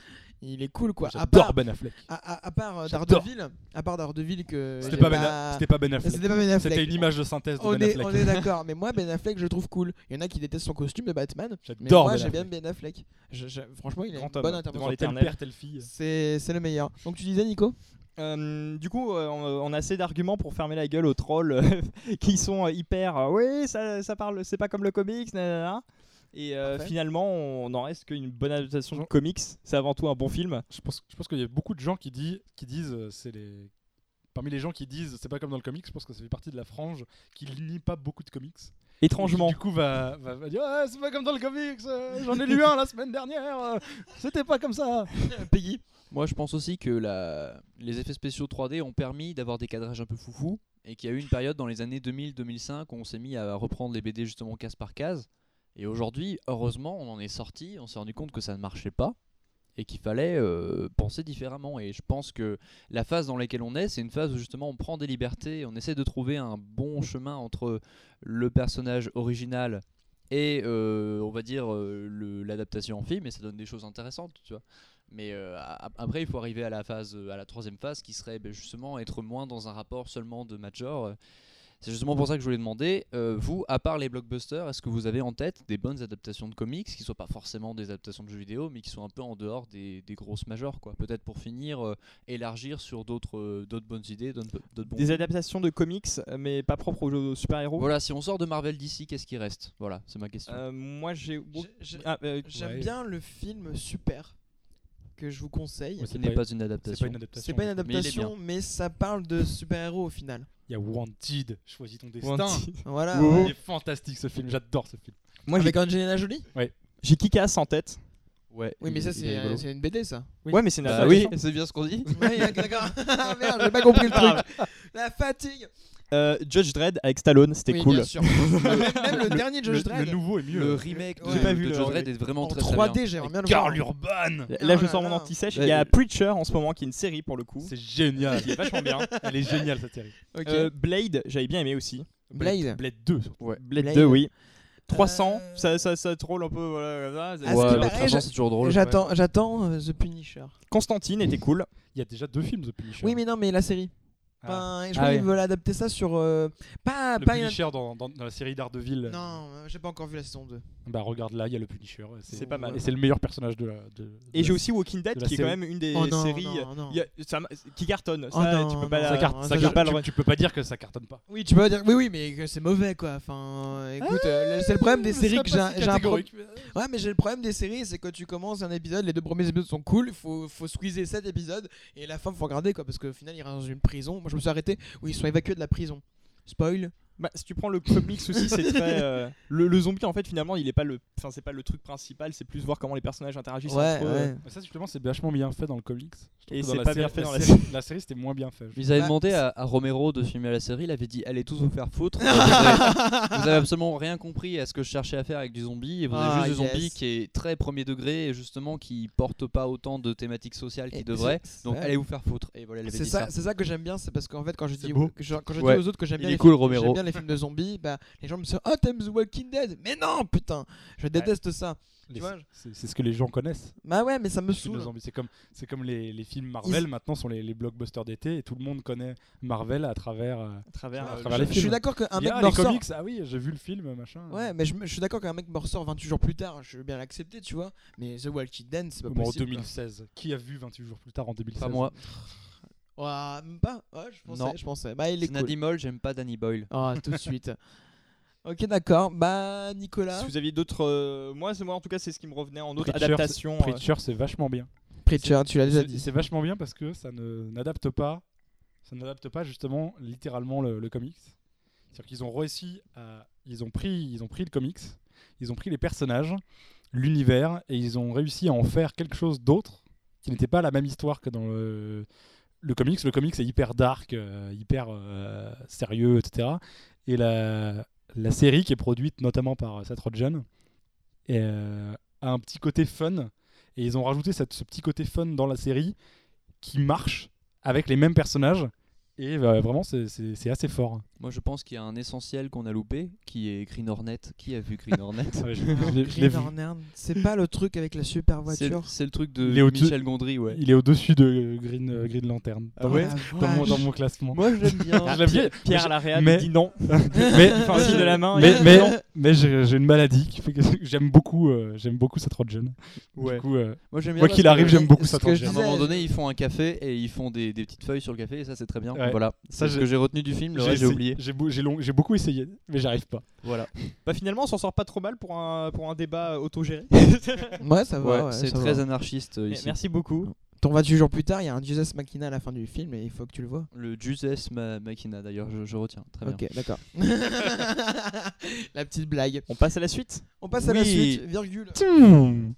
il est cool quoi. Bah, À
J'adore
part
Ben Affleck.
à, à- à part euh,
J'adore.
Daredevil, à part Daredevil que
C'était
j'ai
pas, ben A- c'était pas Ben Affleck.
c'était pas Ben Affleck.
C'était une image de synthèse de
On
Ben
est,
Affleck.
on est d'accord, mais moi Ben Affleck je le trouve cool. Il y en a qui détestent son costume de Batman, mais
J'adore
moi
Ben
j'aime bien
Affleck. hein,
Ben Affleck. Je- je- franchement il a
Grand
une bonne
homme devant
intervention.
les
Tel
Éternel.
père, telle fille.
C'est c'est le meilleur. Donc tu disais Nico
Euh, du coup, euh, on on a assez d'arguments pour fermer la gueule aux trolls euh, qui sont euh, hyper. euh, oui, ça, ça parle, c'est pas comme le comics. nanana. Et euh,
Parfait.
finalement, on n'en reste qu'une bonne adaptation de comics. C'est avant tout un bon film.
Je pense, je pense qu'il y a beaucoup de gens qui, dit- qui disent, euh, c'est les. Parmi les gens qui disent, c'est pas comme dans le comics, je pense que ça fait partie de la frange qui lit pas beaucoup de comics.
Étrangement.
Du coup, va, va, va dire, ouais, c'est pas comme dans le comics, euh, j'en ai lu un la semaine dernière, euh, c'était pas comme ça.
Peggy.
Moi, je pense aussi que la... les effets spéciaux 3D ont permis d'avoir des cadrages un peu foufou et qu'il y a eu une période dans les années 2000-2005 où on s'est mis à reprendre les BD justement case par case. Et aujourd'hui, heureusement, on en est sorti, on s'est rendu compte que ça ne marchait pas et qu'il fallait euh, penser différemment. Et je pense que la phase dans laquelle on est, c'est une phase où justement on prend des libertés, on essaie de trouver un bon chemin entre le personnage original et euh, on va dire euh, le- l'adaptation en film, et ça donne des choses intéressantes, tu vois. Mais euh, a- a- après, il faut arriver à la phase, euh, à la troisième phase, qui serait ben, justement être moins dans un rapport seulement de major. euh. C'est justement pour ça que je voulais demander, euh, vous, à part les blockbusters, est-ce que vous avez en tête des bonnes adaptations de comics qui soient pas forcément des adaptations de jeux vidéo, mais qui sont un peu en dehors des, des grosses majors, quoi Peut-être pour finir, euh, élargir sur d'autres euh, d'autres bonnes idées, d'autres d'autres bons.
Des adaptations de comics, mais pas propres aux, aux super-héros.
Voilà, si on sort de Marvel d'ici, qu'est-ce qui reste Voilà, c'est ma question.
Euh, moi, j'ai.
J'ai- j'ai-
Ah, euh,
J'aime
Ouais.
bien le film Super que je vous conseille.
Ouais,
Ce
c'est
n'est
pas-
pas une
C'est
adaptation.
pas une adaptation.
C'est pas une
Mais il est
adaptation, mais, ça parle de super-héros au final.
Il y a Wanted, choisis ton destin.
Wanted.
Voilà.
Wow.
Il est fantastique ce film, j'adore ce film.
Moi, j'ai-
Avec Angelina Jolie
j'ai Kikas en tête.
Ouais,
Oui,
il-
mais ça,
il est rigolo.
c'est c'est une BD, ça.
Oui.
Ouais, mais c'est une
Bah oui,
adaptation.
c'est bien ce qu'on dit.
Oui, d'accord. Ah, Merde, j'ai pas compris le truc. La fatigue.
Euh, Judge Dredd avec Stallone, c'était
Oui,
cool.
bien sûr. même, même le,
Le-
dernier Judge
le,
Dredd.
le nouveau est mieux.
Le remake
Ouais.
de,
J'ai pas
de
vu le
Judge
remake.
Dredd est vraiment
en
très très bien.
3D, j'aimerais bien le voir.
Carl Urban
Là,
Oh
je
là
sors mon
là.
anti-sèche.
Ouais,
Il y a
euh,
Preacher en ce moment, qui est une série pour le coup.
C'est génial.
Qui est vachement bien.
Elle est géniale cette série.
Ok.
Euh, Blade, j'avais bien aimé aussi.
Blade.
Blade 2 surtout.
Blade,
Blade.
2,
euh,
oui. 300,
Euh,
ça, ça, ça troll un peu. Voilà, voilà,
Ah,
c'est-
c'est
ouais,
pareil,
mais franchement,
j'a-
c'est toujours drôle.
J'attends, j'attends euh, The Punisher.
Constantine était cool.
Il y a déjà deux films The Punisher.
Oui, mais non, mais la série.
Ah.
Enfin, je
Ah
crois qu'ils
ouais.
veulent adapter ça sur. euh, pas,
le
pas une-
Punisher dans, dans- dans la série d'Ardeville.
Non, euh, j'ai pas encore vu la saison 2.
Bah regarde là, il y a le Punisher.
C'est pas mal.
Et c'est le meilleur personnage de la. de- de
Et
la-
j'ai aussi Walking Dead,
de la
qui est quand
série.
même une des
Oh non,
séries euh,
non, non.
il y a- ça m'a- qui cartonne. Ça,
Oh non,
tu peux
non,
pas
non,
Ça,
la-
carte-
car-
non,
ça
ça,
je-
car-
pas le
tu-
re-
tu peux pas dire que ça cartonne pas.
Oui, tu peux dire. Oui, oui, mais que c'est mauvais quoi. Enfin, euh, écoute, euh, le- c'est le problème des
Ah,
séries que j'ai un- j'ai un pro- Ouais, mais j'ai le problème des séries, c'est que tu commences un épisode, les deux premiers épisodes sont cool, faut, faut squeezer cet épisode, et la fin, faut regarder quoi, parce qu'au final, ils rentrent dans une prison. Moi, je me suis arrêté où ils sont évacués de la prison. Spoil.
Bah, si tu prends le comics aussi, c'est très. euh, le, le zombie, en fait, finalement, il est pas le. Enfin, c'est pas le truc principal. C'est plus voir comment les personnages interagissent entre eux.
euh,
Mais ça justement c'est vachement bien fait dans le comics. Je trouve
Et
que dans
c'est
la
pas
série-
bien fait dans la
série. La série c'était moins bien fait.
Ils avaient
Bah,
demandé à, à Romero de filmer la série, il avait dit allez tous vous faire foutre. vous, avez, vous avez absolument rien compris à ce que je cherchais à faire avec du zombie. Et vous avez
Ah,
juste du zombie
yes.
qui est très premier degré et justement qui porte pas autant de thématiques sociales
Et
qu'il devrait.
c'est-
Donc
ouais.
allez vous faire foutre. Et voilà, il avait
C'est
dit
ça,
ça.
c'est ça que j'aime bien, c'est parce qu'en fait, quand je
C'est
dis,
beau.
que je- quand je dis
Ouais.
aux autres que j'aime
Il
bien,
est
les
cool,
films-
Romero.
j'aime bien les films de zombies, bah, les gens me disent Oh, t'aimes The Walking Dead Mais non, putain Je déteste ça.
Les-
vois, je-
C'est c'est ce que les gens connaissent.
Bah ouais, mais ça me
les films de
saoule.
zombies. C'est comme c'est comme les, les films Marvel maintenant sont les, les blockbusters d'été et tout le monde connaît Marvel à travers. euh,
À travers.
À
euh,
travers
le-
les
Je
films.
suis d'accord qu'un
Il y
mec
a
me
les
ressort-
comics. Ah oui, j'ai vu le film machin.
Ouais, mais je, me- je suis d'accord qu'un mec me ressort 28 jours plus tard, je veux bien l'accepter, tu vois. Mais The Walking Dead, c'est pas
Ou en
possible.
2016. Qui a vu 28 jours plus tard en 2016
Pas moi.
Ouah, même pas. Ouais, je pensais,
Non.
je pensais. Bah, il est
C'est
cool.
Nadim Moll, j'aime pas Danny Boyle.
Ah, tout de suite. Ok, d'accord. Bah, Nicolas.
Si vous aviez d'autres. euh, moi, c'est moi, en tout cas, c'est ce qui me revenait en autre
Preacher,
adaptation. euh,
Preacher c'est vachement bien.
Preacher, tu l'as déjà
C'est
dit.
c'est vachement bien parce que ça ne n'adapte pas, ça n'adapte pas justement littéralement le, le comics. C'est-à-dire qu'ils ont réussi à, ils ont pris, ils ont pris le comics, ils ont pris les personnages, l'univers et ils ont réussi à en faire quelque chose d'autre qui n'était pas la même histoire que dans le, le comics. Le comics est hyper dark, euh, hyper euh, sérieux, etc. Et la, la série qui est produite notamment par Seth Rogen est, euh, a un petit côté fun. Et ils ont rajouté cette- ce petit côté fun dans la série qui marche avec les mêmes personnages. Et euh, vraiment, c'est- c'est c'est assez fort.
Moi je pense qu'il y a un essentiel qu'on a loupé qui est Green Hornet. Qui a vu Green Hornet
Ah ouais, je-
Non,
je l'ai- je
Green
l'ai vu.
Hornet, c'est pas le truc avec la super
C'est
voiture.
c'est le truc de
Il est au-dessus-
Michel Gondry, ouais.
Il est au-dessus de Green, euh, Green Lantern.
Ah ouais Ah,
Oh la
dans, mon,
vache.
dans mon classement.
Moi, je l'aime bien.
Je l'aime bien,
Pierre Laréa mais...
mais-
dit non.
mais
Enfin, signe de la main.
mais,
il-
mais, mais j'ai j'ai une maladie qui fait que j'aime beaucoup, euh, j'aime beaucoup cette Rogen.
Ouais.
Du coup, euh,
Moi j'aime bien
quoi
parce
qu'il
que-
arrive, j'aime beaucoup
ce
cette
que je
Rogen.
À un
disais-
moment donné, ils font un café et ils font des, des petites feuilles sur le café et ça c'est très bien.
Ouais, Ouais.
Voilà, c'est
Ça,
ce
j'ai-
que j'ai retenu du film, le reste, j'ai
essayé-
oublié.
J'ai beau- j'ai long- j'ai beaucoup essayé, mais j'arrive pas.
Voilà.
Bah finalement, on s'en sort pas trop mal pour un, pour un débat euh, autogéré.
Ouais, ça
Ouais,
va. ouais,
c'est
ça
très
va.
anarchiste euh, ici.
Merci beaucoup.
T'en vas 28 jours plus tard, il y a un Jesus Machina à la fin du film et il faut que tu le vois.
Le Juzes Ma- Machina, d'ailleurs, je, je retiens. Très bien.
Ok, d'accord. la petite blague.
On passe à la suite.
On passe à la
Oui.
suite, virgule.
Hmm.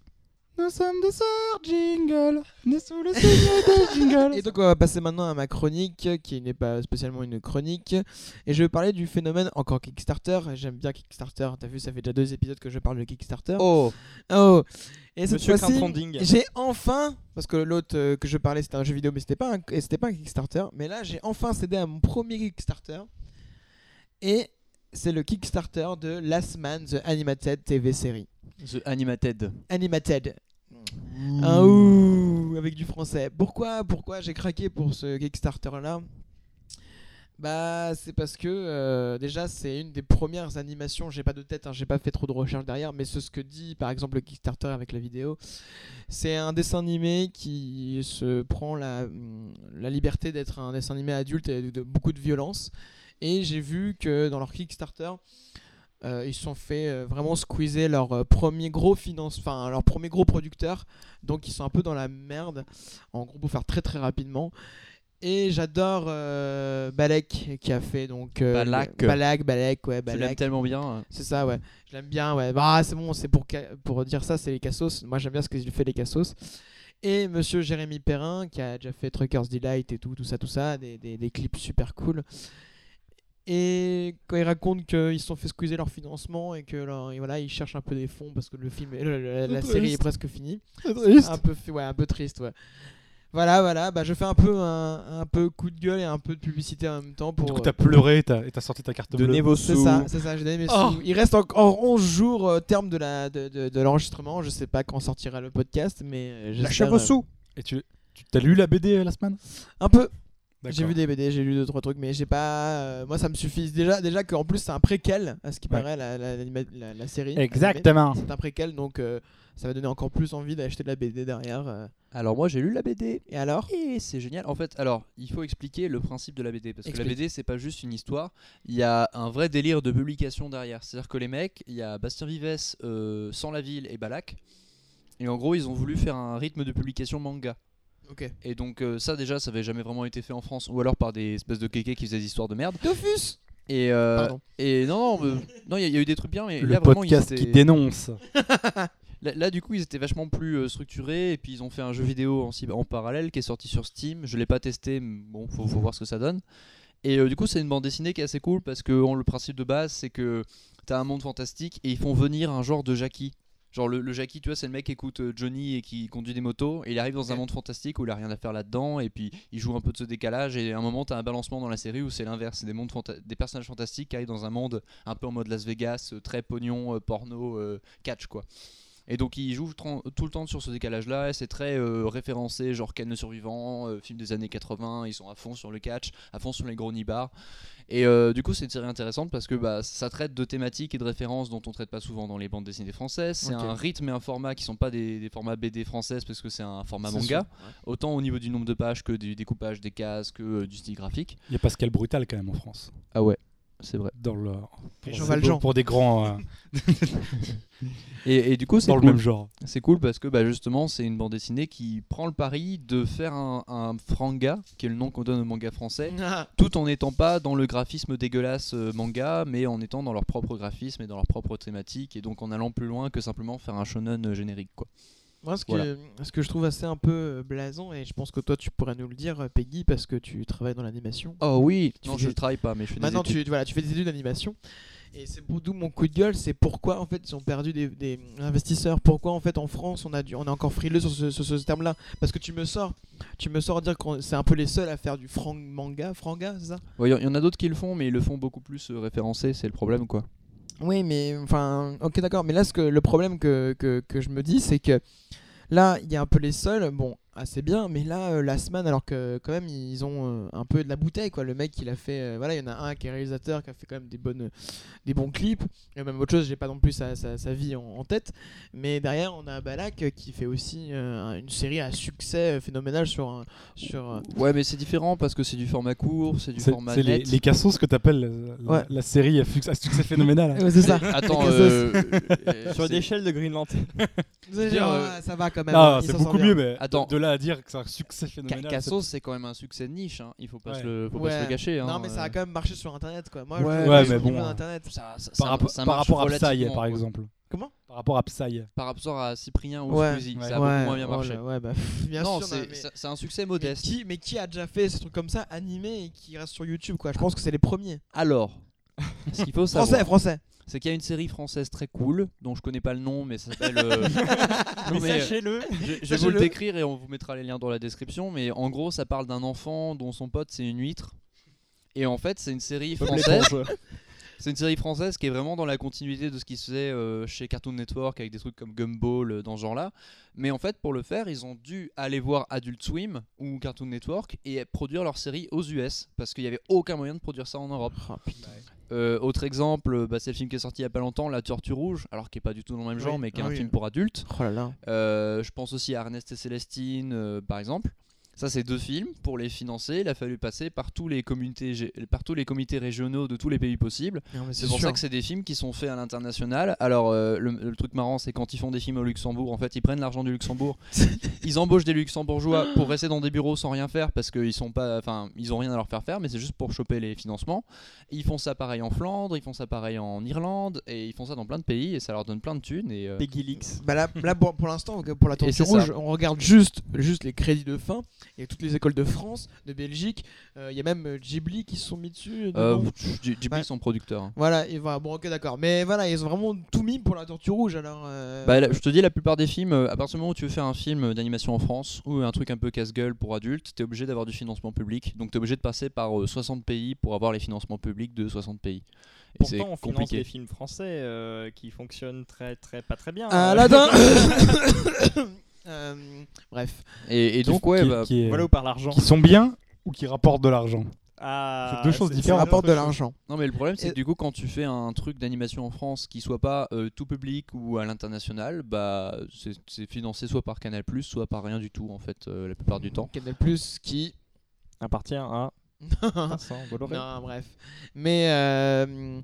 Nous sommes des sœurs, jingle, nés sous le signe des
Et
jingle.
donc on va passer maintenant à ma chronique, qui n'est pas spécialement une chronique. Et je vais parler du phénomène encore Kickstarter. J'aime bien Kickstarter. T'as vu, ça fait déjà deux épisodes que je parle de Kickstarter.
Oh
Oh. Et cette
Monsieur
fois-ci,
Crowdfunding.
j'ai enfin, parce que l'autre euh, que je parlais c'était un jeu vidéo, mais c'était pas un, et c'était pas un Kickstarter. Mais là, j'ai enfin cédé à mon premier Kickstarter. Et c'est le Kickstarter de Last Man, The Animated TV série.
The Animated.
Animated. Un ouh avec du français. Pourquoi, pourquoi j'ai craqué pour ce Kickstarter-là Bah, c'est parce que euh, déjà, c'est une des premières animations. J'ai pas de tête, hein, j'ai pas fait trop de recherche derrière, mais c'est ce que dit par exemple le Kickstarter avec la vidéo. C'est un dessin animé qui se prend la, la liberté d'être un dessin animé adulte et de, de beaucoup de violence. Et j'ai vu que dans leur Kickstarter, euh, ils se sont fait euh, vraiment squeezer leur euh, premier gros finance, enfin leur premier gros producteur, donc ils sont un peu dans la merde. En gros, pour faire très très rapidement. Et j'adore euh, Balek qui a fait donc euh,
Balak.
le- Balak, Balek, ouais,
Je l'aime
Balak.
tellement bien. hein.
C'est ça, ouais. Je l'aime bien, ouais. Bah, c'est bon, c'est pour, ca- pour dire ça, c'est les Cassos. Moi, j'aime bien ce qu'il fait, les Cassos. Et monsieur Jérémy Perrin, qui a déjà fait Trucker's Delight et tout, tout ça, tout ça, des, des, des clips super cool. Et quand il raconte qu'ils se sont fait squeezer leur financement et que leur- et voilà, ils cherchent un peu des fonds parce que le film, est- le- le- la, la
Triste.
série est presque finie.
C'est triste.
Un peu, fi- ouais, un peu triste, ouais. Voilà, voilà, bah je fais un peu un, un peu coup de gueule et un peu de publicité en même temps pour.
Du coup, t'as pleuré et t'as et t'as sorti ta carte bleue.
Donnez vos
C'est
sous.
ça, c'est ça, j'ai donné mes
Oh.
sous. Il reste encore 11 jours euh, au terme de la de, de- de l'enregistrement. Je sais pas quand sortira le podcast, mais euh,
Lâchez
j'espère.
vos
euh,
sous.
Et tu tu- t'as lu la BD euh, la semaine
Un peu. Bah, J'ai
D'accord.
vu des BD, j'ai lu deux trois trucs, mais j'ai pas. euh, moi, ça me suffit déjà. Déjà qu'en plus c'est un préquel à ce qui
Ouais.
paraît la, la, l'anima- la- la série.
Eh, Exactement.
animée. C'est un préquel, donc euh, ça va donner encore plus envie d'acheter de la BD derrière. euh.
Alors, moi, j'ai lu la BD.
Et alors
Et c'est génial. En fait, alors, il faut expliquer le principe de la BD. Parce que la
Explique.
BD, c'est pas juste une histoire. Il y a un vrai délire de publication derrière. C'est-à-dire que les mecs, il y a Bastien Vives, euh, Sans la ville et Balak. Et en gros, ils ont voulu faire un rythme de publication manga.
Ok.
Et donc, euh, ça, déjà, ça avait jamais vraiment été fait en France. Ou alors par des espèces de kékés qui faisaient des histoires de merde.
Dofus.
Et, euh,
Pardon.
et non, non, euh, non, il y, a- il y a eu des trucs bien, mais
Le
là, vraiment, ils
podcast qui
étaient-
dénonce.
Là, là, du coup, ils étaient vachement plus euh, structurés et puis ils ont fait un jeu vidéo en, cyber- en parallèle qui est sorti sur Steam. Je l'ai pas testé, mais bon, faut, faut voir ce que ça donne. Et euh, du coup, c'est une bande dessinée qui est assez cool parce que en- le principe de base, c'est que t'as un monde fantastique et ils font venir un genre de Jackie. Genre le, le Jackie, tu vois, c'est le mec qui écoute euh, Johnny et qui conduit des motos. Et il arrive dans un monde fantastique où il a rien à faire là-dedans. Et puis il joue un peu de ce décalage. Et à un moment, t'as un balancement dans la série où c'est l'inverse. C'est des, mondes fanta- des personnages fantastiques qui arrivent dans un monde un peu en mode Las Vegas, euh, très pognon, euh, porno, euh, catch quoi. Et donc il joue tran- tout le temps sur ce décalage-là, et c'est très euh, référencé, genre Ken le survivant, euh, film des années 80, ils sont à fond sur le catch, à fond sur les gros nibards. Et euh, du coup c'est une série intéressante parce que bah, ça traite de thématiques et de références dont on traite pas souvent dans les bandes dessinées françaises. C'est
Ok.
un rythme et un format qui sont pas des, des formats BD françaises parce que c'est un format
C'est
manga, autant au niveau du nombre de pages que du découpage des cases, que euh, du style graphique.
Il y a Pascal Brutal quand même en France.
Ah ouais, c'est vrai.
Dans le. pour-
Jean
c'est
Valjean.
beau Pour des grands. euh,
Et, et du coup c'est
Dans le
cool.
même genre.
C'est cool parce que bah, justement, c'est une bande dessinée qui prend le pari de faire un, un franga, qui est le nom qu'on donne au manga
Mm.
français, tout en n'étant pas dans le graphisme dégueulasse euh, manga, mais en étant dans leur propre graphisme et dans leur propre thématique, et donc en allant plus loin que simplement faire un shonen euh, générique. Quoi.
Moi, ce que,
Voilà.
ce que je trouve assez un peu euh, blasant, et je pense que toi tu pourrais nous le dire, euh, Peggy, parce que tu travailles dans l'animation.
Oh oui
Tu
Non,
fais
je
des-
travaille pas, mais je fais des
Maintenant,
études.
tu, voilà, tu fais des études d'animation. Et c'est pour d'où mon coup de gueule, c'est pourquoi en fait ils ont perdu des, des investisseurs. Pourquoi en fait en France on a du- on est encore frileux sur ce, sur ce terme-là Parce que tu me sors, tu me sors dire qu'on c'est un peu les seuls à faire du frang manga, franga, c'est ça
Ouais, Il y en a d'autres qui le font, mais ils le font beaucoup plus euh, référencé, c'est le problème quoi.
Oui, mais enfin, ok, d'accord. Mais là, ce que, le problème que, que, que je me dis, c'est que là, il y a un peu les seuls. Bon, assez bien, mais là, euh, Last Man, alors que quand même, ils ont euh, un peu de la bouteille, quoi. Le mec, il a fait. euh, voilà, il y en a un qui est réalisateur, qui a fait quand même des, bonnes, des bons clips. Et même autre chose, j'ai pas non plus sa, sa- sa vie en, en tête. Mais derrière, on a Balak euh, qui fait aussi euh, une série à succès euh, phénoménal sur. un- sur euh,
Ouais, mais c'est différent parce que c'est du format court, c'est du
C'est
format
c'est les,
net.
les cassos que t'appelles euh, la,
Ouais.
la série à succès, à succès phénoménal. hein.
Ouais, c'est ça.
Attends,
Les cassos.
euh, euh,
Sur
c'est-
une échelle de Greenland.
dire,
Ah,
euh,
ça va quand même.
Ah,
ils
c'est
s'en
beaucoup
sortent bien.
mieux, mais
Attends.
de là à dire que c'est un succès
Ca-
phénoménal. c'est-
Cassos, c'est quand même un succès de niche. hein. Il faut pas
Ouais.
se le, faut pas
Ouais.
se le cacher. hein.
Non, mais ça
Euh,
a quand même marché sur internet quoi. Moi,
Ouais,
je
ouais,
je
mais
suis au niveau
bon,
d'internet.
ça- ça-
par,
ça-
rapport-
ça
par
marche
rapport à Psy,
relativement,
par
quoi.
exemple.
Comment
Par rapport à Psy.
Par rapport à Cyprien ou
Ouais.
Squeezie,
Ouais.
ça a beaucoup moins bien
oh là,
marché.
ouais, bah, pff, bien
non,
sûr,
c'est
mais-
c'est- c'est un succès
mais
modeste.
qui, mais qui a déjà fait ces trucs comme ça, animés et qui reste sur YouTube quoi Je pense que c'est les premiers.
Alors, ce qu'il faut savoir,
Français, français.
c'est qu'il y a une série française très cool dont je connais pas le nom, mais ça s'appelle. euh, non, mais, euh,
Sachez-le.
je, je vais vous
Sachez-le.
le décrire et on vous mettra les liens dans la description. Mais en gros, ça parle d'un enfant dont son pote c'est une huître. Et en fait, c'est une série française. C'est une série française qui est vraiment dans la continuité de ce qui se faisait euh, chez Cartoon Network avec des trucs comme Gumball euh, dans ce genre-là. Mais en fait, pour le faire, ils ont dû aller voir Adult Swim ou Cartoon Network et produire leur série aux US parce qu'il n'y avait aucun moyen de produire ça en
Oh,
Europe. Euh, autre exemple, euh, bah, c'est le film qui est sorti il n'y a pas longtemps, La Tortue Rouge, alors qui n'est pas du tout dans le même
Oui.
genre, mais qui est
Ah
un
oui.
film pour adultes.
Oh là là.
Euh, je pense aussi à Ernest et Célestine, euh, par exemple. Ça, c'est deux films. Pour les financer, il a fallu passer par tous les communautés, gé- par tous les comités régionaux de tous les pays possibles. C'est pour ça que c'est des films qui sont faits à l'international. Alors, euh, le, le truc marrant, c'est quand ils font des films au Luxembourg, en fait, ils prennent l'argent du Luxembourg, ils embauchent des Luxembourgeois pour rester dans des bureaux sans rien faire parce qu'ils sont pas, enfin, ils ont rien à leur faire faire, mais c'est juste pour choper les financements. Ils font ça pareil en Flandre, ils font ça pareil en Irlande, et ils font ça dans plein de pays et ça leur donne plein de thunes. Et euh,
Peggy Leaks.
Bah là, là, pour, pour l'instant, pour la
Et
tortue
c'est
rouge,
ça.
on regarde juste, juste les crédits de fin. Il y a toutes les écoles de France, de Belgique. Euh, Il y a même euh, Ghibli qui se sont mis dessus. euh,
euh,
dedans.
Ghibli
Ouais.
sont producteurs. hein.
Voilà, et voilà, bon, ok, d'accord. Mais voilà, ils ont vraiment tout mis pour la tortue rouge alors. euh,
Bah, la- je te dis, la plupart des films, euh, à partir du moment où tu veux faire un film euh, d'animation en France ou un truc un peu casse-gueule pour adultes, t'es obligé d'avoir du financement public. Donc t'es obligé de passer par euh, 60 pays pour avoir les financements publics de 60 pays. Et c'est
Pourtant, on finance des
compliqué.
films français euh, qui fonctionnent très, très, pas très bien.
Ah, Aladdin Euh, Bref.
Et, et donc,
Qui-
ouais,
qui-
bah,
qui est-
Voilà où part l'argent.
qui sont bien ou qui rapportent de l'argent.
Ah,
C'est deux choses
c'est-
Ça
différentes.
c'est
rapporte de
autre chose.
l'argent.
non, mais le problème, c'est
Et-
que du coup, quand tu fais un truc d'animation en France qui soit pas euh, tout public ou à l'international, bah, c'est- c'est financé soit par Canal, soit par rien du tout, en fait, euh, la plupart du temps.
Canal Plus qui.
Appartient à
Ah. non,
Vincent Bolloré.
bref. Mais. euh,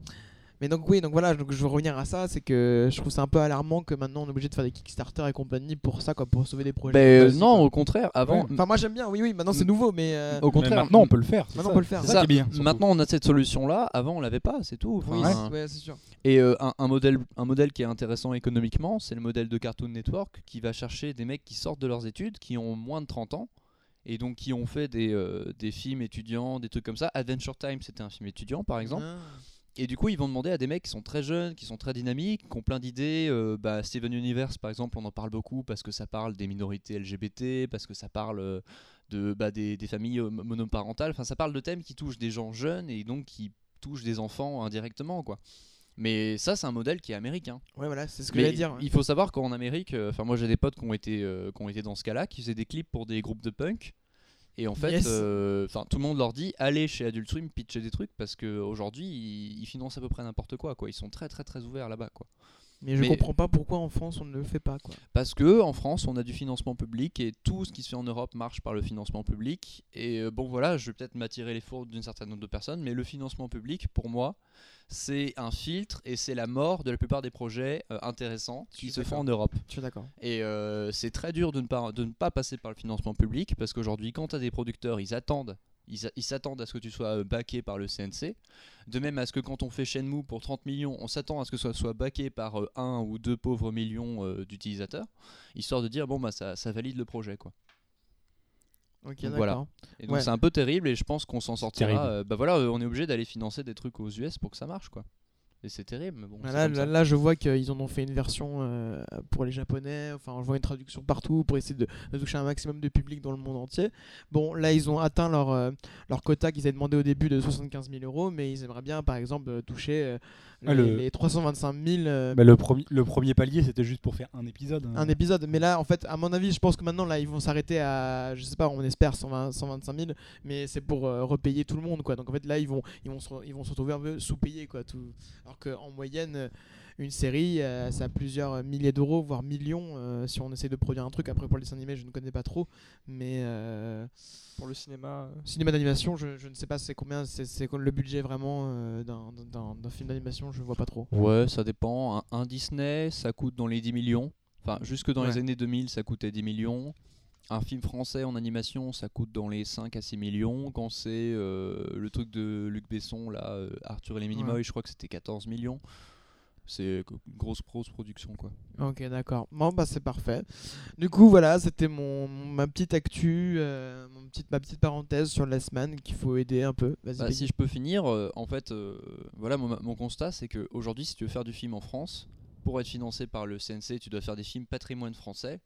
Mais donc oui, donc voilà, donc je veux revenir à ça, c'est que je trouve ça un peu alarmant que maintenant on est obligé de faire des Kickstarter et compagnie pour ça, quoi, pour sauver des projets.
Mais euh,
Vas-y,
Ben, non,
quoi.
au contraire, avant. Mm.
Enfin moi j'aime bien, oui oui, maintenant c'est nouveau, mais... euh,
Au
Mais
contraire,
maintenant, on peut le faire. c'est
Maintenant,
ça.
on peut le faire.
C'est
Ça,
ça qui est bien. surtout.
maintenant, on a cette solution-là. Avant, on l'avait pas, c'est tout.
Oui,
Enfin, hein.
c'est- ouais, c'est sûr.
Et euh, un, un modèle, un modèle qui est intéressant économiquement, c'est le modèle de Cartoon Network qui va chercher des mecs qui sortent de leurs études, qui ont moins de 30 ans, et donc qui ont fait des, euh, des films étudiants, des trucs comme ça. Adventure Time, c'était un film étudiant par exemple.
Ah.
Et du coup, ils vont demander à des mecs qui sont très jeunes, qui sont très dynamiques, qui ont plein d'idées. Euh, bah, Steven Universe, par exemple, on en parle beaucoup parce que ça parle des minorités LGBT, parce que ça parle euh, de, bah, des, des familles euh, monoparentales. Enfin, ça parle de thèmes qui touchent des gens jeunes et donc qui touchent des enfants indirectement, quoi. Mais ça, c'est un modèle qui est américain.
Ouais voilà, c'est ce que
Mais
j'allais dire. ouais.
il faut savoir qu'en Amérique, euh, enfin moi j'ai des potes qui ont été euh, qui ont été dans ce cas-là, qui faisaient des clips pour des groupes de punk. Et en fait,
Yes.
euh, enfin tout le monde leur dit allez chez Adult Swim pitcher des trucs parce que aujourd'hui ils, ils financent à peu près n'importe quoi quoi. Ils sont très très très ouverts là-bas quoi.
Mais je
mais-
comprends pas pourquoi en France on ne le fait pas, quoi.
Parce que en France on a du financement public et tout ce qui se fait en Europe marche par le financement public. Et euh, bon voilà, je vais peut-être m'attirer les fours d'une certaine nombre de personnes, mais le financement public pour moi c'est un filtre et c'est la mort de la plupart des projets euh, intéressants
Je suis
qui se font
d'accord.
en Europe.
Je suis d'accord.
Et euh, c'est très dur de ne, pas, de ne pas passer par le financement public parce qu'aujourd'hui, quand tu as des producteurs, ils attendent. Ils a- ils s'attendent à ce que tu sois euh, backé par le CNC. De même à ce que quand on fait Shenmue pour 30 millions, on s'attend à ce que ça soit backé par euh, un ou deux pauvres millions euh, d'utilisateurs, histoire de dire bon bah ça, ça valide le projet quoi.
Ok,
Donc
d'accord. Bah,
voilà. Et donc
Ouais.
c'est un peu terrible et je pense qu'on s'en sortira.
Terrible.
euh, bah voilà, euh, on est obligé d'aller financer des trucs aux US pour que ça marche quoi. Et
Et c'est terrible, mais bon.
Bah
c'est
Là,
comme ça.
là, là, je vois qu'ils en ont fait une version euh, pour les Japonais. Enfin, je vois une traduction partout pour essayer de, de toucher un maximum de public dans le monde entier. Bon, là, ils ont atteint leur, euh, leur quota qu'ils avaient demandé au début de 75 000 euros, mais ils aimeraient bien, par exemple, euh, toucher euh, les,
Ah, le-
les 325 000 euh,
Bah, le, premi- le premier palier, c'était juste pour faire un épisode. hein.
un épisode. Mais là, en fait, à mon avis, je pense que maintenant, là, ils vont s'arrêter à, je sais pas, on espère 120, 125 000, mais c'est pour euh, repayer tout le monde, quoi. Donc en fait, là, ils vont, ils vont, se, re- ils vont se retrouver un peu sous-payés, quoi. Tout. Alors qu'en moyenne, euh, une série, euh, ça a plusieurs milliers d'euros, voire millions, euh, si on essaie de produire un truc. Après, pour les dessins animés, je ne connais pas trop, mais euh,
Pour le cinéma.
cinéma d'animation, je, je ne sais pas c'est combien, c'est c'est quoi le budget vraiment euh, d'un- d'un d'un film d'animation, je vois pas trop.
Ouais, ça dépend. Un, un Disney, ça coûte dans les 10 millions. Enfin, jusque dans les
Ouais.
années 2000, ça coûtait 10 millions. Un film français en animation, ça coûte dans les 5 à 6 millions. Quand c'est euh, le truc de Luc Besson, là, euh, Arthur et les Minimoys, je crois que c'était 14 millions. C'est co- une grosse, grosse production, quoi.
Ok, d'accord. Bon, bah c'est parfait. Du coup, voilà, c'était mon, mon- ma petite actu, euh, mon petite, ma petite parenthèse sur la semaine qu'il faut aider un peu. Vas-y.
Bah,
Peggy.
si je peux finir, euh, en fait, euh, voilà mon, mon constat, c'est que aujourd'hui, si tu veux faire du film en France, pour être financé par le CNC, tu dois faire des films patrimoine français.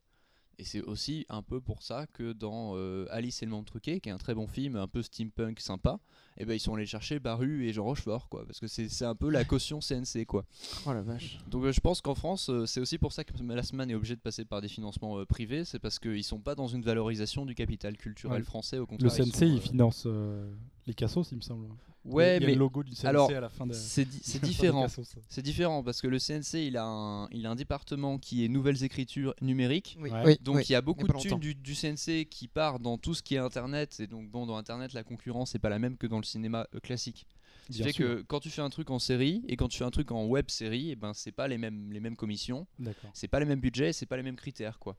Et c'est aussi un peu pour ça que dans euh, Alice et le monde truqué, qui est un très bon film, un peu steampunk sympa, et ben ils sont allés chercher Baru et Jean Rochefort, quoi, parce que c'est c'est un peu la caution CNC, quoi.
Oh la vache.
Donc euh, je pense qu'en France, euh, c'est aussi pour ça que la semaine est obligée de passer par des financements euh, privés, c'est parce qu'ils sont pas dans une valorisation du capital culturel
Ouais,
français, au
Le
contraire. ils
CNC,
sont,
il
euh,
finance euh, les cassos, il me semble.
Ouais,
il y a
mais
le logo du CNC
alors,
à la fin de.
c'est di- c'est
à la fin des
différent.
Cassos.
C'est différent parce que le CNC, il a un, il a un département qui est nouvelles écritures numériques.
Oui.
Ouais.
oui,
Donc
oui.
il y a beaucoup
pas
de thunes
longtemps.
du, du CNC qui part dans tout ce qui est Internet. Et donc bon, dans Internet, la concurrence n'est pas la même que dans le cinéma euh, classique. Ce qui
Bien
fait
sûr.
que quand tu fais un truc en série et quand tu fais un truc en web série, et ben c'est pas les mêmes, les mêmes commissions,
D'accord.
c'est pas les mêmes budgets, c'est pas les mêmes critères quoi.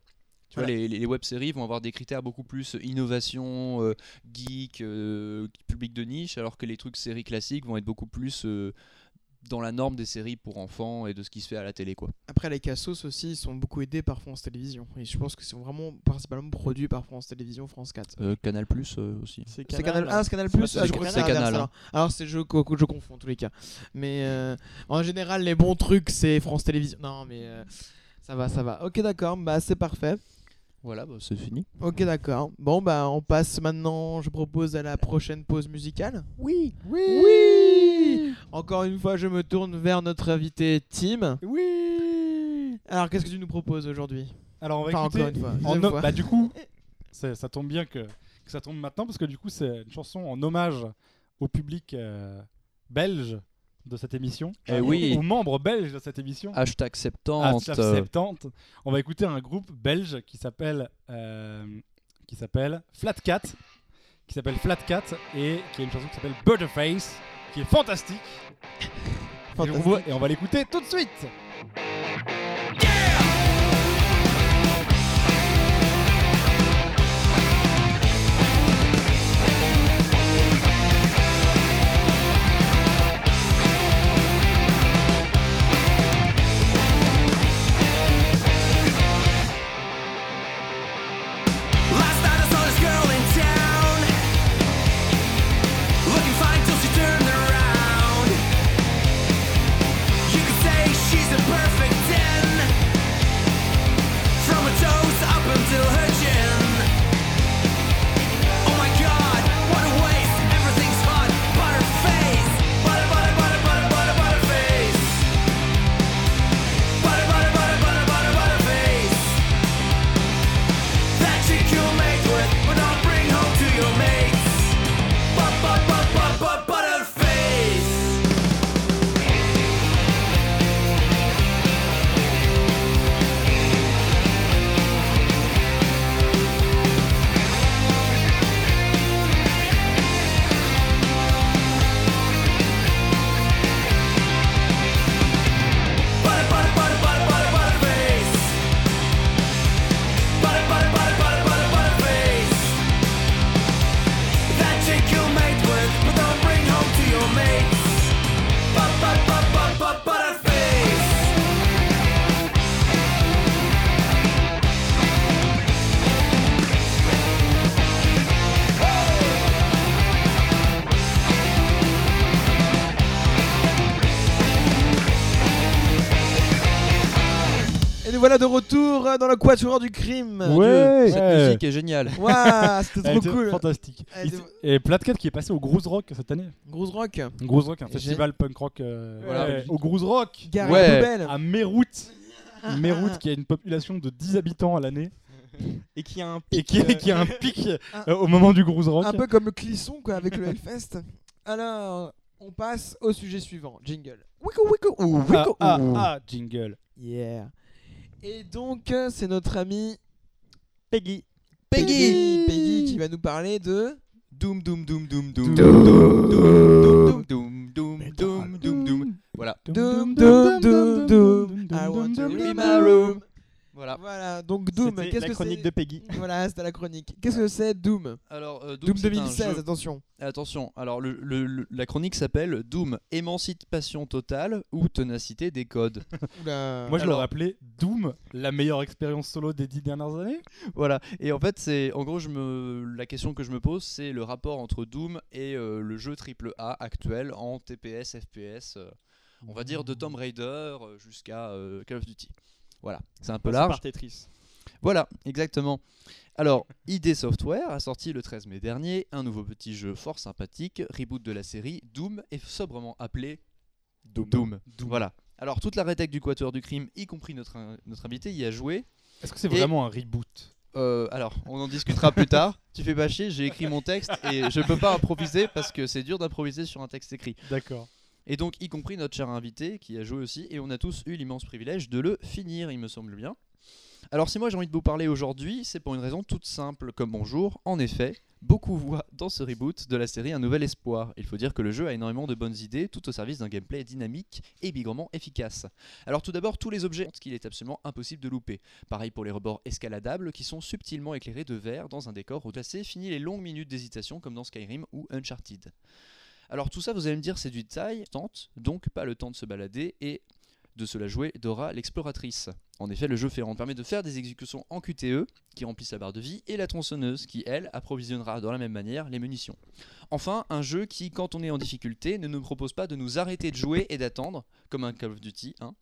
Tu vois, les, les web séries vont avoir des critères beaucoup plus euh, innovation, euh, geek, euh, public de niche, alors que les trucs séries classiques vont être beaucoup plus euh, dans la norme des séries pour enfants et de ce qui se fait à la télé, quoi.
Après, les cassos aussi, ils sont beaucoup aidés par France Télévisions. Et je pense qu'ils sont vraiment principalement produits par France Télévisions, France 4.
Canal Plus aussi.
C'est
C'est Canal 1, c'est Canal
C'est pas
Plus.
sur
Ah, je
Canal,
crois que
Euh, c'est
inverse,
Canal, hein.
Alors, alors c'est je, co- co- je confonds en tous les cas. Mais euh, en général, les bons trucs, c'est France Télévisions. Non, mais euh, ça va, ça va. Ok, d'accord. Bah c'est parfait.
Voilà, bah, c'est fini.
Ok, d'accord. Bon, bah, on passe maintenant, je propose, à la prochaine pause musicale. Oui Oui Oui Encore une fois, je me tourne vers notre invité Tim. Oui Alors, qu'est-ce que tu nous proposes aujourd'hui
Alors on va
Enfin,
écouter
encore une fois.
en
deuxième
ho-
fois.
bah, du coup, c'est- ça tombe bien que, que ça tombe maintenant parce que du coup, c'est une chanson en hommage au public euh, belge de cette émission.
Eh oui.
Aux membres belges de cette émission.
Hashtag 70.
Ah, Slap
euh,
70. On va écouter un groupe belge qui s'appelle euh, qui s'appelle Flat Cat, qui s'appelle Flat Cat et qui a une chanson qui s'appelle Butterface, qui est fantastique. Et on
Fantastique.
voit- et on va l'écouter tout de suite.
Last night I saw this girl in town, looking fine till she turned around. You could say she's a Oh
voilà de retour euh, dans le Quatuor du crime.
Ouais.
Cette
Ouais.
musique est géniale.
Waouh, c'était
Elle
trop
était
cool.
Fantastique.
Elle était-
Et Platcat qui est passé au Groove Rock cette année.
Grosse rock.
Groove Rock, un
J'ai-
festival punk rock. euh,
Voilà.
ouais, Au Groove Rock.
Gare
Ouais.
la poubelle.
À Meerut. Meerut qui a une population de 10 habitants à l'année
Et qui a un
et
pic,
qui,
euh,
qui a un pic euh, au moment du Groove Rock.
Un peu comme le clisson quoi avec le Hellfest. Alors, on passe au sujet suivant. Jingle. Wicko wicko ou
Ah,
wicko
ah,
ou.
ah, jingle.
Yeah. Et donc euh, c'est notre ami
Peggy.
Peggy. Peggy qui va nous parler de
Doom, doom, doom, doom, doom, doom, doom, doom, doom, doom, doom, doom,
Hmm.
doom. Voilà.
Doom Doom Doom Doom. Ah, I want to leave my room.
Voilà.
Voilà. Donc Doom.
C'était
Qu'est-ce
la
que
chronique
c'est
de Peggy.
Voilà, c'était la chronique. Qu'est-ce que c'est Doom
Alors, euh, Doom,
Doom
c'est un
2016.
jeu-
Attention.
Attention, alors le- le- le- la chronique s'appelle Doom, émancipation totale ou ténacité des codes.
Oula.
Moi je
Alors-
l'aurais appelé Doom, la meilleure expérience solo des 10 dernières années.
voilà. Et en fait, c'est en gros, je me, la question que je me pose, c'est le rapport entre Doom et euh, le jeu triple A actuel en TPS, FPS, euh, on va dire de Tomb Raider euh, jusqu'à euh, Call of Duty. Voilà, c'est un peu large.
Par Tetris.
Voilà, exactement. Alors, ID Software a sorti le 13 mai dernier un nouveau petit jeu fort sympathique, reboot de la série Doom, et sobrement appelé Doom. Doom. Voilà. Alors, toute la rétec du Quatuor du Crime, y compris notre, in- notre invité, y a joué.
Est-ce que c'est
Et-
vraiment un reboot
Euh, alors, on en discutera plus tard. Tu fais pas chier, j'ai écrit mon texte et je peux pas improviser parce que c'est dur d'improviser sur un texte écrit.
D'accord.
Et donc, y compris notre cher invité qui a joué aussi, et on a tous eu l'immense privilège de le finir, il me semble bien. Alors, si moi j'ai envie de vous parler aujourd'hui, c'est pour une raison toute simple comme bonjour. En effet, beaucoup voient dans ce reboot de la série un nouvel espoir. Il faut dire que le jeu a énormément de bonnes idées, tout au service d'un gameplay dynamique et bigrement efficace. Alors, tout d'abord, tous les objets qu'il est absolument impossible de louper. Pareil pour les rebords escaladables qui sont subtilement éclairés de vert dans un décor redressé, fini les longues minutes d'hésitation comme dans Skyrim ou Uncharted. Alors tout ça, vous allez me dire, c'est du taille, tente, donc pas le temps de se balader et de se la jouer Dora l'exploratrice. En effet, le jeu Ferrand permet de faire des exécutions en QTE qui remplissent la barre de vie et la tronçonneuse qui, elle, approvisionnera dans la même manière les munitions. Enfin, un jeu qui, quand on est en difficulté, ne nous propose pas de nous arrêter de jouer et d'attendre, comme un Call of Duty, hein.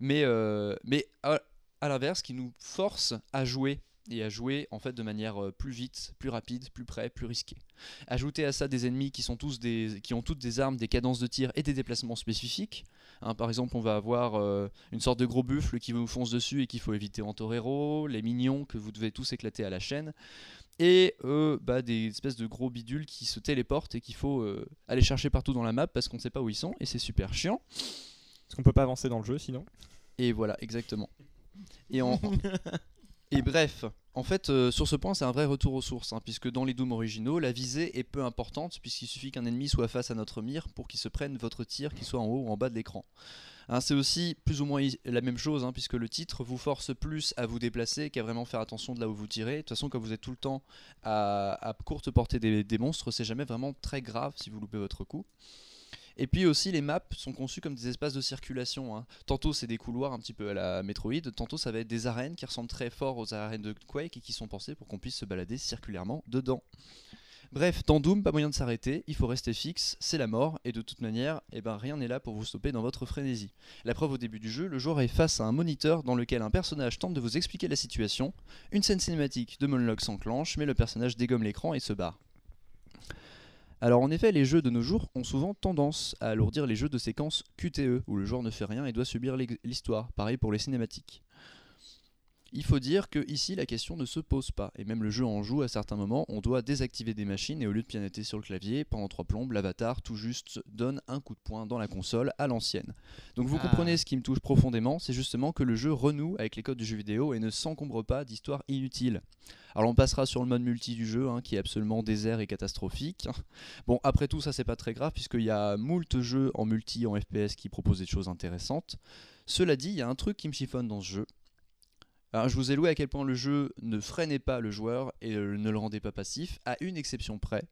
mais, euh, mais à, à l'inverse, qui nous force à jouer et à jouer en fait de manière euh, plus vite, plus rapide, plus près, plus risquée. Ajoutez à ça des ennemis qui, sont tous des, qui ont toutes des armes, des cadences de tir et des déplacements spécifiques. Hein, par exemple, on va avoir euh, une sorte de gros buffle qui vous fonce dessus et qu'il faut éviter en torero, les mignons que vous devez tous éclater à la chaîne, et euh, bah, des espèces de gros bidules qui se téléportent et qu'il faut euh, aller chercher partout dans la map parce qu'on ne sait pas où ils sont et c'est super chiant.
Parce qu'on peut pas avancer dans le jeu sinon.
Et voilà, exactement. Et, en... et bref, en fait, euh, sur ce point, c'est un vrai retour aux sources, hein, puisque dans les Dooms originaux, la visée est peu importante, puisqu'il suffit qu'un ennemi soit face à notre mire pour qu'il se prenne votre tir, qu'il soit en haut ou en bas de l'écran. Hein, c'est aussi plus ou moins i- la même chose, hein, puisque le titre vous force plus à vous déplacer qu'à vraiment faire attention de là où vous tirez. De toute façon, quand vous êtes tout le temps à, à courte portée des, des monstres, c'est jamais vraiment très grave si vous loupez votre coup. Et puis aussi, les maps sont conçues comme des espaces de circulation. hein. Tantôt, c'est des couloirs un petit peu à la Metroid, tantôt, ça va être des arènes qui ressemblent très fort aux arènes de Quake et qui sont pensées pour qu'on puisse se balader circulairement dedans. Bref, dans Doom, pas moyen de s'arrêter, il faut rester fixe, c'est la mort, et de toute manière, eh ben, rien n'est là pour vous stopper dans votre frénésie. La preuve au début du jeu, le joueur est face à un moniteur dans lequel un personnage tente de vous expliquer la situation, une scène cinématique de monologue s'enclenche, mais le personnage dégomme l'écran et se barre. Alors en effet, les jeux de nos jours ont souvent tendance à alourdir les jeux de séquences QTE, où le joueur ne fait rien et doit subir l'ex- l'histoire, pareil pour les cinématiques. Il faut dire que ici la question ne se pose pas, et même le jeu en joue à certains moments, on doit désactiver des machines et au lieu de pianoter sur le clavier, pendant trois plombes, l'avatar tout juste donne un coup de poing dans la console à l'ancienne. Donc vous
Ah.
comprenez ce qui me touche profondément, c'est justement que le jeu renoue avec les codes du jeu vidéo et ne s'encombre pas d'histoires inutiles. Alors on passera sur le mode multi du jeu, hein, qui est absolument désert et catastrophique. Bon, après tout, ça c'est pas très grave, puisqu'il y a moult jeux en multi, en FPS qui proposent des choses intéressantes. Cela dit, il y a un truc qui me chiffonne dans ce jeu. Alors, je vous ai loué à quel point le jeu ne freinait pas le joueur et euh, ne le rendait pas passif, à une exception près.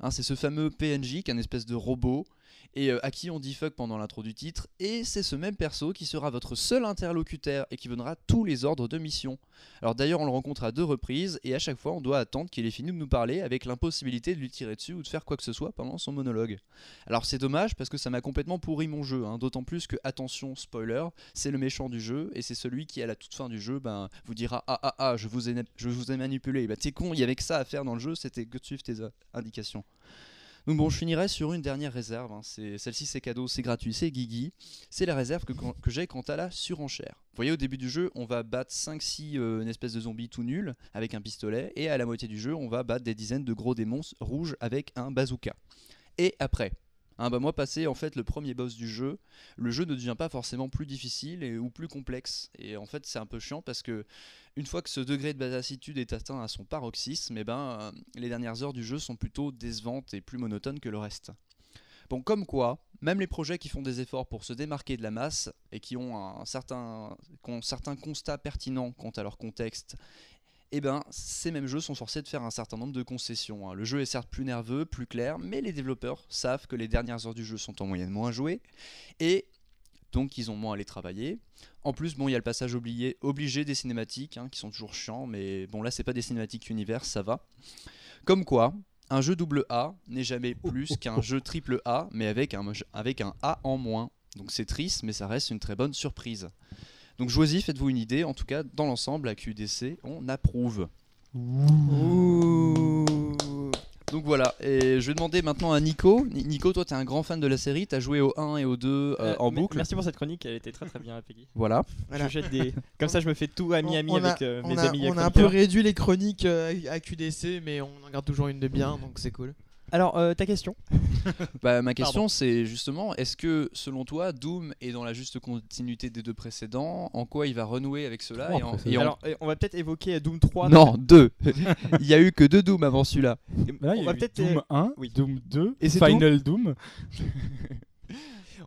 hein, c'est ce fameux PNJ qui est un espèce de robot et euh, à qui on dit fuck pendant l'intro du titre. Et c'est ce même perso qui sera votre seul interlocuteur et qui donnera tous les ordres de mission. Alors d'ailleurs, on le rencontre à deux reprises et à chaque fois, on doit attendre qu'il ait fini de nous parler avec l'impossibilité de lui tirer dessus ou de faire quoi que ce soit pendant son monologue. Alors c'est dommage parce que ça m'a complètement pourri mon jeu, hein, d'autant plus que, attention, spoiler, c'est le méchant du jeu et c'est celui qui, à la toute fin du jeu, ben, vous dira Ah ah ah, je vous ai, je vous ai manipulé. Bah t'es con, il y avait que ça à faire dans le jeu, c'était que de suivre tes euh, indications. Donc bon, je finirai sur une dernière réserve. hein. C'est- Celle-ci, c'est cadeau, c'est gratuit, c'est Guigui. C'est la réserve que, quand- que j'ai quant à la surenchère. Vous voyez, au début du jeu, on va battre 5-6 une espèce de zombies tout nul avec un pistolet. Et à la moitié du jeu, on va battre des dizaines de gros démons s- rouges avec un bazooka. Et après Hein, bah moi, passé en fait le premier boss du jeu, le jeu ne devient pas forcément plus difficile et, ou plus complexe. Et en fait, c'est un peu chiant parce que une fois que ce degré de basassitude est atteint à son paroxysme, eh ben, euh, les dernières heures du jeu sont plutôt décevantes et plus monotones que le reste. Bon, comme quoi, même les projets qui font des efforts pour se démarquer de la masse et qui ont un certain, qui ont certains constats pertinents quant à leur contexte, eh ben, ces mêmes jeux sont forcés de faire un certain nombre de concessions. hein. Le jeu est certes plus nerveux, plus clair, mais les développeurs savent que les dernières heures du jeu sont en moyenne moins jouées et donc ils ont moins à les travailler. En plus, bon, il y a le passage obligé, obligé des cinématiques, hein, qui sont toujours chiants, mais bon, là, c'est pas des cinématiques univers, ça va. Comme quoi, un jeu double A n'est jamais plus qu'un jeu triple A, mais avec un, moj- avec un A en moins. Donc c'est triste, mais ça reste une très bonne surprise. Donc jouez-y, faites-vous une idée. En tout cas, dans l'ensemble, à QDC, on approuve. Donc voilà, et je vais demander maintenant à Nico. Ni- Nico, toi, t'es un grand fan de la série, t'as joué au 1 et au 2 euh,
Euh,
en
mais-
boucle.
Merci pour cette chronique, elle était très très bien, Peggy.
Voilà.
Voilà.
Je jette des. Comme ça, je me fais tout ami ami
On- on a-
avec euh,
on
mes
a-
amis.
on a un peu
chroniqueurs.
réduit les chroniques euh, à QDC, mais on en garde toujours une de bien, donc c'est cool.
Alors, euh, ta question
Bah, ma
Pardon.
question, c'est justement, est-ce que selon toi, Doom est dans la juste continuité des deux précédents En quoi il va renouer avec cela
Trois
et en-
précédents.
et en-
Alors, euh, on va peut-être évoquer Doom 3.
Non, deux. il y a eu que deux Doom avant celui-là.
Et
Bah là,
on,
il y a
va
eu
peut-être, euh,
Doom 1,
oui.
Doom 2,
Et c'est
Final Doom.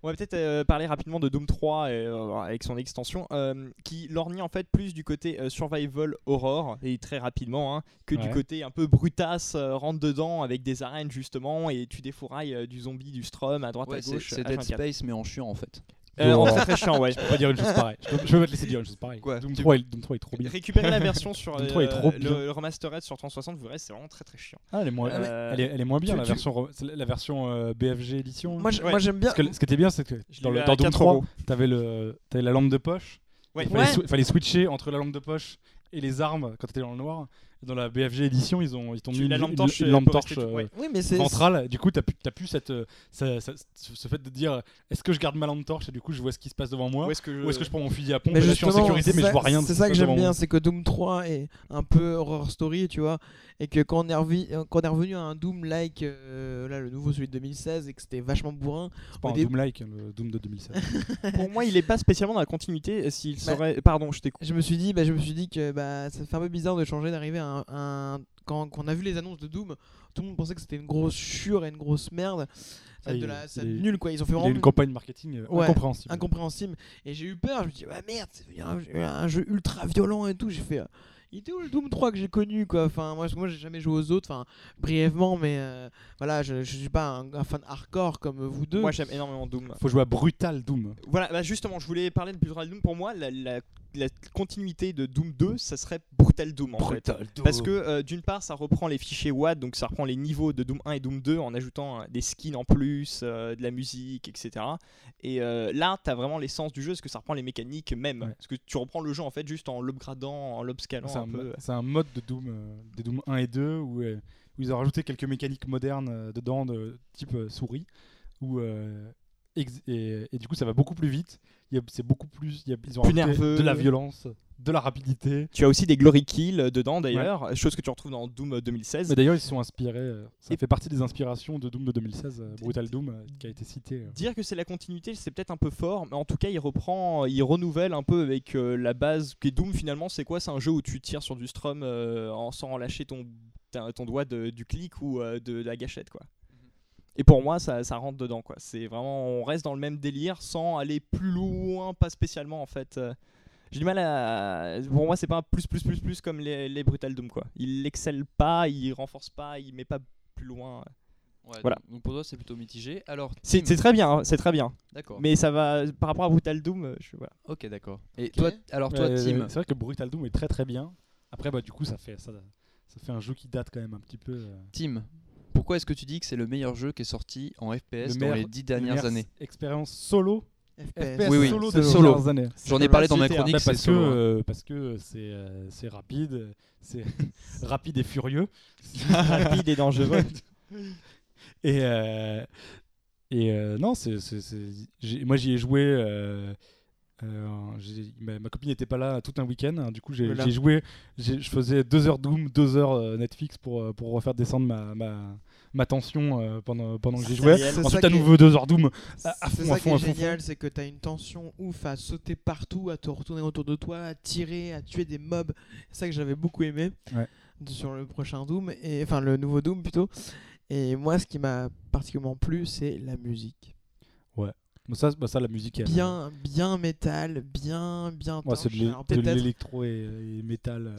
on va peut-être euh, parler rapidement de Doom 3 et, euh, avec son extension, euh, qui lorgnait en fait plus du côté euh, survival horror, et très rapidement, hein, que du
Ouais.
côté un peu brutasse, euh, rentre dedans avec des arènes justement, et tu défourailles euh, du zombie, du strum à droite
Ouais,
à
c'est
gauche.
c'est
à
Dead
24.
Space, mais en chiant en fait.
Euh, en
Bon.
très très chiant, ouais.
Je peux pas dire une chose pareille. Je peux- je peux pas te laisser dire une chose pareille.
Quoi,
Doom,
tu-
3, il- Doom 3 est trop bien.
Récupérer la version sur
Doom 3 est
euh,
trop bien.
le, le remastered sur 360, vous verrez, c'est vraiment très très chiant.
Ah, elle, est moins,
Euh,
elle, est, elle est moins bien,
tu-
la
tu-
version, re- c'est la la version euh, BFG édition.
Moi, je-
Ouais.
moi, j'aime bien.
Parce que ce qui était bien, c'est que
Je
dans,
l'ai
le-
eu à
dans Doom
4
3,
euros.
t'avais, le, t'avais la lampe de poche.
Ouais.
Il fallait, swi- fallait switcher entre la lampe de poche et les armes quand t'étais dans le noir. Dans la BFG édition, ils ont ils t'ont
Tu-
mis
la
une-
lampe
une-
torche,
une
euh,
lampe
peut
torche
rester tout-
euh,
ouais.
Oui, mais c'est.
ventrale. Du coup, t'as plus, t'as plus cette, euh, ça- ça- ce ce fait de dire est-ce que je garde ma lampe torche et du coup je vois ce qui se passe devant moi
Où est-ce que je...
ou est-ce que je prends mon fusil à pompe
Mais
et là, je suis en
justement,
sécurité mais
ça-
je vois rien. de
C'est
ce
ça
qui
que
se
j'aime
passe devant moi.
bien, c'est que Doom 3 est un peu horror story, tu vois, et que quand on est, revi- euh, quand on est revenu à un Doom like euh, là le nouveau celui de 2016 et que c'était vachement bourrin.
C'est pas
au
un
dé-
Doom like, le Doom de 2016.
Pour moi, il est pas spécialement dans la continuité. euh, S'il
Bah-
serait, pardon, je t'écoute.
Je me suis dit, bah, je me suis dit que bah, ça fait un peu bizarre de changer, d'arriver à un, un- quand, quand on a vu les annonces de Doom, tout le monde pensait que c'était une grosse chure et une grosse merde. Ça
Ah,
de
il-
la, ça
il est-
nul quoi. Ils ont fait
Il y a
vraiment
une campagne marketing euh,
Ouais,
incompréhensible.
incompréhensible. Et j'ai eu peur, je me dis, bah merde, c'est devenu un, jeu- un jeu ultra violent et tout. J'ai fait, euh, il était où le Doom 3 que j'ai connu quoi Enfin, moi, parce que moi j'ai jamais joué aux autres, enfin, brièvement, mais euh, voilà, je, je suis pas un, un fan hardcore comme vous deux.
Moi, j'aime énormément Doom.
Faut jouer à Brutal Doom.
Voilà, bah justement, je voulais parler de Brutal Doom. Pour moi, la, la- la continuité de Doom 2, ça serait Brutal Doom en fait. Parce que euh, d'une part, ça reprend les fichiers WAD, donc ça reprend les niveaux de Doom 1 et Doom 2 en ajoutant euh, des skins en plus, euh, de la musique, etc. Et euh, là, t'as vraiment l'essence du jeu, parce que ça reprend les mécaniques même.
Ouais.
Parce que tu reprends le jeu en fait juste en l'upgradant, en l'upscalant
C'est
un
un,
peu.
c'est un mode de Doom, euh, des Doom 1 et 2, où, euh, où ils ont rajouté quelques mécaniques modernes euh, dedans, de type euh, souris, où, euh, ex- et, et du coup ça va beaucoup plus vite. Il y a- C'est beaucoup plus, il y a- ils ont
Plus
rajouté
nerveux.
de la violence, de la rapidité.
Tu as aussi des glory kills euh, dedans d'ailleurs, chose que tu retrouves dans Doom euh, 2016.
Mais d'ailleurs ils se sont inspirés. euh, Ça
Et-
fait partie des inspirations de Doom de 2016, euh, Brutal
d-
Doom, euh, qui a été cité. euh.
Dire que c'est la continuité, c'est peut-être un peu fort, mais en tout cas, il reprend, il renouvelle un peu avec euh, la base. Qui est Doom finalement, c'est quoi C'est un jeu où tu tires sur du strum euh, en sans lâcher ton, ta- ton doigt de- du clic ou euh, de, la gâchette, quoi. Et pour moi, ça, ça rentre dedans, quoi. C'est vraiment, on reste dans le même délire sans aller plus loin, pas spécialement en fait. Euh, J'ai du mal à. Pour moi, c'est pas un plus plus plus plus comme les, les Brutal Doom, quoi. Il excelle pas, il renforce pas, il met pas plus loin.
Ouais,
Voilà.
donc- Donc pour toi, c'est plutôt mitigé. Alors,
C'est
Tim,
c'est très bien, hein, c'est très bien.
D'accord.
Mais ça va par rapport à Brutal Doom, euh, je, voilà.
Ok, d'accord. Et toi, alors toi,
Euh,
Tim,
C'est vrai que Brutal Doom est très très bien. Après, bah, du coup, ça fait, ça, ça fait un jeu qui date quand même un petit peu. euh,
Tim, pourquoi est-ce que tu dis que c'est le meilleur jeu qui est sorti en FPS
Le
dans
meilleur-
les dix
une
dernières
meilleure
années
Expérience solo.
Eh,
FPS
Oui, oui,
solo
c'est
des
solo.
dernières années.
J'en ai parlé dans ma
GTA.
chronique,
Bah,
c'est
parce que
solo, hein.
euh, parce que c'est euh, c'est rapide, euh, c'est rapide et furieux
rapide et dangereux.
et euh, et euh, non c'est c'est- c'est- j'ai- moi j'y ai joué euh, euh, j'ai- ma, ma copine n'était pas là tout un week-end hein, du coup j'ai
Voilà.
j'ai joué j'ai- je faisais deux heures Doom deux heures euh, Netflix pour euh, pour refaire descendre ma ma, ma tension euh, pendant pendant que j'y jouais
C'est
ça
ensuite
qui
à
est-
nouveau deux heures Doom à- à
C'est
fond,
ça
à
qui
fond,
est
à fond, à
génial, c'est que t'as une tension ouf à sauter partout, à te retourner autour de toi, à tirer, à tuer des mobs. C'est ça que j'avais beaucoup aimé
Ouais.
sur le prochain Doom, et enfin le nouveau Doom plutôt. Et moi, ce qui m'a particulièrement plu, c'est la musique.
Bon, ça bah, ça la musique elle, euh,
Bien, bien métal, bien, bien.
moi c'est
torche.
de l'é-
Alors,
de
peut-être-
l'électro et, et métal euh,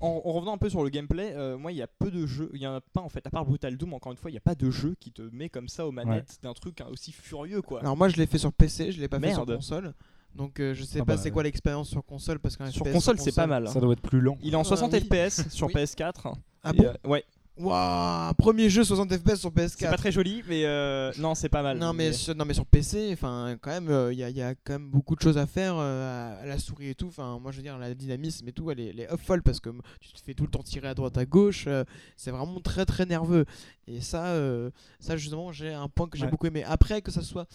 En, en revenant un peu sur le gameplay, euh, moi il y a peu de jeux, il y en a pas en fait, à part Brutal Doom, encore une fois, il y a pas de jeu qui te met comme ça aux manettes d'un truc hein, aussi furieux quoi.
Alors moi, je l'ai fait sur PC, je l'ai pas fait sur
Merde.
console. Donc euh, je sais
Ah
pas
bah,
c'est quoi l'expérience sur console parce qu'un
sur
FPS
console, c'est pas mal. hein.
ça doit être plus lent
Il est en
Ah,
60
oui.
FPS sur
Oui.
PS4. hein.
Ah
Et,
bon
euh, ouais,
Waouh, premier jeu 60 FPS sur PS4.
c'est pas très joli, mais euh, non, c'est pas mal.
Non mais, sur, non mais sur PC, enfin quand même, euh, il y, a- y a quand même beaucoup de choses à faire euh, à, à la souris et tout. Enfin moi je veux dire la dynamisme et tout, elle est, elle est off folle parce que m- tu te fais tout le temps tirer à droite à gauche. euh, c'est vraiment très très nerveux. Et ça, euh, ça justement j'ai un point que j'ai
Ouais.
beaucoup aimé. Après que ça soit,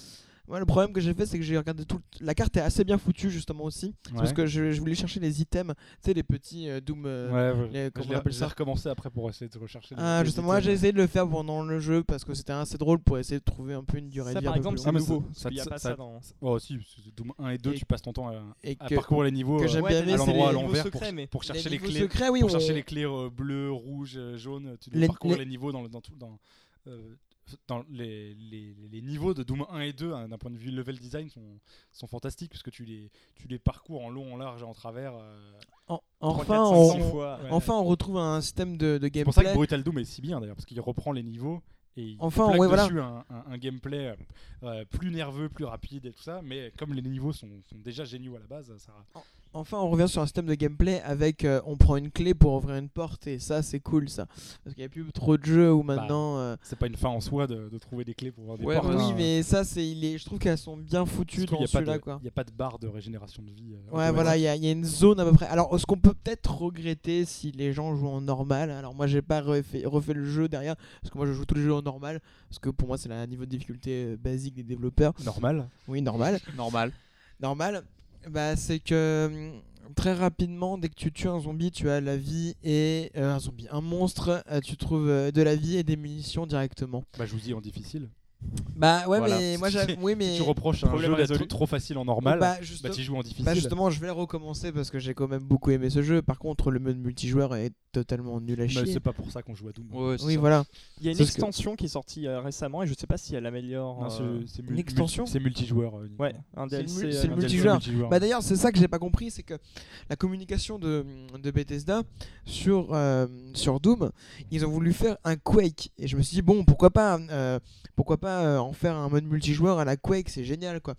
moi le problème que j'ai fait c'est que j'ai regardé tout. le- La carte est assez bien foutue justement aussi parce
Ouais.
que je, je voulais chercher les items, tu sais les petits euh, Doom. euh,
Ouais,
les-
ouais.
comment
je l'ai-
on appelle
je
ça
l'ai recommencé après pour essayer de rechercher. des-
Ah,
des
justement, moi j'ai
items.
essayé de le faire pendant le jeu parce que c'était assez drôle pour essayer de trouver un peu une durée
ça
de vie. un
par
peu
exemple,
plus longue.
c'est
Ah, mais ça-
nouveau.
ça-
il y a
ça-
pas
ça-
ça dans.
Oh, si, parce que Doom 1 et 2,
Et-
tu passes ton temps à,
Et
Ah,
à
que-
parcourir les niveaux
que
euh,
j'aime
Ouais,
bien
t'as
aimé,
des
à
c'est
l'endroit à
les-
niveaux
l'envers pour,
secrets, mais-
pour chercher les,
niveaux
clés.
secrets, oui,
Pour
on-
chercher les clés euh, bleues, rouges, euh, jaunes, tu dois
Les-
parcourir
les-
les, niveaux dans, le- dans tout, dans, euh, dans les, les, les- les niveaux de Doom 1 et 2, hein, d'un point de vue level design, sont, sont fantastiques puisque tu les, tu les parcours en long, en large et en travers. euh,
En-
trois,
enfin,
quatre, cinq,
on,
six fois.
ouais.
Enfin, on retrouve un système de, de
C'est pour ça
gameplay.
que Brutal Doom est si bien d'ailleurs, parce qu'il reprend les niveaux et il
Enfin,
plaque
ouais, voilà.
dessus un, un- un gameplay euh, plus nerveux, plus rapide et tout ça. Mais comme les niveaux sont, sont déjà géniaux à la base, ça.
Enfin, on revient sur un système de gameplay avec euh, on prend une clé pour ouvrir une porte et ça, c'est cool ça. Parce qu'il n'y a plus trop de jeux où maintenant. euh,
C'est pas une fin en soi de, de trouver des clés pour voir des
Ouais,
Bah, portes.
bah
oui,
hein.
mais ça, c'est il est. Je trouve qu'elles sont bien foutues
Surtout,
dans
il n'y
celui-là
a,
quoi.
pas de barre de régénération de vie. euh,
Ouais,
automatique.
voilà, il y, a- il y a une zone à peu près. Alors, ce qu'on peut peut-être regretter si les gens jouent en normal. Alors, moi, j'ai pas refait, refait le jeu derrière parce que moi, je joue tous les jeux en normal parce que pour moi, c'est le niveau de difficulté euh, basique des développeurs.
Normal.
Oui, normal.
normal.
normal, bah, c'est que hum, très rapidement, dès que tu tues un zombie, tu as la vie et euh, un zombie, un monstre, euh, tu trouves euh, de la vie et des munitions directement.
Bah, je vous dis en difficile.
Bah ouais,
Voilà.
mais moi,
Si
j'av- oui, mais
Si tu reproches à un
Problème
jeu d'être
résolu.
trop facile en normal, bah,
bah, juste-
tu joues en difficile.
bah, justement, je vais le recommencer parce que j'ai quand même beaucoup aimé ce jeu. Par contre, le mode multijoueur est totalement nul à
Mais
chier.
Bah, c'est pas pour ça qu'on joue à Doom.
Ouais, c'est
Oui,
ça.
voilà.
Il y a une
Sauf que-
extension qui est sortie euh, récemment et je sais pas si elle améliore.
Non,
euh,
c'est- c'est
une extension
C'est multijoueur. euh,
Ouais, un
C'est le
DLC.
mul- c'est le
euh,
un DLC
multijoueur.
multijoueur.
Bah d'ailleurs, c'est ça que j'ai pas compris, c'est que la communication de, de Bethesda sur, euh, sur Doom, ils ont voulu faire un Quake. Et je me suis dit, bon, pourquoi pas, euh, pourquoi pas euh, en faire un mode multijoueur à la Quake, c'est génial quoi.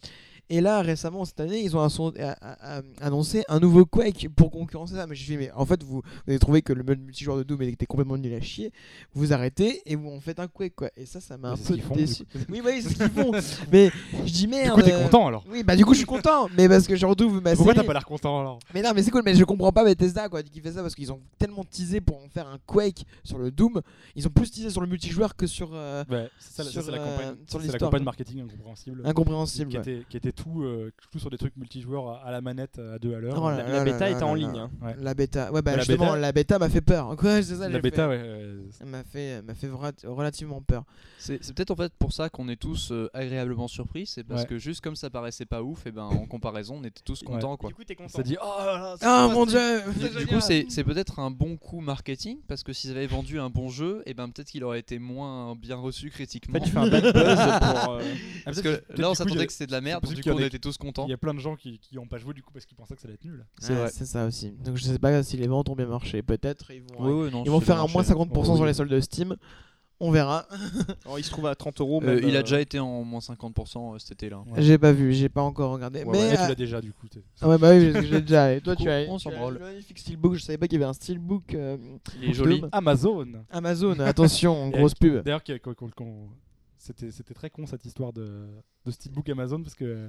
Et là, récemment, cette année, ils ont asson- a- a- a- annoncé un nouveau Quake pour concurrencer ça. Mais je dis, mais en fait, vous, vous avez trouvé que le mode multijoueur de Doom était complètement nul à chier. Vous arrêtez et vous en faites un Quake, quoi. Et ça, ça m'a
Mais
un
c'est ce
peu
qu'ils font, du
déçu. Oui, oui, c'est ce qu'ils font. mais je dis,
Du
merde.
coup, t'es
euh,
content alors.
Oui, bah du coup, je suis content. Mais parce que je retrouve ma
Pourquoi
série.
t'as pas l'air content alors
Mais non, mais c'est cool, mais je comprends pas Bethesda quoi, qui fait ça parce qu'ils ont tellement teasé pour en faire un Quake sur le Doom. Ils ont plus teasé sur le multijoueur que sur. euh,
Ouais, c'est ça, la- ça,
Sur,
c'est la
euh,
campagne,
sur
c'est la
l'histoire,
campagne
quoi.
marketing incompréhensible.
incompréhensible.
Qui
ouais.
était, qui était tout, euh, tout sur des trucs multijoueurs à, à la manette euh, à deux à l'heure.
Oh là
La,
là
la bêta
là
était
là
en
là.
ligne. hein.
La bêta, ouais, bah
La
justement,
bêta-
la bêta m'a fait peur. Quoi, c'est ça,
la
j'ai
bêta,
fait-
ouais. euh,
Elle m'a fait, elle m'a fait vra- relativement peur.
C'est c'est peut-être en fait pour ça qu'on est tous euh, agréablement surpris, c'est parce
Ouais.
que juste comme ça paraissait pas ouf, et ben en comparaison, on était tous
Ouais.
contents quoi.
Du coup, t'es
on
content.
s'est dit, oh là là, c'est
Ah
pas-
mon dieu
Du- Du coup, c'est c'est peut-être un bon coup marketing parce que s'ils avaient vendu un bon jeu, et ben peut-être qu'il aurait été moins bien reçu
En
critiquement.
fait, tu fais un bad buzz pour. euh,
Ah,
parce
peut-être-
que
peut-être
là, on
du coup, il y
s'attendait
a-
que c'était de la merde,
possible
du coup,
qu'il y en
on
ait-
était tous contents.
Il y a plein de gens qui, qui ont pas joué du coup parce qu'ils pensaient que ça allait être nul.
C'est
Ouais,
vrai.
Ah, c'est ça aussi. Donc je sais pas si les ventes ont bien marché. Peut-être ils vont,
Ouais, ouais, non,
ils vont
c'est
faire
bien
un moins
marché.
50%
Oh,
sur
oui.
les soldes de Steam. On verra.
Alors, oh, il se trouve à 30 euros.
Euh,
même,
il
euh,
a déjà été en moins 50% euh, cet été-là.
Ouais.
J'ai pas vu, j'ai pas encore regardé.
Ouais,
mais
Eh, tu
euh,
l'as déjà du coup. t'es-
ah ouais, bah oui, parce que j'ai déjà. Et toi,
Du
tu
coup,
as,
on
tu
s'en
as
branle.
le magnifique steelbook. Je savais pas qu'il y avait un steelbook. euh,
Il est joli.
Dôme.
Amazon.
Amazon, attention,
Et-
grosse pub.
D'ailleurs, qu'il y a- qu'on- qu'on- qu'on- c'était c'était très con cette histoire de, de steelbook Amazon parce que euh,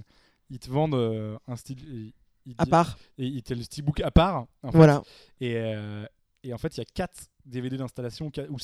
ils te vendent euh, un style. ils- ils te
À
disent-
part,
Et ils te le steelbook à part. en fait.
voilà.
Et, euh, et en fait, il y a 4 DVD d'installation qua- ou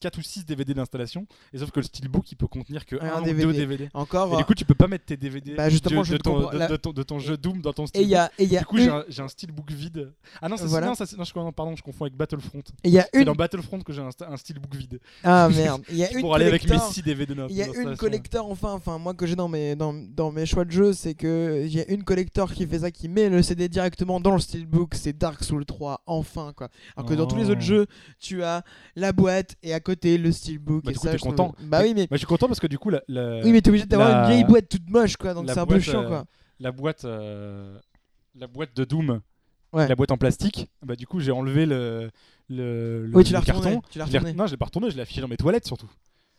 4 ou 6 DVD d'installation. Et sauf que le steelbook, il peut contenir que
Un
1
DVD.
ou 2 DVD.
Encore.
Et du coup, tu peux pas mettre tes DVD
Oh, Bah, justement,
de,
je
de
ne
ton,
comprends-
de,
la-
de ton, de ton jeu Doom dans ton
et
steelbook.
il y a, et il y a
Du coup,
une-
j'ai un, j'ai un steelbook vide. Ah non, ça, c'est-
Voilà.
non, ça, c'est- non, je, non, pardon, je confonds avec Battlefront.
et il y a
C'est
une.
dans Battlefront que j'ai un, sta- un steelbook vide.
Ah merde. Il y a une.
pour aller avec mes
collector.
6 DVD d'in-
Il y a une
d'installation.
collector enfin, enfin moi que j'ai dans mes, dans, dans mes choix de jeu, c'est que il y a une collector qui fait ça, qui met le CD directement dans le steelbook, c'est Dark Souls 3, enfin quoi. Alors que dans tous les
Oh.
autres jeux, tu as la boîte et à côté le steelbook.
Bah,
et
du coup,
ça,
t'es
je trouve-
content.
Bah oui, mais,
Bah, je suis content parce que du coup, la, la-
oui, mais t'es obligé d'avoir
Euh, la-
une vieille boîte toute moche quoi, donc
la
c'est un peu
boîte,
chiant
euh,
quoi.
la boîte euh, la boîte de Doom
Ouais.
la boîte en plastique bah du coup j'ai enlevé le le, le-
Oui, tu l'as
le
retourné.
carton
Tu l'as
Je l'ai re-
retourné.
non je l'ai pas retourné je l'ai affiché dans mes toilettes surtout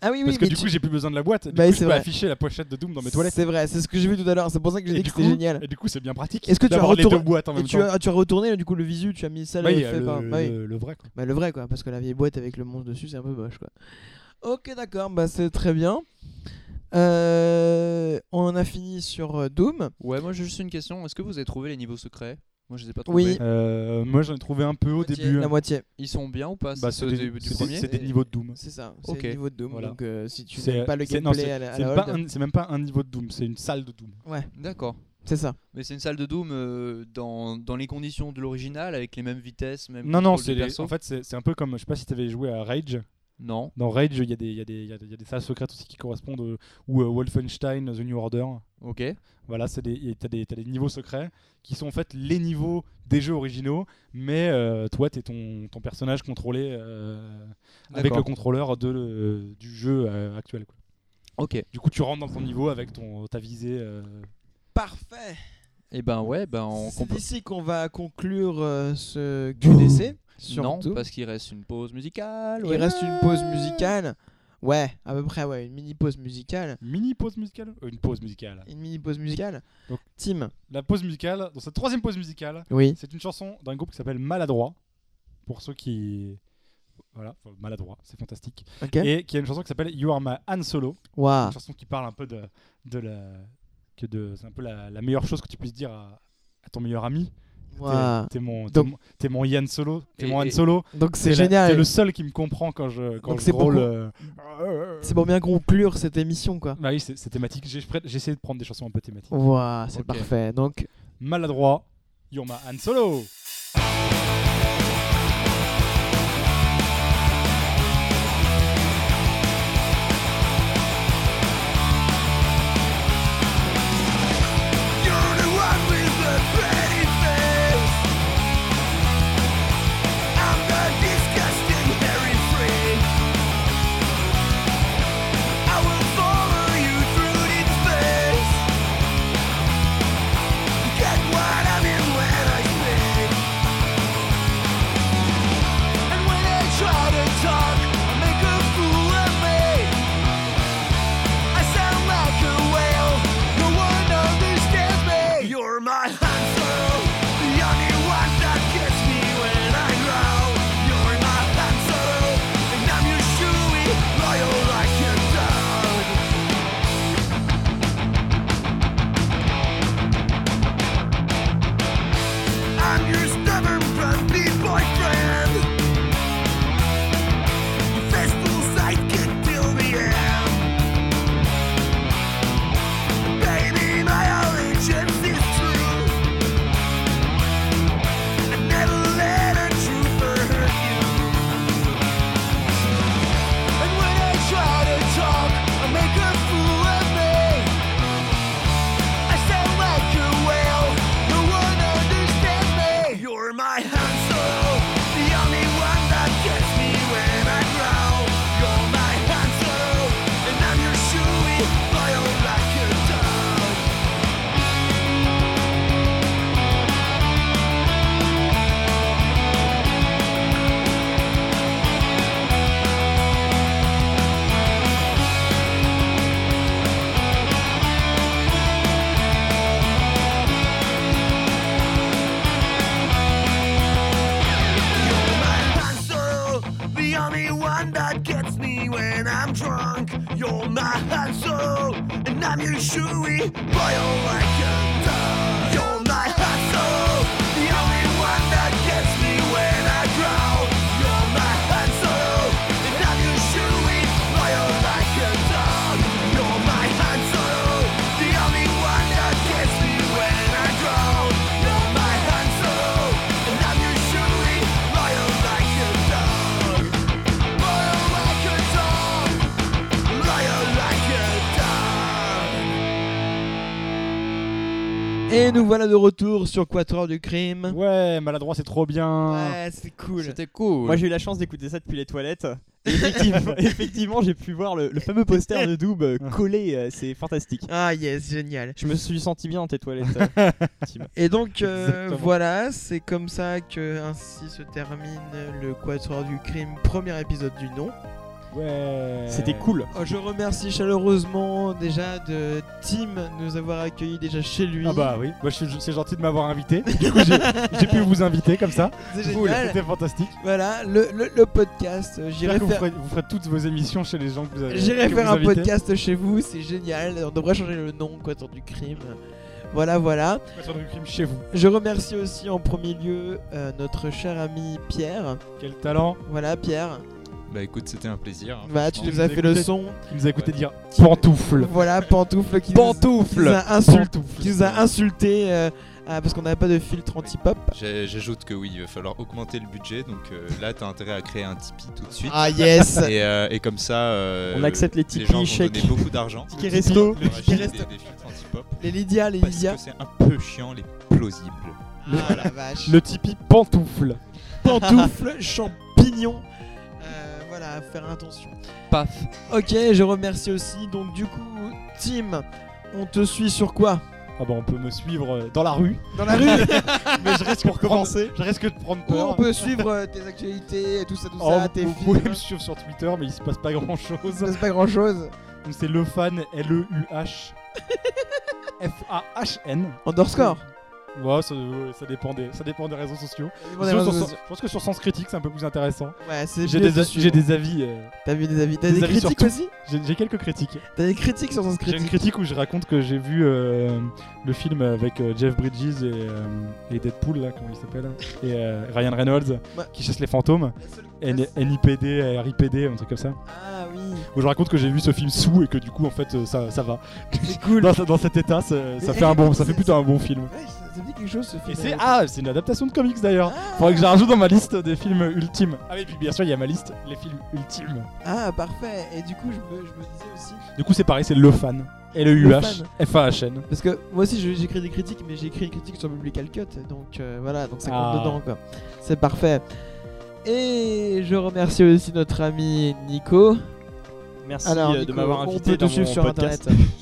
Ah oui, oui,
parce que
mais
du
tu-
coup j'ai plus besoin de la boîte du
Bah oui,
coup,
c'est
je peux
vrai.
afficher la pochette de Doom dans mes toilettes
C'est vrai, c'est ce que j'ai vu tout à l'heure, c'est pour ça que j'ai
Et
dit
du
que
coup,
c'était génial.
et du coup c'est bien pratique
Est-ce que tu as
d'avoir les deux
retourné-
boîtes en
Et
même
tu
temps
as, tu as retourné du coup le visu, tu as mis ça,
Bah,
le
il y a
fait
le,
par- bah oui.
le- le vrai quoi.
Bah, le vrai quoi, parce que la vieille boîte avec le monstre dessus c'est un peu moche quoi. Ok d'accord, bah c'est très bien. Euh, on en a fini sur euh, Doom.
Ouais, moi j'ai juste une question. Est-ce que vous avez trouvé les niveaux secrets Moi je les ai pas
Oui.
trouvés.
Euh, moi j'en ai trouvé un peu au
Moitié,
début hein.
La moitié,
Ils sont bien ou pas C'est
Bah, c'est
ceux
des,
du- du
c'est des-
premier
c'est des
Et-
niveaux de Doom
c'est ça, c'est
Ok.
le niveau de Doom.
Voilà.
Donc euh, si tu
C'est-
n'aimes pas le
c'est- non,
gameplay à la, à
c'est
la
pas
hold,
un- c'est même pas un niveau de Doom c'est une salle de Doom
D'accord.
c'est ça.
Mais c'est une salle de Doom euh, dans, dans les conditions de l'original avec les mêmes vitesses, même.
non non
contrôle
c'est
du
les-
perso.
en fait c'est c'est un peu comme je sais pas si t'avais joué à Rage
Non.
Dans Rage, il y, a des- il y, a des- il y a des il y a des salles secrètes aussi qui correspondent, euh, ou euh, Wolfenstein, The New Order.
Ok.
Voilà, c'est des- et t'as des, t'as des niveaux secrets qui sont en fait les niveaux des jeux originaux, mais euh, toi, t'es ton, ton personnage contrôlé euh, avec
D'accord.
le contrôleur de, le- du jeu euh, actuel. quoi.
Ok.
Du coup, tu rentres dans ton niveau avec ton, ta visée. euh,
Parfait.
Et ben ouais, ben on
C'est
compo-
d'ici qu'on va conclure euh, ce QDC. sur
Non,
Doom.
parce qu'il reste une pause musicale.
Il
Ah, ouais.
reste une pause musicale. Ouais, à peu près, ouais, une mini pause musicale.
mini pause musicale Euh, Une pause musicale.
Une mini pause musicale.
Donc-
Tim.
La pause musicale, dans cette troisième pause musicale,
Oui.
C'est une chanson d'un groupe qui s'appelle Maladroit. Pour ceux qui. Voilà, enfin, Maladroit, c'est fantastique.
Ok. Ah.
Et qui a une chanson qui s'appelle You Are My Han Solo.
Waouh.
Une chanson qui parle un peu de, de la. Que de, c'est un peu la, la meilleure chose que tu puisses dire à, à ton meilleur ami. T'es-
Waouh.
T'es mon, t'es
Donc-
mon, t'es mon Yann Solo. T'es
Et-
mon Han
et-
Solo.
Donc
t'es
c'est
la-
génial.
T'es le seul qui me comprend quand je, quand
Donc
je
c'est pour
drôle,
con-
euh,
C'est pour bien conclure cette émission, quoi.
Bah oui, c'est c'est thématique. J'ai j'ai essayé de prendre des chansons un peu
Oh.
thématiques.
Waouh, c'est
Ok.
parfait. Donc,
Maladroit, You're My Han Solo.
You're the one with the pretty face. I'm the disgusting hairy freak. I will follow you through this space. Get wide of you when I speak.
on my hustle, and I'm usually loyal like a dog. You're my hustle, the only one that gets me when I growl. You're my hustle, and I'm usually loyal like a dog. You're my hustle, the only one that gets me when I growl. You're my hustle, and I'm usually loyal like a dog. Loyal like a dog. Liar like a dog.
Ah.
Et nous voilà de retour sur Quatuor du Crime.
Ouais, maladroit, c'est trop bien.
Ouais, c'est cool.
C'était cool.
Moi j'ai eu la chance d'écouter ça depuis les toilettes. Et Effectivement, effectivement, j'ai pu voir le, le fameux poster de Doob euh, collé, euh, c'est fantastique.
Ah yes, génial.
Je me suis senti bien dans tes toilettes. euh,
Et donc euh,
Exactement.
voilà, c'est comme ça que ainsi se termine le Quatuor du Crime, premier épisode du nom.
Ouais.
C'était cool.
Oh, je remercie chaleureusement déjà de Tim de nous avoir accueillis déjà chez lui.
Ah bah oui, Moi, je suis- c'est gentil de m'avoir invité. Du coup, j'ai j'ai pu vous inviter comme ça.
c'est
Cool,
génial.
C'était fantastique.
Voilà, le, le, le podcast, euh,
J'espère
j'irai
que vous
faire,
ferez, vous ferez toutes vos émissions chez les gens que vous avez.
j'irai
que
faire
vous
un
invitez.
podcast chez vous, c'est génial. On devrait changer le nom, Quatuor du Crime. Voilà, voilà.
Sur le crime chez vous.
Je remercie aussi en premier lieu euh, notre cher ami Pierre.
Quel talent
Voilà Pierre.
Bah écoute, c'était un plaisir. hein,
Voilà, tu
franchement.
nous as
nous
fait le
écoutait.
son.
qui nous a écouté dire
Qui-
pantoufle.
Voilà Pantoufle qui nous- qui nous,
Pantoufle
a insulté, qui nous a insulté euh, ah, parce qu'on n'avait pas de filtre anti-pop.
J'ai- J'ajoute que oui, il va falloir augmenter le budget, donc euh, là t'as intérêt à créer un Tipeee tout de suite.
Ah yes.
Et, euh, et comme ça, euh,
On accepte les
les
Tipeee,
gens vont
chèques.
donner beaucoup d'argent.
Ticket resto.
Leur acheter des,
resto.
des filtres anti-pop.
Les Lydia, les
Parce
Lydia.
que c'est un peu chiant, les plausibles.
Ah la vache.
Le Tipeee pantoufle.
Pantoufle, champignon. Euh, voilà, faire attention.
Paf.
Ok, je remercie aussi. Donc du coup, Tim, on te suit sur quoi
Ah bah on peut me suivre euh, dans la rue.
Dans la rue
Mais je reste pour commencer. Je risque de prendre
Où on
peur.
peut suivre euh, tes actualités, tout ça, tout
Oh,
ça, tes
vous
films.
pouvez me suivre sur Twitter, mais il se passe pas grand
Il se
chose.
passe pas grand chose.
C'est le fan E L-E-U-H. F-A-H-N.
Underscore.
Ouais, ça, ouais, ça dépend des, ça dépend des réseaux sociaux.
Bon, des
Sur-
réseaux
sur-
sociaux.
je pense que sur Sens Critique, c'est un peu plus intéressant.
Ouais, c'est
J'ai
mieux
des,
de
a-
suivre.
j'ai des avis. euh,
T'as vu des avis, t'as
des
des,
avis sur
critiques
tout.
aussi
j'ai j'ai quelques critiques.
T'as des critiques sur Sens
J'ai une
Critique
critique où je raconte que j'ai vu euh, le film avec euh, Jeff Bridges et, euh, et Deadpool, là, comment il s'appelle, et euh, Ryan Reynolds,
Ouais.
qui chasse les fantômes,
La seule-
N- NIPD, euh, RIPD, un truc comme ça,
Ah oui,
où je raconte que j'ai vu ce film sous et que du coup, en fait, euh, ça, ça va.
c'est cool.
Dans, ce- dans cet état, ça, ça
Mais-
fait, un bon, ça
c'est-
fait plutôt un bon film.
Ouais, ça, ça me dit quelque chose ce film.
Et c'est ah, c'est une adaptation de comics d'ailleurs.
Ah,
Faudrait que je la rajoute dans ma liste des films ultimes. Ah oui, puis bien sûr, il y a ma liste, les films ultimes.
ah, parfait. Et du coup, je me, je me disais aussi.
Du coup, c'est pareil, c'est Le Fan. E L-E-U-H, F-A-H-N.
Parce que moi aussi, je- j'écris des critiques, mais j'ai écrit une critique sur Biblical Cut. Donc euh, voilà, donc ça compte
Ah.
dedans, quoi. C'est parfait. Et je remercie aussi notre ami Nico.
Merci
Alors,
euh, de
Nico,
m'avoir
on
invité
peut te
dans
suivre
mon
sur
podcast.
internet.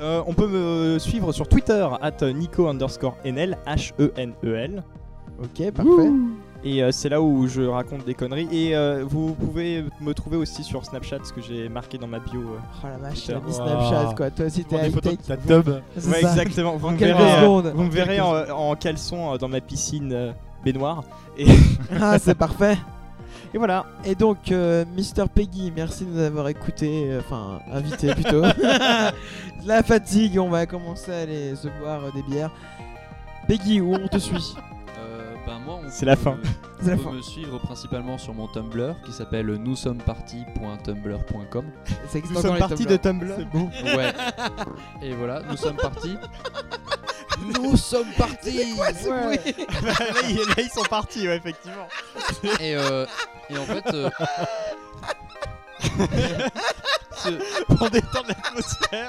Euh, on peut me suivre sur Twitter, at Nico underscore NL, H-E-N-E-L.
ok, parfait.
E Et euh, c'est là où je raconte des conneries. Et euh, vous pouvez me trouver aussi sur Snapchat, ce que j'ai marqué dans ma bio. euh.
Oh la vache, t'as mis
Wow.
Snapchat, quoi. Toi aussi, t'es
Prends des
high
photos
tech.
de ta tub.
C'est
Ouais,
ça.
exactement. Vous me
quelques
verrez, euh,
secondes.
vous me
En
verrez
quelques
en, en caleçon euh, dans ma piscine euh, baignoire.
Ah, c'est parfait.
Et voilà.
Et donc, euh, Mr. Peggy, merci de nous avoir écouté, euh, enfin, invité plutôt. La fatigue, on va commencer à aller se boire euh, des bières. Peggy, où on te suit
Euh, ben moi, on
C'est la
peut-
fin.
C'est la
on peut
fin.
me suivre principalement sur mon Tumblr qui s'appelle noussommepartis.tumblr.com.
Ça existe
Nous
encore
sommes
les
partis de
Tumblr.
Tumblr.
Ouais. Et voilà, nous sommes partis. Nous sommes partis
Ouais.
là, ils, là, ils sont partis, ouais, effectivement.
et, euh, et en fait, euh, ce-
Pour détendre l'atmosphère.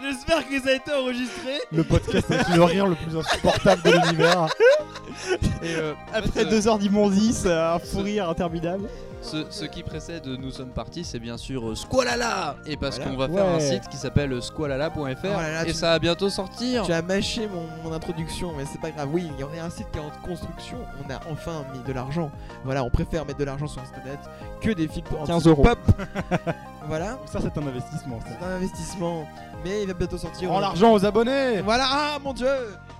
J'espère que ça a été enregistré.
Le podcast avec le rire le plus insupportable de l'univers.
et, euh, en fait,
Après
euh,
deux heures d'immondice, euh, un fou rire interminable.
ce, ce qui précède euh, Nous sommes partis, c'est bien sûr euh, Squalala Et parce qu'on va faire
Ouais.
un site qui s'appelle euh, squalala.fr
Oh là là,
et
tu-
ça va bientôt sortir
Tu as mâché mon, mon introduction, mais c'est pas grave. Oui, il y en a un site qui est en construction. On a enfin mis de l'argent. Voilà, on préfère mettre de l'argent sur Internet que des films
15 euros.
pop. voilà,
Ça, c'est un investissement.
c'est un investissement. Mais il va bientôt sortir.
Rends
On-
l'argent aux abonnés
Voilà, ah mon dieu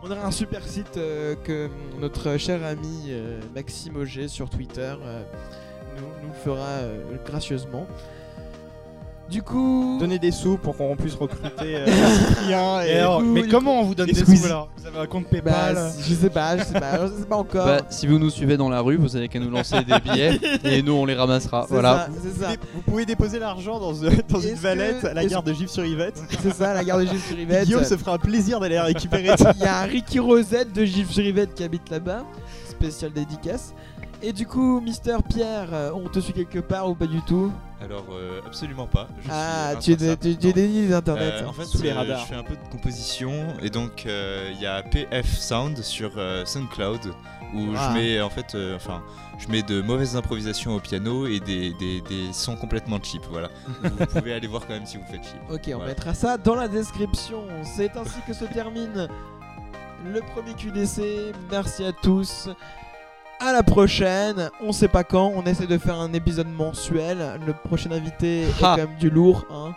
On aura un super site euh, que notre cher ami euh, Maxime Auger sur Twitter euh, nous, nous fera euh, gracieusement. Du coup.
Donner des sous pour qu'on puisse recruter euh, Cyprien
Et
et.
alors,
cool.
mais comment on vous donne
Et
des
Squeezie.
sous alors Vous avez un compte
Bah,
PayPal
si- je sais pas, je sais pas, je sais pas encore.
Bah, si vous nous suivez dans la rue, vous avez qu'à nous lancer des billets et nous on les ramassera.
C'est
ah, Voilà.
ça, C'est ça,
Dé- Vous pouvez déposer l'argent dans, euh, dans une
Est-ce
valette
que-
à la
est-ce-
gare de Gif-sur-Yvette.
c'est ça, la gare de Gilles Surivette.
Guillaume se fera un plaisir d'aller la récupérer.
Il y a un Ricky Rosette de Gilles Surivette qui habite là-bas. Spécial dédicace. Et du coup, Mister Pierre, euh, on te suit quelque part ou pas du tout
Alors, euh, absolument pas. Je suis
Ah, tu es, dé-
intraçable.
tu, tu es déni des internets.
Euh,
hein.
en fait,
Sous les
euh,
radars.
je fais un peu de composition et donc euh, il y a PF Sound sur euh, SoundCloud où
Ah.
je mets en fait, euh, enfin, je mets de mauvaises improvisations au piano et des, des- des sons complètement cheap. Voilà, vous pouvez aller voir quand même si vous faites cheap.
Ok, on
Voilà.
mettra ça dans la description. C'est ainsi que se termine le premier QDC. Merci à tous. À la prochaine. On sait pas quand. On essaie de faire un épisode mensuel. Le prochain invité est
Ah.
quand même du lourd. hein.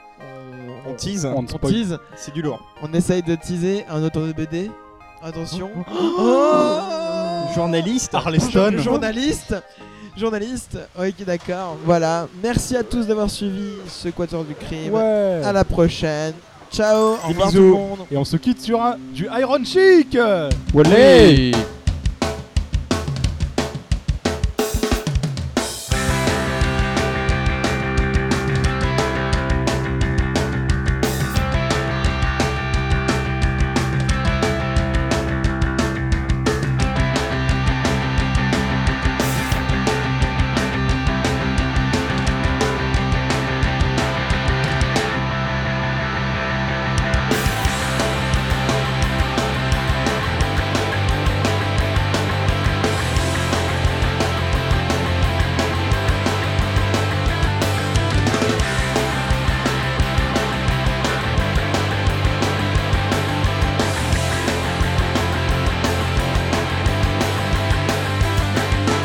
On tease,
On
On tease.
c'est du lourd.
On essaye de teaser un auteur de BD. Attention. Oh
Journaliste,
Arleston.
Journaliste. Journaliste. Ok, d'accord. Voilà. Merci à tous d'avoir suivi ce Quatuor du Crime.
Ouais.
À la prochaine. Ciao. Au
Des
revoir tout
bisous.
le monde.
Et on se quitte sur un, du Iron Chic Allez
Hey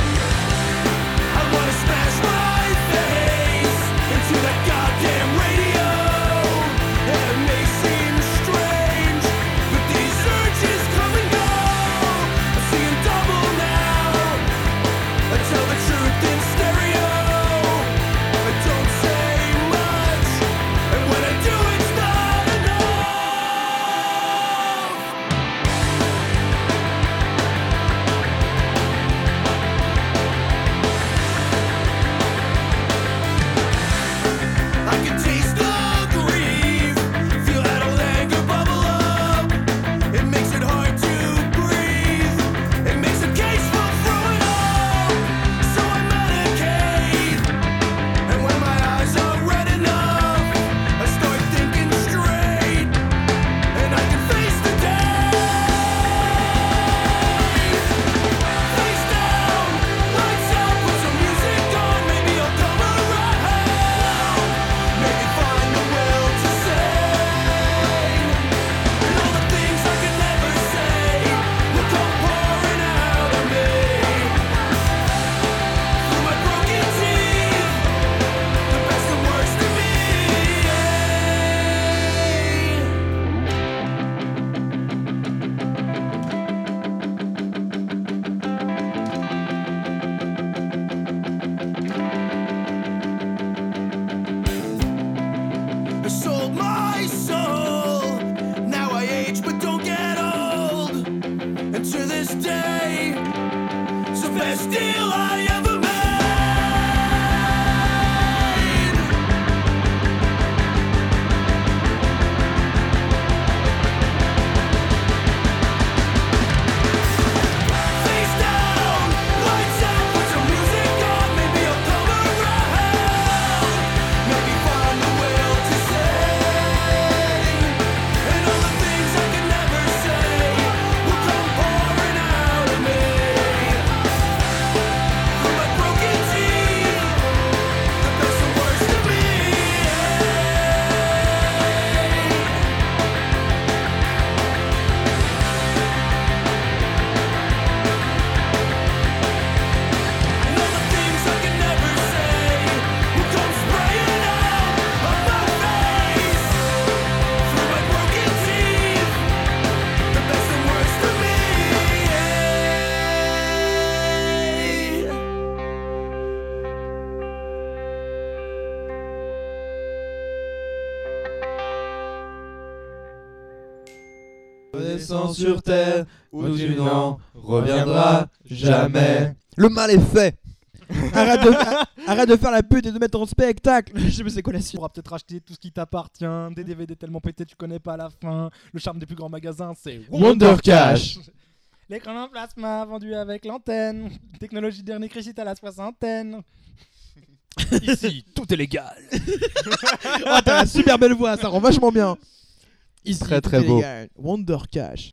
I wanna smash my face into that goddamn radio. And it may seem strange, but these urges come and go. I'm seeing double now. I tell the truth in stereo. I don't say much, and when I do, it's not enough. I can taste the grief, feel that old anger bubble up. It makes it hard to breathe. It makes a case for throwing up. So I medicate, and when my eyes are red enough, I start thinking straight, and I can face the day. Face down, lights out, put some music on, maybe I'll come around. Maybe find the will to say, and all the things I could never say will come pouring out of me through my broken teeth, the best and worst of me. I sold my soul. Now I age but don't get old. And to this day, it's the best deal I ever made. Face down, lights out, put some music on. Maybe I'll come around. Maybe find the will to say, and all the things I can never say will come pouring out of me. Through my
Redescends sur terre, où tu n'en reviendras
jamais.
jamais. Le mal est fait
Arrête de, arrête de faire la pute et de mettre en spectacle. Je sais pas c'est quoi la
Tu
suite.
pourras peut-être acheter tout ce qui t'appartient, des DVD tellement pétés tu connais pas la fin. Le charme des plus grands magasins, c'est
Wonder Cash.
L'écran en plasma vendu avec l'antenne. Technologie dernier crédit à la soixantaine. Ici, tout est légal.
Oh, Ah, t'as la super belle voix, ça rend vachement bien. Ici,
Très,
tout
très
est
beau.
légal. Wonder Cash.